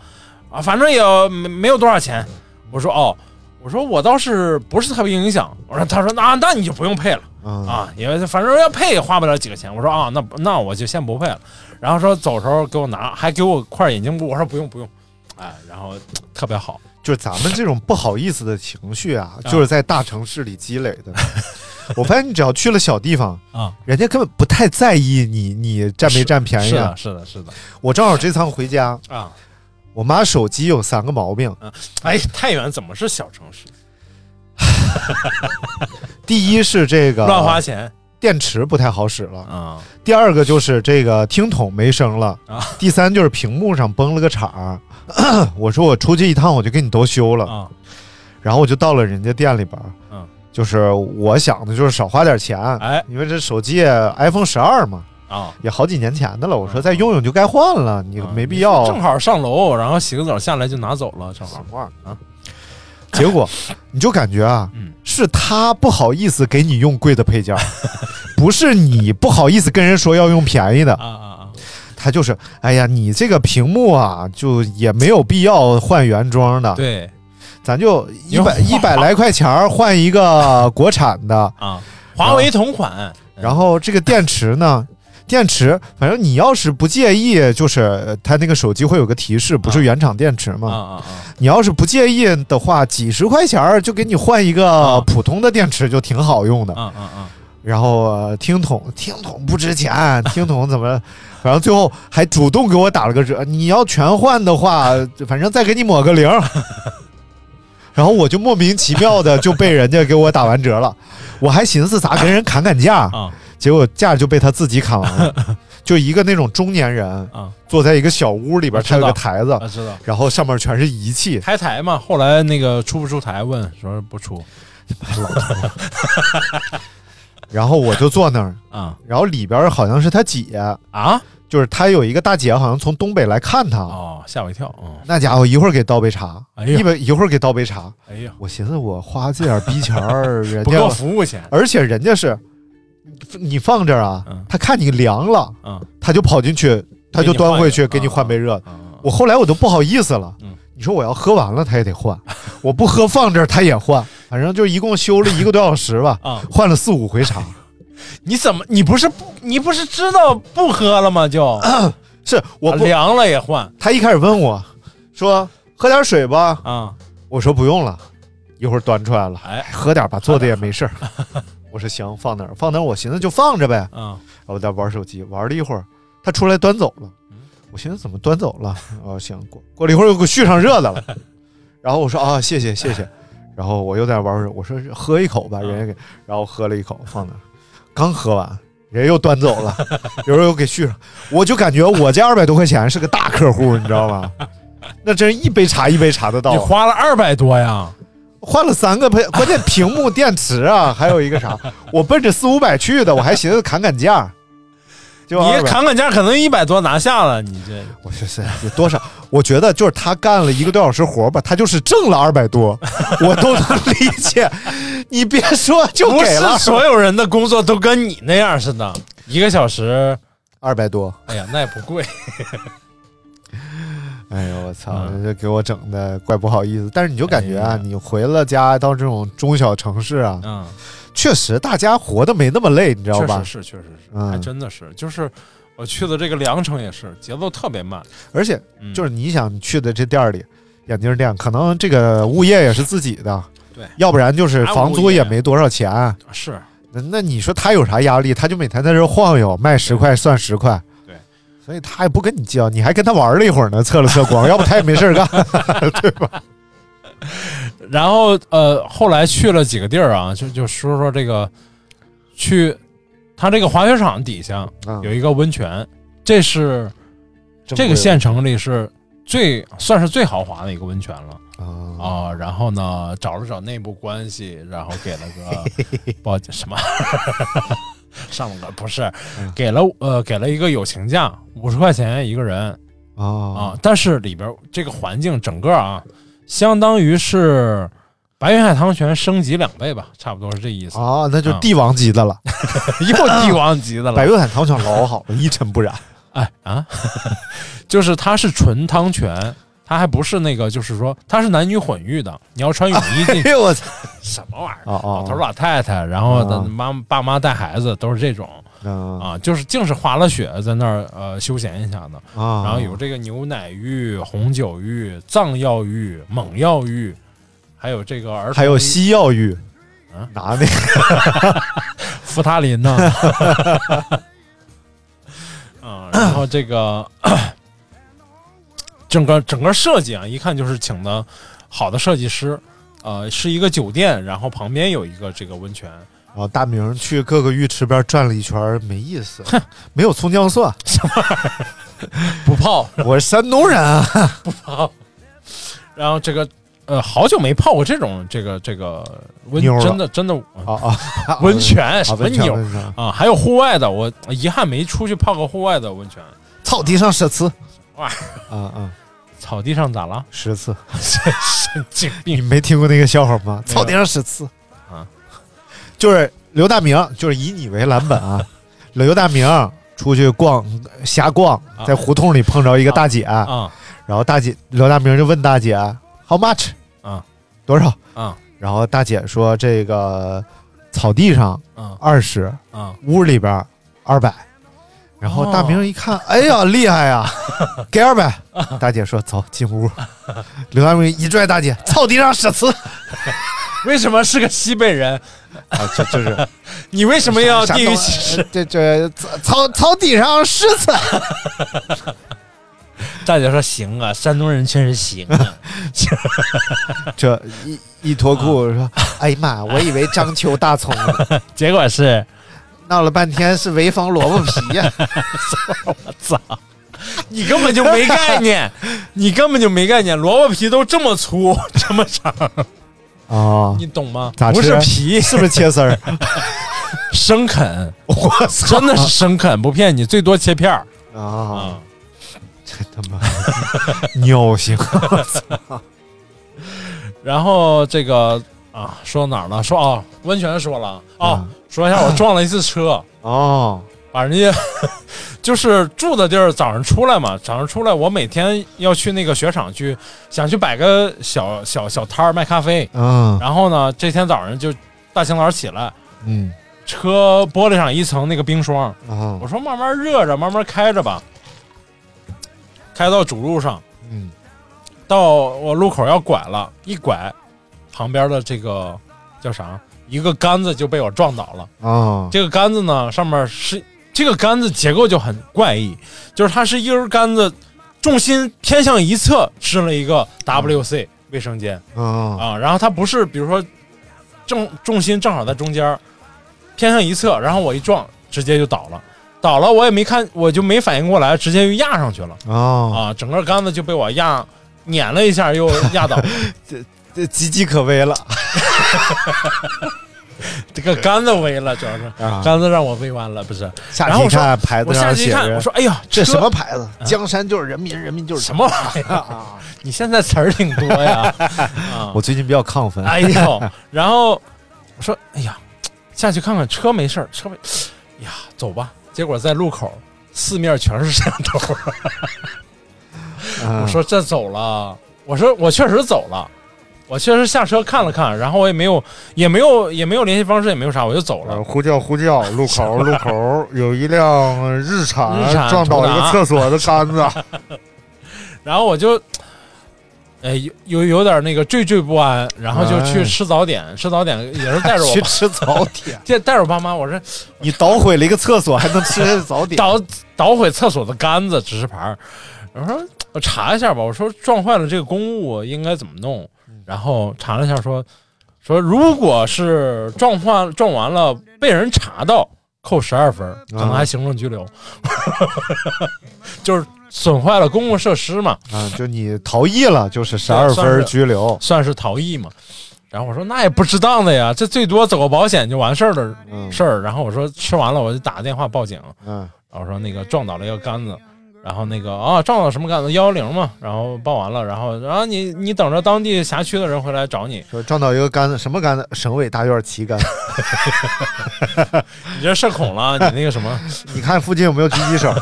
[SPEAKER 3] 啊，反正也没没有多少钱。我说哦，我说我倒是不是特别影响。我说他说啊，那你就不用配了。
[SPEAKER 2] 嗯，
[SPEAKER 3] 啊，因为反正要配也花不了几个钱。我说啊，那不那我就先不配了。然后说走时候给我拿，还给我块眼镜布。我说不用不用，哎，然后特别好。
[SPEAKER 2] 就是咱们这种不好意思的情绪啊，就是在大城市里积累的。 我发现你只要去了小地方
[SPEAKER 3] 啊，
[SPEAKER 2] 人家根本不太在意你你占没占便宜
[SPEAKER 3] 是的，
[SPEAKER 2] 啊。
[SPEAKER 3] 是的，是的
[SPEAKER 2] 我正好这趟回家，
[SPEAKER 3] 啊！
[SPEAKER 2] 我妈手机有三个毛病。
[SPEAKER 3] 哎，太原怎么是小城市？
[SPEAKER 2] 第一是这个
[SPEAKER 3] 乱花钱
[SPEAKER 2] 电池不太好使了，
[SPEAKER 3] 啊
[SPEAKER 2] 第二个就是这个听筒没声了，
[SPEAKER 3] 啊
[SPEAKER 2] 第三就是屏幕上崩了个叉儿。 我说我出去一趟，我就给你都修了。
[SPEAKER 3] 啊！
[SPEAKER 2] 然后我就到了人家店里边儿，
[SPEAKER 3] 嗯
[SPEAKER 2] 就是我想的就是少花点钱，
[SPEAKER 3] 哎
[SPEAKER 2] 因为这手机 iPhone 十二嘛，
[SPEAKER 3] 啊！
[SPEAKER 2] 也好几年前的了。我说
[SPEAKER 3] 嗯
[SPEAKER 2] 再用用就该换了，你
[SPEAKER 3] 啊
[SPEAKER 2] 没必要。
[SPEAKER 3] 正好上楼，然后洗个澡下来就拿走了，正
[SPEAKER 2] 什
[SPEAKER 3] 好
[SPEAKER 2] 么玩意儿
[SPEAKER 3] 啊？
[SPEAKER 2] 结 果你就感觉啊，
[SPEAKER 3] 嗯
[SPEAKER 2] 是他不好意思给你用贵的配 件儿，不是你不好意思跟人说要用便宜的。
[SPEAKER 3] 啊啊啊！
[SPEAKER 2] 他就是，哎呀，你这个屏幕啊，就也没有必要换原装的，
[SPEAKER 3] 对
[SPEAKER 2] 咱就一百
[SPEAKER 3] 你
[SPEAKER 2] 一百来块钱儿换一个国产的。
[SPEAKER 3] 啊，华为同款，
[SPEAKER 2] 然后这个电池呢，电池，反正你要是不介意，就是呃它那个手机会有个提示，不是原厂电池
[SPEAKER 3] 啊
[SPEAKER 2] 嘛。
[SPEAKER 3] 啊啊！
[SPEAKER 2] 你要是不介意的话，几十块钱儿就给你换一个普通的电池，就挺好用的
[SPEAKER 3] 啊。啊啊！
[SPEAKER 2] 然后、呃听筒，听筒不值钱，听筒怎么？然后最后还主动给我打了个折，你要全换的话，反正再给你抹个零。 然后我就莫名其妙的就被人家给我打完折了，我还寻思咋跟人砍砍价
[SPEAKER 3] 啊，
[SPEAKER 2] 结果价就被他自己砍完 了。就一个那种中年人
[SPEAKER 3] 啊
[SPEAKER 2] 坐在一个小屋里边，
[SPEAKER 3] 我知
[SPEAKER 2] 他
[SPEAKER 3] 道
[SPEAKER 2] 有个台子
[SPEAKER 3] 啊，，知道。
[SPEAKER 2] 然后上面全是仪器，
[SPEAKER 3] 开台嘛，后来那个出不出台问，说不出
[SPEAKER 2] 然后我就坐那 儿，
[SPEAKER 3] 啊
[SPEAKER 2] 然后里边好像是他姐，
[SPEAKER 3] 啊
[SPEAKER 2] 就是他有一个大姐，好像从东北来看他。
[SPEAKER 3] 哦，吓我一跳，嗯，
[SPEAKER 2] 那家伙一会儿给倒杯茶，
[SPEAKER 3] 哎呀
[SPEAKER 2] 一会一会儿给倒杯茶。
[SPEAKER 3] 哎呀，
[SPEAKER 2] 我寻思我花这点逼钱儿，人
[SPEAKER 3] 不
[SPEAKER 2] 家，
[SPEAKER 3] 够服务钱，
[SPEAKER 2] 而且人家是，你放这儿啊，
[SPEAKER 3] 嗯
[SPEAKER 2] 他看你凉了，
[SPEAKER 3] 嗯，
[SPEAKER 2] 他就跑进去，他就端回去
[SPEAKER 3] 给
[SPEAKER 2] 给
[SPEAKER 3] 你
[SPEAKER 2] 你换
[SPEAKER 3] 换一个
[SPEAKER 2] 杯热的。
[SPEAKER 3] 嗯
[SPEAKER 2] 我后来我都不好意思了
[SPEAKER 3] 嗯，
[SPEAKER 2] 你说我要喝完了他也得换，我不喝放这儿他也换，反正就一共修了一个多小时吧，
[SPEAKER 3] 啊，
[SPEAKER 2] 换了四五回茶。
[SPEAKER 3] 你怎么，你不是不，你不是知道不喝了吗？就
[SPEAKER 2] 是我不，
[SPEAKER 3] 凉了也换
[SPEAKER 2] 他一开始问我说喝点水吧，
[SPEAKER 3] 啊，
[SPEAKER 2] 我说不用了，一会儿端出来了，
[SPEAKER 3] 哎，
[SPEAKER 2] 喝点吧，坐的也没事儿。 我说行，放那儿，放那儿。我寻思就放着呗。
[SPEAKER 3] 啊
[SPEAKER 2] 我在玩手机，玩了一会儿，他出来端走了。
[SPEAKER 3] 嗯
[SPEAKER 2] 我寻思怎么端走了？哦，行，过过了一会儿又给我续上热的了。然后我说啊，谢谢谢谢。然后我又在玩手机，我说喝一口吧，人家给，
[SPEAKER 3] 嗯
[SPEAKER 2] 然后喝了一口放那儿，刚喝完。人家又端走了，有人又给续上，我就感觉我这二百多块钱是个大客户，你知道吗？那真是一杯茶一杯茶的倒
[SPEAKER 3] 你
[SPEAKER 2] 啊，
[SPEAKER 3] 花了二百多呀，
[SPEAKER 2] 换了三个配，关键屏幕、电池啊，还有一个啥，我奔着四五百去的，我还寻思砍砍价，就
[SPEAKER 3] 你
[SPEAKER 2] 200
[SPEAKER 3] 砍砍价可能一百多拿下了，你这
[SPEAKER 2] 我说是有多少？我觉得就是他干了一个多小时活吧，他就是挣了二百多，我都能理解。你别说，就
[SPEAKER 3] 不
[SPEAKER 2] 给了
[SPEAKER 3] 是所有人的工作都跟你那样似的，一个小时，
[SPEAKER 2] 二百多。
[SPEAKER 3] 哎呀，那也不 贵，
[SPEAKER 2] 哎呦我操，
[SPEAKER 3] 嗯
[SPEAKER 2] 这给我整的怪不好意思。但是你就感觉
[SPEAKER 3] 哎
[SPEAKER 2] 啊
[SPEAKER 3] 呀，
[SPEAKER 2] 你回了家到这种中小城市啊，
[SPEAKER 3] 嗯。
[SPEAKER 2] 确实大家活得没那么累，你知道吧
[SPEAKER 3] 确？实是，确实是，
[SPEAKER 2] 嗯
[SPEAKER 3] 还真的是，就是我去的这个凉城也是，节奏特别慢，
[SPEAKER 2] 而且
[SPEAKER 3] 嗯、
[SPEAKER 2] 就是你想你去的这店儿里，眼镜店可能这个物业也是自己的，
[SPEAKER 3] 对
[SPEAKER 2] 要不然就是房租也没多少钱。
[SPEAKER 3] 是
[SPEAKER 2] 那那你说他有啥压力？他就每天在这儿晃悠，卖十块算十块。
[SPEAKER 3] 对，
[SPEAKER 2] 所以他也不跟你计较，你还跟他玩了一会儿呢，测了测光，要不他也没事儿干。
[SPEAKER 3] 然后呃，后来去了几个地儿啊，就就说说这个去，他它这个滑雪场底下
[SPEAKER 2] 啊
[SPEAKER 3] 有一个温泉，这是
[SPEAKER 2] 正
[SPEAKER 3] 这
[SPEAKER 2] 规
[SPEAKER 3] 个县城里是最算是最豪华的一个温泉了
[SPEAKER 2] 啊，
[SPEAKER 3] 啊、然后呢，找了找内部关系，然后给了个 报什么 上了个不是，
[SPEAKER 2] 嗯
[SPEAKER 3] 给了呃给了一个友情价，五十块钱一个人啊、
[SPEAKER 2] 啊
[SPEAKER 3] 但是里边这个环境整个啊，相当于是白云海汤泉升级两倍吧，差不多是这意思。
[SPEAKER 2] 啊，那就是帝王级的了，
[SPEAKER 3] 又帝王级的了，
[SPEAKER 2] 百云海糖厂老好了，一尘不 染。
[SPEAKER 3] 哎啊，就是它是纯汤泉，它还不是那个，就是说它是男女混浴的，你要穿泳衣进去，
[SPEAKER 2] 哎呦我操！
[SPEAKER 3] 什么玩意儿？
[SPEAKER 2] 哦
[SPEAKER 3] 老头儿
[SPEAKER 2] 哦
[SPEAKER 3] 老太太，然后
[SPEAKER 2] 啊
[SPEAKER 3] 妈爸妈带孩子都是这种
[SPEAKER 2] 啊
[SPEAKER 3] 啊，就是净是滑了雪在那儿呃休闲一下的，
[SPEAKER 2] 啊！
[SPEAKER 3] 然后有这个牛奶浴、红酒浴、藏药浴、猛药浴，还有这个儿童
[SPEAKER 2] 还有西药浴
[SPEAKER 3] 嗯啊，
[SPEAKER 2] 拿那个
[SPEAKER 3] 扶他林 呢。嗯，然后这个 整个整个设计啊，一看就是请的好的设计师。呃，是一个酒店，然后旁边有一个这个温泉，
[SPEAKER 2] 啊，大明去各个浴池边转了一圈儿，没意思，没有葱姜蒜。
[SPEAKER 3] 不泡。
[SPEAKER 2] 我是山东人 啊，
[SPEAKER 3] 然后这个呃，好久没泡过这种这个这个温
[SPEAKER 2] 妞，儿了
[SPEAKER 3] 真的真的呃
[SPEAKER 2] 啊啊，
[SPEAKER 3] 温泉
[SPEAKER 2] 啊
[SPEAKER 3] 什么
[SPEAKER 2] 温泉
[SPEAKER 3] 妞
[SPEAKER 2] 温泉，
[SPEAKER 3] 啊，还有户外的，我呃遗憾没出去泡个户外的温泉。
[SPEAKER 2] 草地上射刺。
[SPEAKER 3] 哇
[SPEAKER 2] 啊啊，
[SPEAKER 3] 草地上咋了？
[SPEAKER 2] 十次，
[SPEAKER 3] 神经病
[SPEAKER 2] 你没听过那个笑话吗？草地上十次
[SPEAKER 3] 啊，
[SPEAKER 2] 就是刘大明，就是以你为蓝本 啊，刘大明出去逛瞎逛，在胡同里碰着一个大姐，
[SPEAKER 3] 啊
[SPEAKER 2] 然后大姐刘大明就问大姐 how much
[SPEAKER 3] 啊
[SPEAKER 2] 多少，
[SPEAKER 3] 啊
[SPEAKER 2] 然后大姐说这个草地上
[SPEAKER 3] 啊
[SPEAKER 2] 二十，
[SPEAKER 3] 啊！
[SPEAKER 2] 屋里边二百。然后大明一
[SPEAKER 3] 哦
[SPEAKER 2] 看，哎呀，厉害 呀，给二百。大姐说：“走，进屋。”刘大明一拽大姐，草地上舍刺。
[SPEAKER 3] 为什么是个西北人？
[SPEAKER 2] 啊，就 就是
[SPEAKER 3] 你为什么要地域歧
[SPEAKER 2] 视
[SPEAKER 3] 视？？
[SPEAKER 2] 这这草草草地上狮子，
[SPEAKER 3] 大姐说行啊，山东人确实行 啊。
[SPEAKER 2] 这一一脱裤说：“哎呀妈，我以为章丘大葱呢，
[SPEAKER 3] 结果是，
[SPEAKER 2] 闹了半天是潍坊萝卜皮呀。
[SPEAKER 3] 我操！你根本就没概 念，你根本就没概念，萝卜皮都这么粗这么长，”
[SPEAKER 2] 啊，
[SPEAKER 3] 你懂吗？
[SPEAKER 2] 咋吃
[SPEAKER 3] 不是皮，
[SPEAKER 2] 是不是切丝儿？
[SPEAKER 3] 生啃，
[SPEAKER 2] 我操
[SPEAKER 3] 真的是生啃，不骗你，最多切片儿
[SPEAKER 2] 啊
[SPEAKER 3] 啊！！
[SPEAKER 2] 这他妈尿性！
[SPEAKER 3] 然后这个啊，说哪儿了？说哦，温泉说了
[SPEAKER 2] 啊
[SPEAKER 3] 哦，说一下我撞了一次车。
[SPEAKER 2] 哦，
[SPEAKER 3] 把人家 就是住的地儿，早上出来嘛，早上出来，我每天要去那个雪场去，想去摆个小小小摊儿卖咖啡。
[SPEAKER 2] 嗯
[SPEAKER 3] 然后呢，这天早上就大清早起来，
[SPEAKER 2] 嗯
[SPEAKER 3] 车玻璃上一层那个冰霜，
[SPEAKER 2] 啊
[SPEAKER 3] 我说慢慢热着，慢慢开着吧。开到主路上，
[SPEAKER 2] 嗯
[SPEAKER 3] 到我路口要拐了，一拐，旁边的这个叫啥？一个杆子就被我撞倒了。
[SPEAKER 2] 啊
[SPEAKER 3] 这个杆子呢，上面是这个杆子结构就很怪异，就是它是一根杆子，重心偏向一侧，支了一个 WC 卫生间
[SPEAKER 2] 啊
[SPEAKER 3] 啊，然后它不是比如说重重心正好在中间儿，偏向一侧，然后我一撞直接就倒了，倒了我也没看，我就没反应过来，直接就压上去了
[SPEAKER 2] 啊！
[SPEAKER 3] 啊，整个杆子就被我压碾了一下，又压倒了。
[SPEAKER 2] 这岌岌可危了
[SPEAKER 3] 这个杆子围了，主要是
[SPEAKER 2] 啊！
[SPEAKER 3] 杆子让我围弯了，不是？
[SPEAKER 2] 下
[SPEAKER 3] 然后
[SPEAKER 2] 去
[SPEAKER 3] 我说
[SPEAKER 2] 看牌子
[SPEAKER 3] 我下
[SPEAKER 2] 上
[SPEAKER 3] 去
[SPEAKER 2] 写
[SPEAKER 3] 一看，
[SPEAKER 2] 着
[SPEAKER 3] 我说哎呀，
[SPEAKER 2] 这
[SPEAKER 3] 车
[SPEAKER 2] 什么牌子？江山就是人民，人民就是
[SPEAKER 3] 什么玩意 儿？
[SPEAKER 2] 啊！
[SPEAKER 3] 你现在词儿挺多呀，啊，
[SPEAKER 2] 我最近比较亢 奋，
[SPEAKER 3] 哎呦，然后我说，哎呀，下去看看车没事儿，车没，哎呀，走吧。结果在路口四面全是摄像头，我
[SPEAKER 2] 我啊
[SPEAKER 3] 说这走了，我说我确实走了，我确实下车看了看，然后我也没有也没有也没有联系方式，也没有啥，我就走
[SPEAKER 2] 啊呃
[SPEAKER 3] 了。
[SPEAKER 4] 呼叫呼叫，路口路口有一辆日产
[SPEAKER 3] 日产
[SPEAKER 4] 撞倒一
[SPEAKER 3] 途
[SPEAKER 4] 个
[SPEAKER 3] 达
[SPEAKER 4] 厕所的 杆子，
[SPEAKER 3] 然后我就，哎，有有有点那个惴惴不安，然后就去
[SPEAKER 2] 哎
[SPEAKER 3] 吃早点，吃早点也是带着我
[SPEAKER 2] 去
[SPEAKER 3] 爸，
[SPEAKER 2] 吃早点，
[SPEAKER 3] 这带着我爸妈，我说
[SPEAKER 2] 你捣毁了一个厕所，还能吃早点？
[SPEAKER 3] 捣捣毁厕所的杆子、指示牌儿。我说我查一下吧，我说撞坏了这个公物应该怎么弄？然后查了一下说，说如果是撞坏撞完了被人查到，扣十二分，可能还行政拘留， 就是损坏了公共设施嘛。
[SPEAKER 2] 啊，就你逃逸了，就是十二
[SPEAKER 3] 算是
[SPEAKER 2] 分拘留，
[SPEAKER 3] 算是逃逸嘛。然后我说那也不值当的呀，这最多走个保险就完事儿的事儿。然后我说吃完了我就打个电话报警。
[SPEAKER 2] 嗯，
[SPEAKER 3] 然后我说那个撞倒了一个杆子，然后那个啊撞到什么杆子幺幺零嘛，然后报完了，然后然后你你等着当地辖区的人回来找你，
[SPEAKER 2] 说撞到一个杆子，什么杆子？省委大院旗杆。
[SPEAKER 3] 你这社恐了，你那个什么。
[SPEAKER 2] 你看附近有没有狙击手？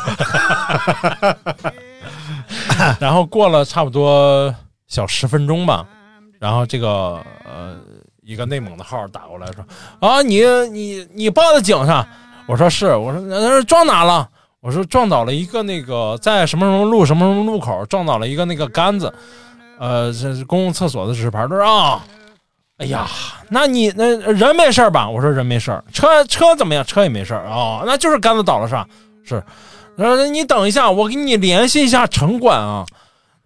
[SPEAKER 3] 然后过了差不多小十分钟吧，然后这个呃一个内蒙的号打过来说啊，你你你报的警上？我说是，我说那撞哪了？我说撞倒了一个那个在什么什么路什么什么路口撞倒了一个那个杆子，呃，这是公共厕所的指示牌。他说啊，哎呀，那你那人没事儿吧？我说人没事儿，车车怎么样？车也没事儿哦，那就是杆子倒了是吧？是，呃，你等一下，我给你联系一下城管啊，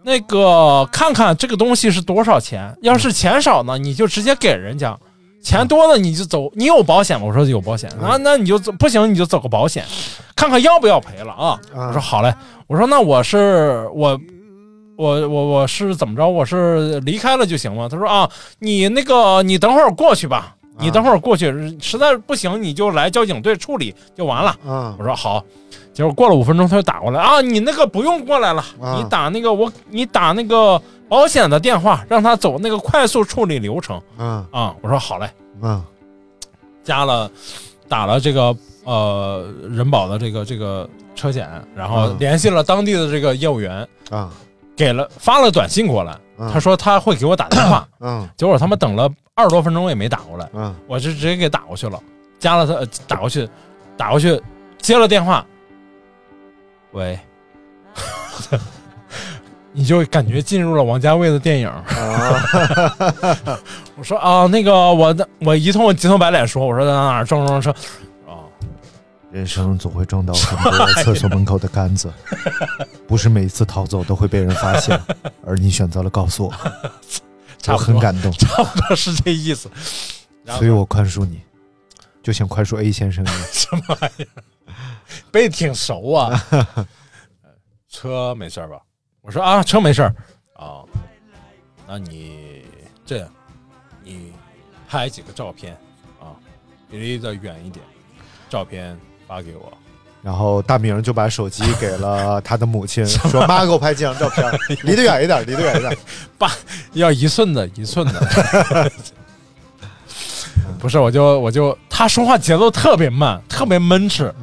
[SPEAKER 3] 那个看看这个东西是多少钱，要是钱少呢，你就直接给人家。钱多了你就走，你有保险吗？我说有保险，那那你就走，不行你就走个保险，看看要不要赔了啊。我说好嘞，我说那我是我我我我是怎么着？我是离开了就行吗？他说啊，你那个你等会儿过去吧，你等会儿过去，实在不行你就来交警队处理就完了。
[SPEAKER 2] 啊
[SPEAKER 3] 我说好，结果过了五分钟他就打过来啊，你那个不用过来了，
[SPEAKER 2] 啊
[SPEAKER 3] 你打那个我你打那个保险的电话，让他走那个快速处理流程
[SPEAKER 2] 啊
[SPEAKER 3] 啊。我说好嘞，
[SPEAKER 2] 啊！
[SPEAKER 3] 加了打了这个呃人保的这个这个车险，然后
[SPEAKER 2] 嗯
[SPEAKER 3] 联系了当地的这个业务员，
[SPEAKER 2] 啊，
[SPEAKER 3] 给了发了短信过来，
[SPEAKER 2] 嗯
[SPEAKER 3] 他说他会给我打电话，
[SPEAKER 2] 嗯
[SPEAKER 3] 结果他妈等了二十多分钟也没打过来，
[SPEAKER 2] 嗯
[SPEAKER 3] 我就直接给打过去了，加了他呃打过去，打过去接了电话，喂， 你就感觉进入了王家卫的电影。 我说啊，那个我的我一通急头白脸说，我说在哪儿撞撞车，啊，
[SPEAKER 2] 人生总会撞到很多厕所门口的杆子，不是每一次逃走都会被人发 现，而你选择了告诉我，
[SPEAKER 3] 差
[SPEAKER 2] 我
[SPEAKER 3] 不多
[SPEAKER 2] 很感动，
[SPEAKER 3] 差不多是这意思。然后
[SPEAKER 2] 所以我宽恕你，就像宽恕 A 先 生一样。
[SPEAKER 3] 什么玩意儿？背挺熟啊。车没事儿吧？我说啊，车没事儿啊。那你这样，你拍几个照片啊，离得远一点，照片发给我。
[SPEAKER 2] 然后大明就把手机给 了他的母亲，说：“妈，给我拍几张照片，离得远一点，离得远一点。
[SPEAKER 3] 爸，要一寸的，一寸的。 不是，我就我就他说话节奏特别慢，特别闷吃。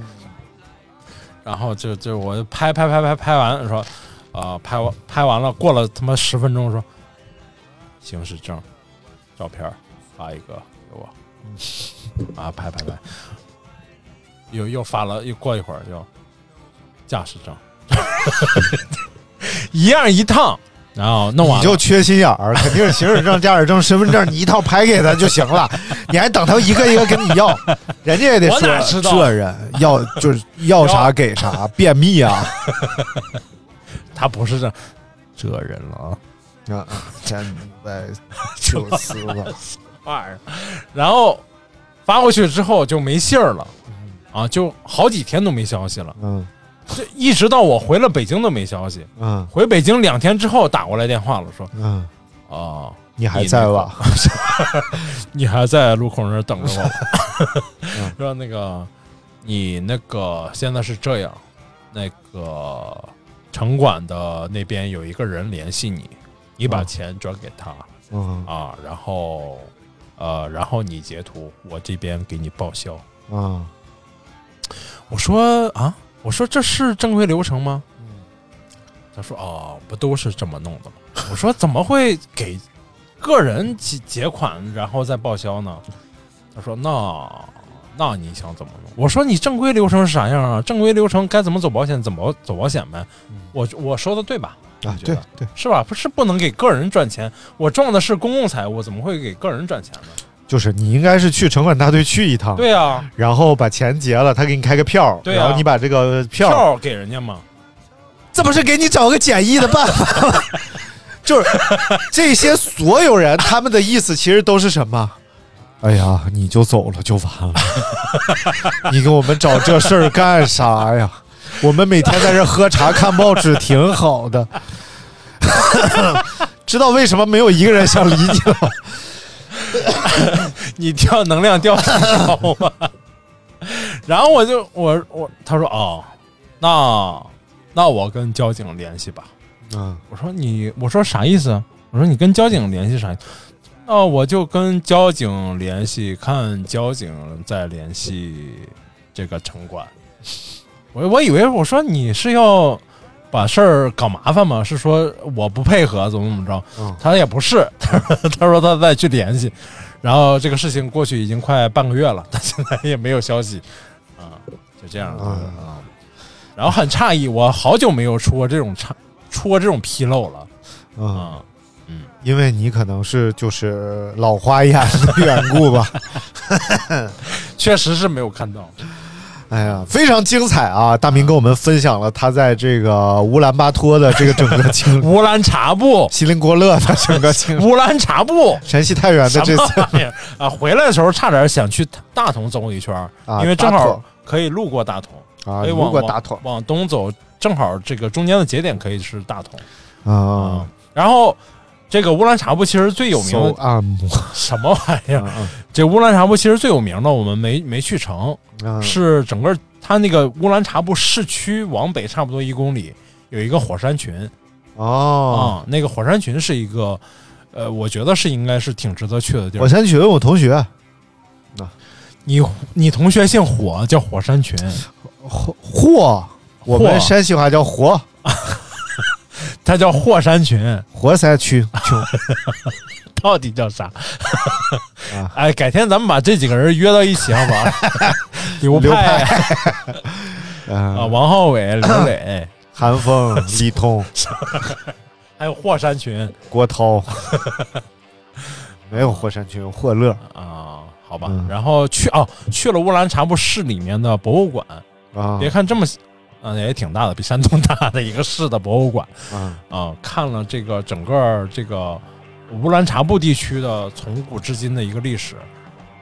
[SPEAKER 3] 然后就就我就拍拍拍拍拍完说，啊、拍完拍完了，过了他妈十分钟说，行驶证、照片儿发一个给我，啊拍拍拍，又又发了，又过一会儿就驾驶证， 一样一趟，然后弄”完
[SPEAKER 2] 你
[SPEAKER 3] 了
[SPEAKER 2] 就缺心眼儿，肯定是行驶证、驾驶证、身份证，你一套拍给他就行 了，你还等他一个一个跟你要，人家也得
[SPEAKER 3] 我哪
[SPEAKER 2] 说
[SPEAKER 3] 知道啊
[SPEAKER 2] 这人要就是要啥给啥，便秘啊
[SPEAKER 3] 他不是这这人了啊，
[SPEAKER 2] 啊！现在九四 了，
[SPEAKER 3] 玩意儿。然后发过去之后就没信儿了，啊，就好几天都没消息了，
[SPEAKER 2] 嗯
[SPEAKER 3] 这一直到我回了北京都没消息。
[SPEAKER 2] 嗯
[SPEAKER 3] 回北京两天之后打过来电话了，说
[SPEAKER 2] 嗯，
[SPEAKER 3] 啊，
[SPEAKER 2] 你还在吧？
[SPEAKER 3] 你还在路口那儿等 着我，嗯 说那个你那个现在是这样，那个城管的那边有一个人联系你，你把
[SPEAKER 2] 嗯
[SPEAKER 3] 钱转给他。
[SPEAKER 2] 嗯
[SPEAKER 3] 啊，然后呃，然后你截图，我这边给你报销。
[SPEAKER 2] 嗯
[SPEAKER 3] 我说啊，我说这是正规流程吗？他说哦，不都是这么弄的吗？我说怎么会给个人结结款然后再报销呢？他说那那你想怎么弄？我说你正规流程是啥样啊？正规流程该怎么走保险怎么走保险呗。我我说的对吧？
[SPEAKER 2] 嗯啊
[SPEAKER 3] 你，觉
[SPEAKER 2] 对
[SPEAKER 3] 得
[SPEAKER 2] 对，
[SPEAKER 3] 是吧？不是不能给个人赚钱，我撞的是公共财物，怎么会给个人赚钱呢？
[SPEAKER 2] 就是你应该是去城管大队去一趟，
[SPEAKER 3] 对啊，
[SPEAKER 2] 然后把钱结了，他给你开个票，
[SPEAKER 3] 对啊
[SPEAKER 2] 然后你把这个票，
[SPEAKER 3] 票给人家嘛，
[SPEAKER 2] 这不是给你找个简易的办法吗？ 就是这些所有人他们的意思其实都是什么？哎呀，你就走了就完了， 你给我们找这事儿干啥呀？我们每天在这喝茶看报纸挺好的， 知道为什么没有一个人想理你了吗？
[SPEAKER 3] 你掉能量掉很高 啊。然后我就我我他说哦，那那我跟交警联系吧。
[SPEAKER 2] 嗯，
[SPEAKER 3] 我说你我说啥意思啊？我说你跟交警联系啥意思？那我就跟交警联系，看交警再联系这个城管。我我以为我说你是要把事儿搞麻烦吗？是说我不配合怎么怎么着？他也不是， 他说他说他再去联系，然后这个事情过去已经快半个月了，他现在也没有消息，啊，就这样了啊。然后很诧异，我好久没有出过这种差出过这种纰漏了。
[SPEAKER 2] 嗯因为你可能是就是老花眼的缘故吧。
[SPEAKER 3] 确实是没有看到。
[SPEAKER 2] 哎呀，非常精彩啊！大明跟我们分享了他在这个乌兰巴托的这个整个经
[SPEAKER 3] 乌兰察 布、
[SPEAKER 2] 锡林郭勒的整个经
[SPEAKER 3] 乌兰察布、
[SPEAKER 2] 山西太原的
[SPEAKER 3] 什
[SPEAKER 2] 这
[SPEAKER 3] 么
[SPEAKER 2] 次
[SPEAKER 3] 玩意儿啊！回来的时候差点想去大同走一圈儿，
[SPEAKER 2] 啊
[SPEAKER 3] 因为正
[SPEAKER 2] 大
[SPEAKER 3] 好
[SPEAKER 2] 同
[SPEAKER 3] 可以路过大同，
[SPEAKER 2] 啊
[SPEAKER 3] 可以
[SPEAKER 2] 路
[SPEAKER 3] 往
[SPEAKER 2] 过
[SPEAKER 3] 往
[SPEAKER 2] 大同
[SPEAKER 3] 往东走，正好这个中间的节点可以是大同。
[SPEAKER 2] 啊，
[SPEAKER 3] 然后这个乌兰察布其实最有名
[SPEAKER 2] 搜嗯
[SPEAKER 3] 的
[SPEAKER 2] 按摩
[SPEAKER 3] 什么玩意儿？这乌兰察布其实最有名的，我们没没去成，
[SPEAKER 2] 啊
[SPEAKER 3] 是整个它那个乌兰察布市区往北差不多一公里有一个火山群
[SPEAKER 2] 哦。
[SPEAKER 3] 啊、那个火山群是一个，呃，我觉得是应该是挺值得去的地
[SPEAKER 2] 火
[SPEAKER 3] 儿。
[SPEAKER 2] 山群，我同学
[SPEAKER 3] 你你同学姓火，叫火 山群，
[SPEAKER 2] 霍，我们山西话叫火
[SPEAKER 3] 它叫霍 山群，
[SPEAKER 2] 火山区，
[SPEAKER 3] 到底叫啥？
[SPEAKER 2] 啊
[SPEAKER 3] 哎，改天咱们把这几个人约到一起，好不 好？刘
[SPEAKER 2] 刘
[SPEAKER 3] 派啊，
[SPEAKER 2] 啊，
[SPEAKER 3] 王浩 伟、刘磊，
[SPEAKER 2] 韩风、李通、
[SPEAKER 3] 还有霍山群
[SPEAKER 2] 郭涛，没有霍山群，有霍乐
[SPEAKER 3] 啊，好吧。
[SPEAKER 2] 嗯
[SPEAKER 3] 然后去哦，去了乌兰察布市里面的博物馆，
[SPEAKER 2] 啊
[SPEAKER 3] 别看这么。嗯，也挺大的，比山东大的一个市的博物馆
[SPEAKER 2] 啊
[SPEAKER 3] 啊、看了这个整个这个乌兰察布地区的从古至今的一个历史，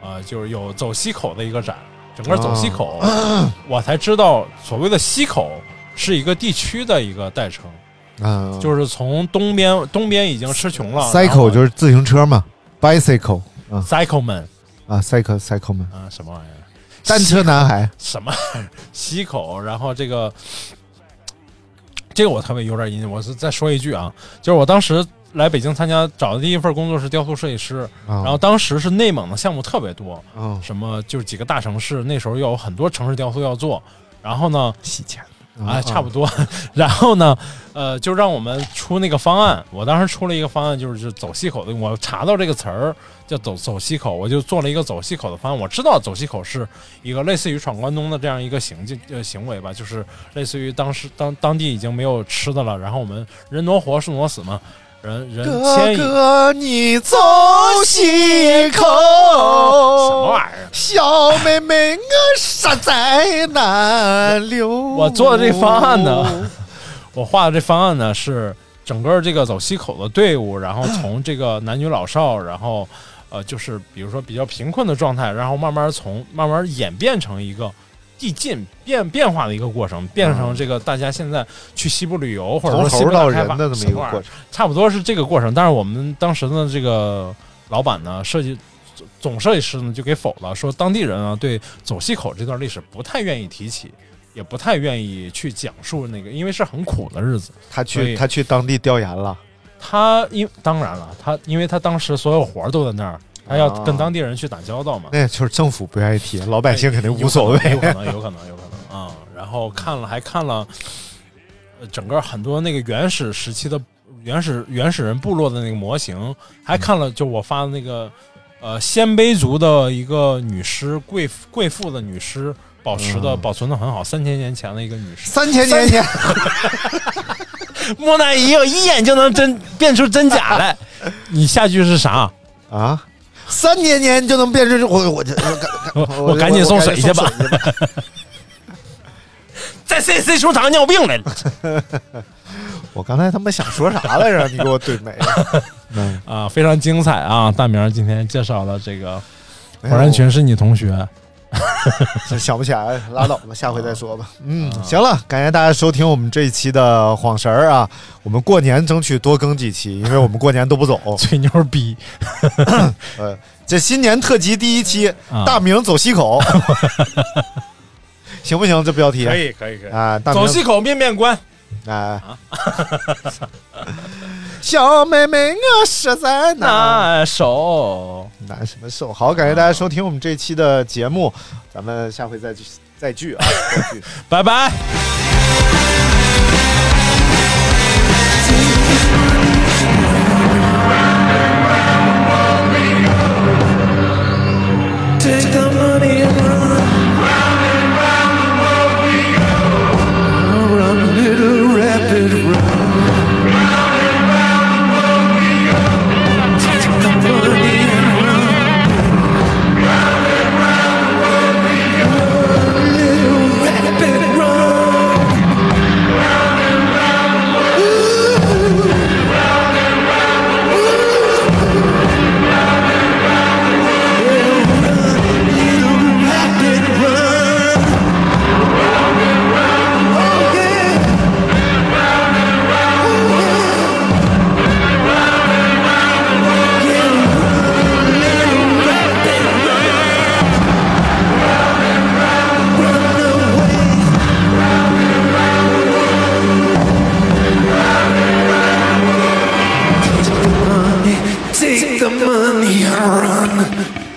[SPEAKER 3] 啊、就是有走西口的一个展，整个走西口，
[SPEAKER 2] 啊
[SPEAKER 3] 我才知道所谓的西口是一个地区的一个代称，
[SPEAKER 2] 啊，
[SPEAKER 3] 就是从东边东边已经失穷了
[SPEAKER 2] cycle 就是是自行车嘛，bicycle 啊
[SPEAKER 3] cycle man
[SPEAKER 2] 啊，cycle cycle 们，
[SPEAKER 3] 啊，什么玩意儿？
[SPEAKER 2] 单车男孩
[SPEAKER 3] 什么 西口，然后这个这个我特别有点阴影。我是再说一句啊，就是我当时来北京参加找的第一份工作是雕塑设计师，
[SPEAKER 2] 啊，
[SPEAKER 3] 然后当时是内蒙的项目特别多，
[SPEAKER 2] 嗯
[SPEAKER 3] 什么就是几个大城市，那时候有很多城市雕塑要做，然后呢，
[SPEAKER 2] 洗钱嗯
[SPEAKER 3] 啊，差不多。 然后呢，呃，就让我们出那个方案。我当时出了一个方案，就是就是走西口的。我查到这个词儿叫走走西口，我就做了一个走西口的方案。我知道走西口是一个类似于闯关东的这样一个行径呃行为吧，就是类似于当时当当地已经没有吃的了，然后我们人挪活，树挪死嘛，人人
[SPEAKER 2] 哦
[SPEAKER 3] 迁移。
[SPEAKER 2] 哥，你走西口，
[SPEAKER 3] 什
[SPEAKER 2] 什
[SPEAKER 3] 么玩意儿？
[SPEAKER 2] 小妹妹，我实在难留。
[SPEAKER 3] 我做的这方案呢， 我画的这方案呢是整个这个走西口的队伍，然后从这个男女老少，然后呃，就是比如说比较贫困的状态，然后慢慢从慢慢演变成一个递进变变化的一个过程，变成这个大家现在去西部旅游或者
[SPEAKER 2] 从
[SPEAKER 3] 说西
[SPEAKER 2] 头
[SPEAKER 3] 部
[SPEAKER 2] 到
[SPEAKER 3] 大开
[SPEAKER 2] 人
[SPEAKER 3] 发
[SPEAKER 2] 的这么一个
[SPEAKER 3] 什玩意儿
[SPEAKER 2] 过程
[SPEAKER 3] 差不多是这个过程。但是我们当时的这个老板呢，设计总总设计师呢就给否了，说当地人啊对走西口这段历史不太愿意提起，也不太愿意去讲述那个，因为是很苦的日子。
[SPEAKER 2] 他
[SPEAKER 3] 所
[SPEAKER 2] 去
[SPEAKER 3] 以
[SPEAKER 2] 他去当地调研了，
[SPEAKER 3] 他因当然了，他因为他当时所有活儿都在那儿，他要
[SPEAKER 2] 啊
[SPEAKER 3] 跟当地人去打交道嘛。
[SPEAKER 2] 那就是政府不愿意提，老百姓肯定无所
[SPEAKER 3] 哎有
[SPEAKER 2] 谓。
[SPEAKER 3] 可能，有可能，有可能啊、然后看了，还看了、呃整个很多那个原始时期的原始原始人部落的那个模型，还看了就我发的那个呃鲜卑族的一个女尸，贵妇贵妇的女尸，保持的、保存的很好，三千年前的一个女 尸。
[SPEAKER 2] 三千年前，
[SPEAKER 3] 木乃伊，我一眼就能真辨出真假来。 你下句是啥？
[SPEAKER 2] 啊，三年前就能变成我我这
[SPEAKER 3] 我
[SPEAKER 2] 我
[SPEAKER 3] 我赶紧送水去
[SPEAKER 2] 我
[SPEAKER 3] 吧
[SPEAKER 2] 赶紧送水去吧
[SPEAKER 3] 再塞塞出糖尿病来了。
[SPEAKER 2] 我刚才他妈想说啥来着？你给我怼没了。嗯
[SPEAKER 3] 啊，非常精彩啊！大明儿今天介绍了这个黄山群是你同学，
[SPEAKER 2] 这想不起来，拉倒吧，下回再
[SPEAKER 3] 啊
[SPEAKER 2] 说吧。嗯，行了，感谢大家收听我们这一期的晃神儿啊，我们过年争取多更几期，因为我们过年都 不走。
[SPEAKER 3] 吹牛逼，
[SPEAKER 2] 呃，这新年特辑第一期，
[SPEAKER 3] 啊
[SPEAKER 2] 大明走西 口，行不行？这标题
[SPEAKER 3] 可以可以可以
[SPEAKER 2] 啊，大明
[SPEAKER 3] 走西口面面观，
[SPEAKER 2] 啊，小妹妹，我实在难。
[SPEAKER 3] 那手
[SPEAKER 2] 难什么受？好，感谢大家收听我们这期的节目，咱们下回再聚再聚啊！再聚。
[SPEAKER 3] 拜拜。
[SPEAKER 5] Take the money and run. Round and round the world we go. Run, little rapid run. Round and round the world we go. Take the money and run. Round and round the world we go. Run, little rapid run. Round and round the world we go. Round and Take the money and run.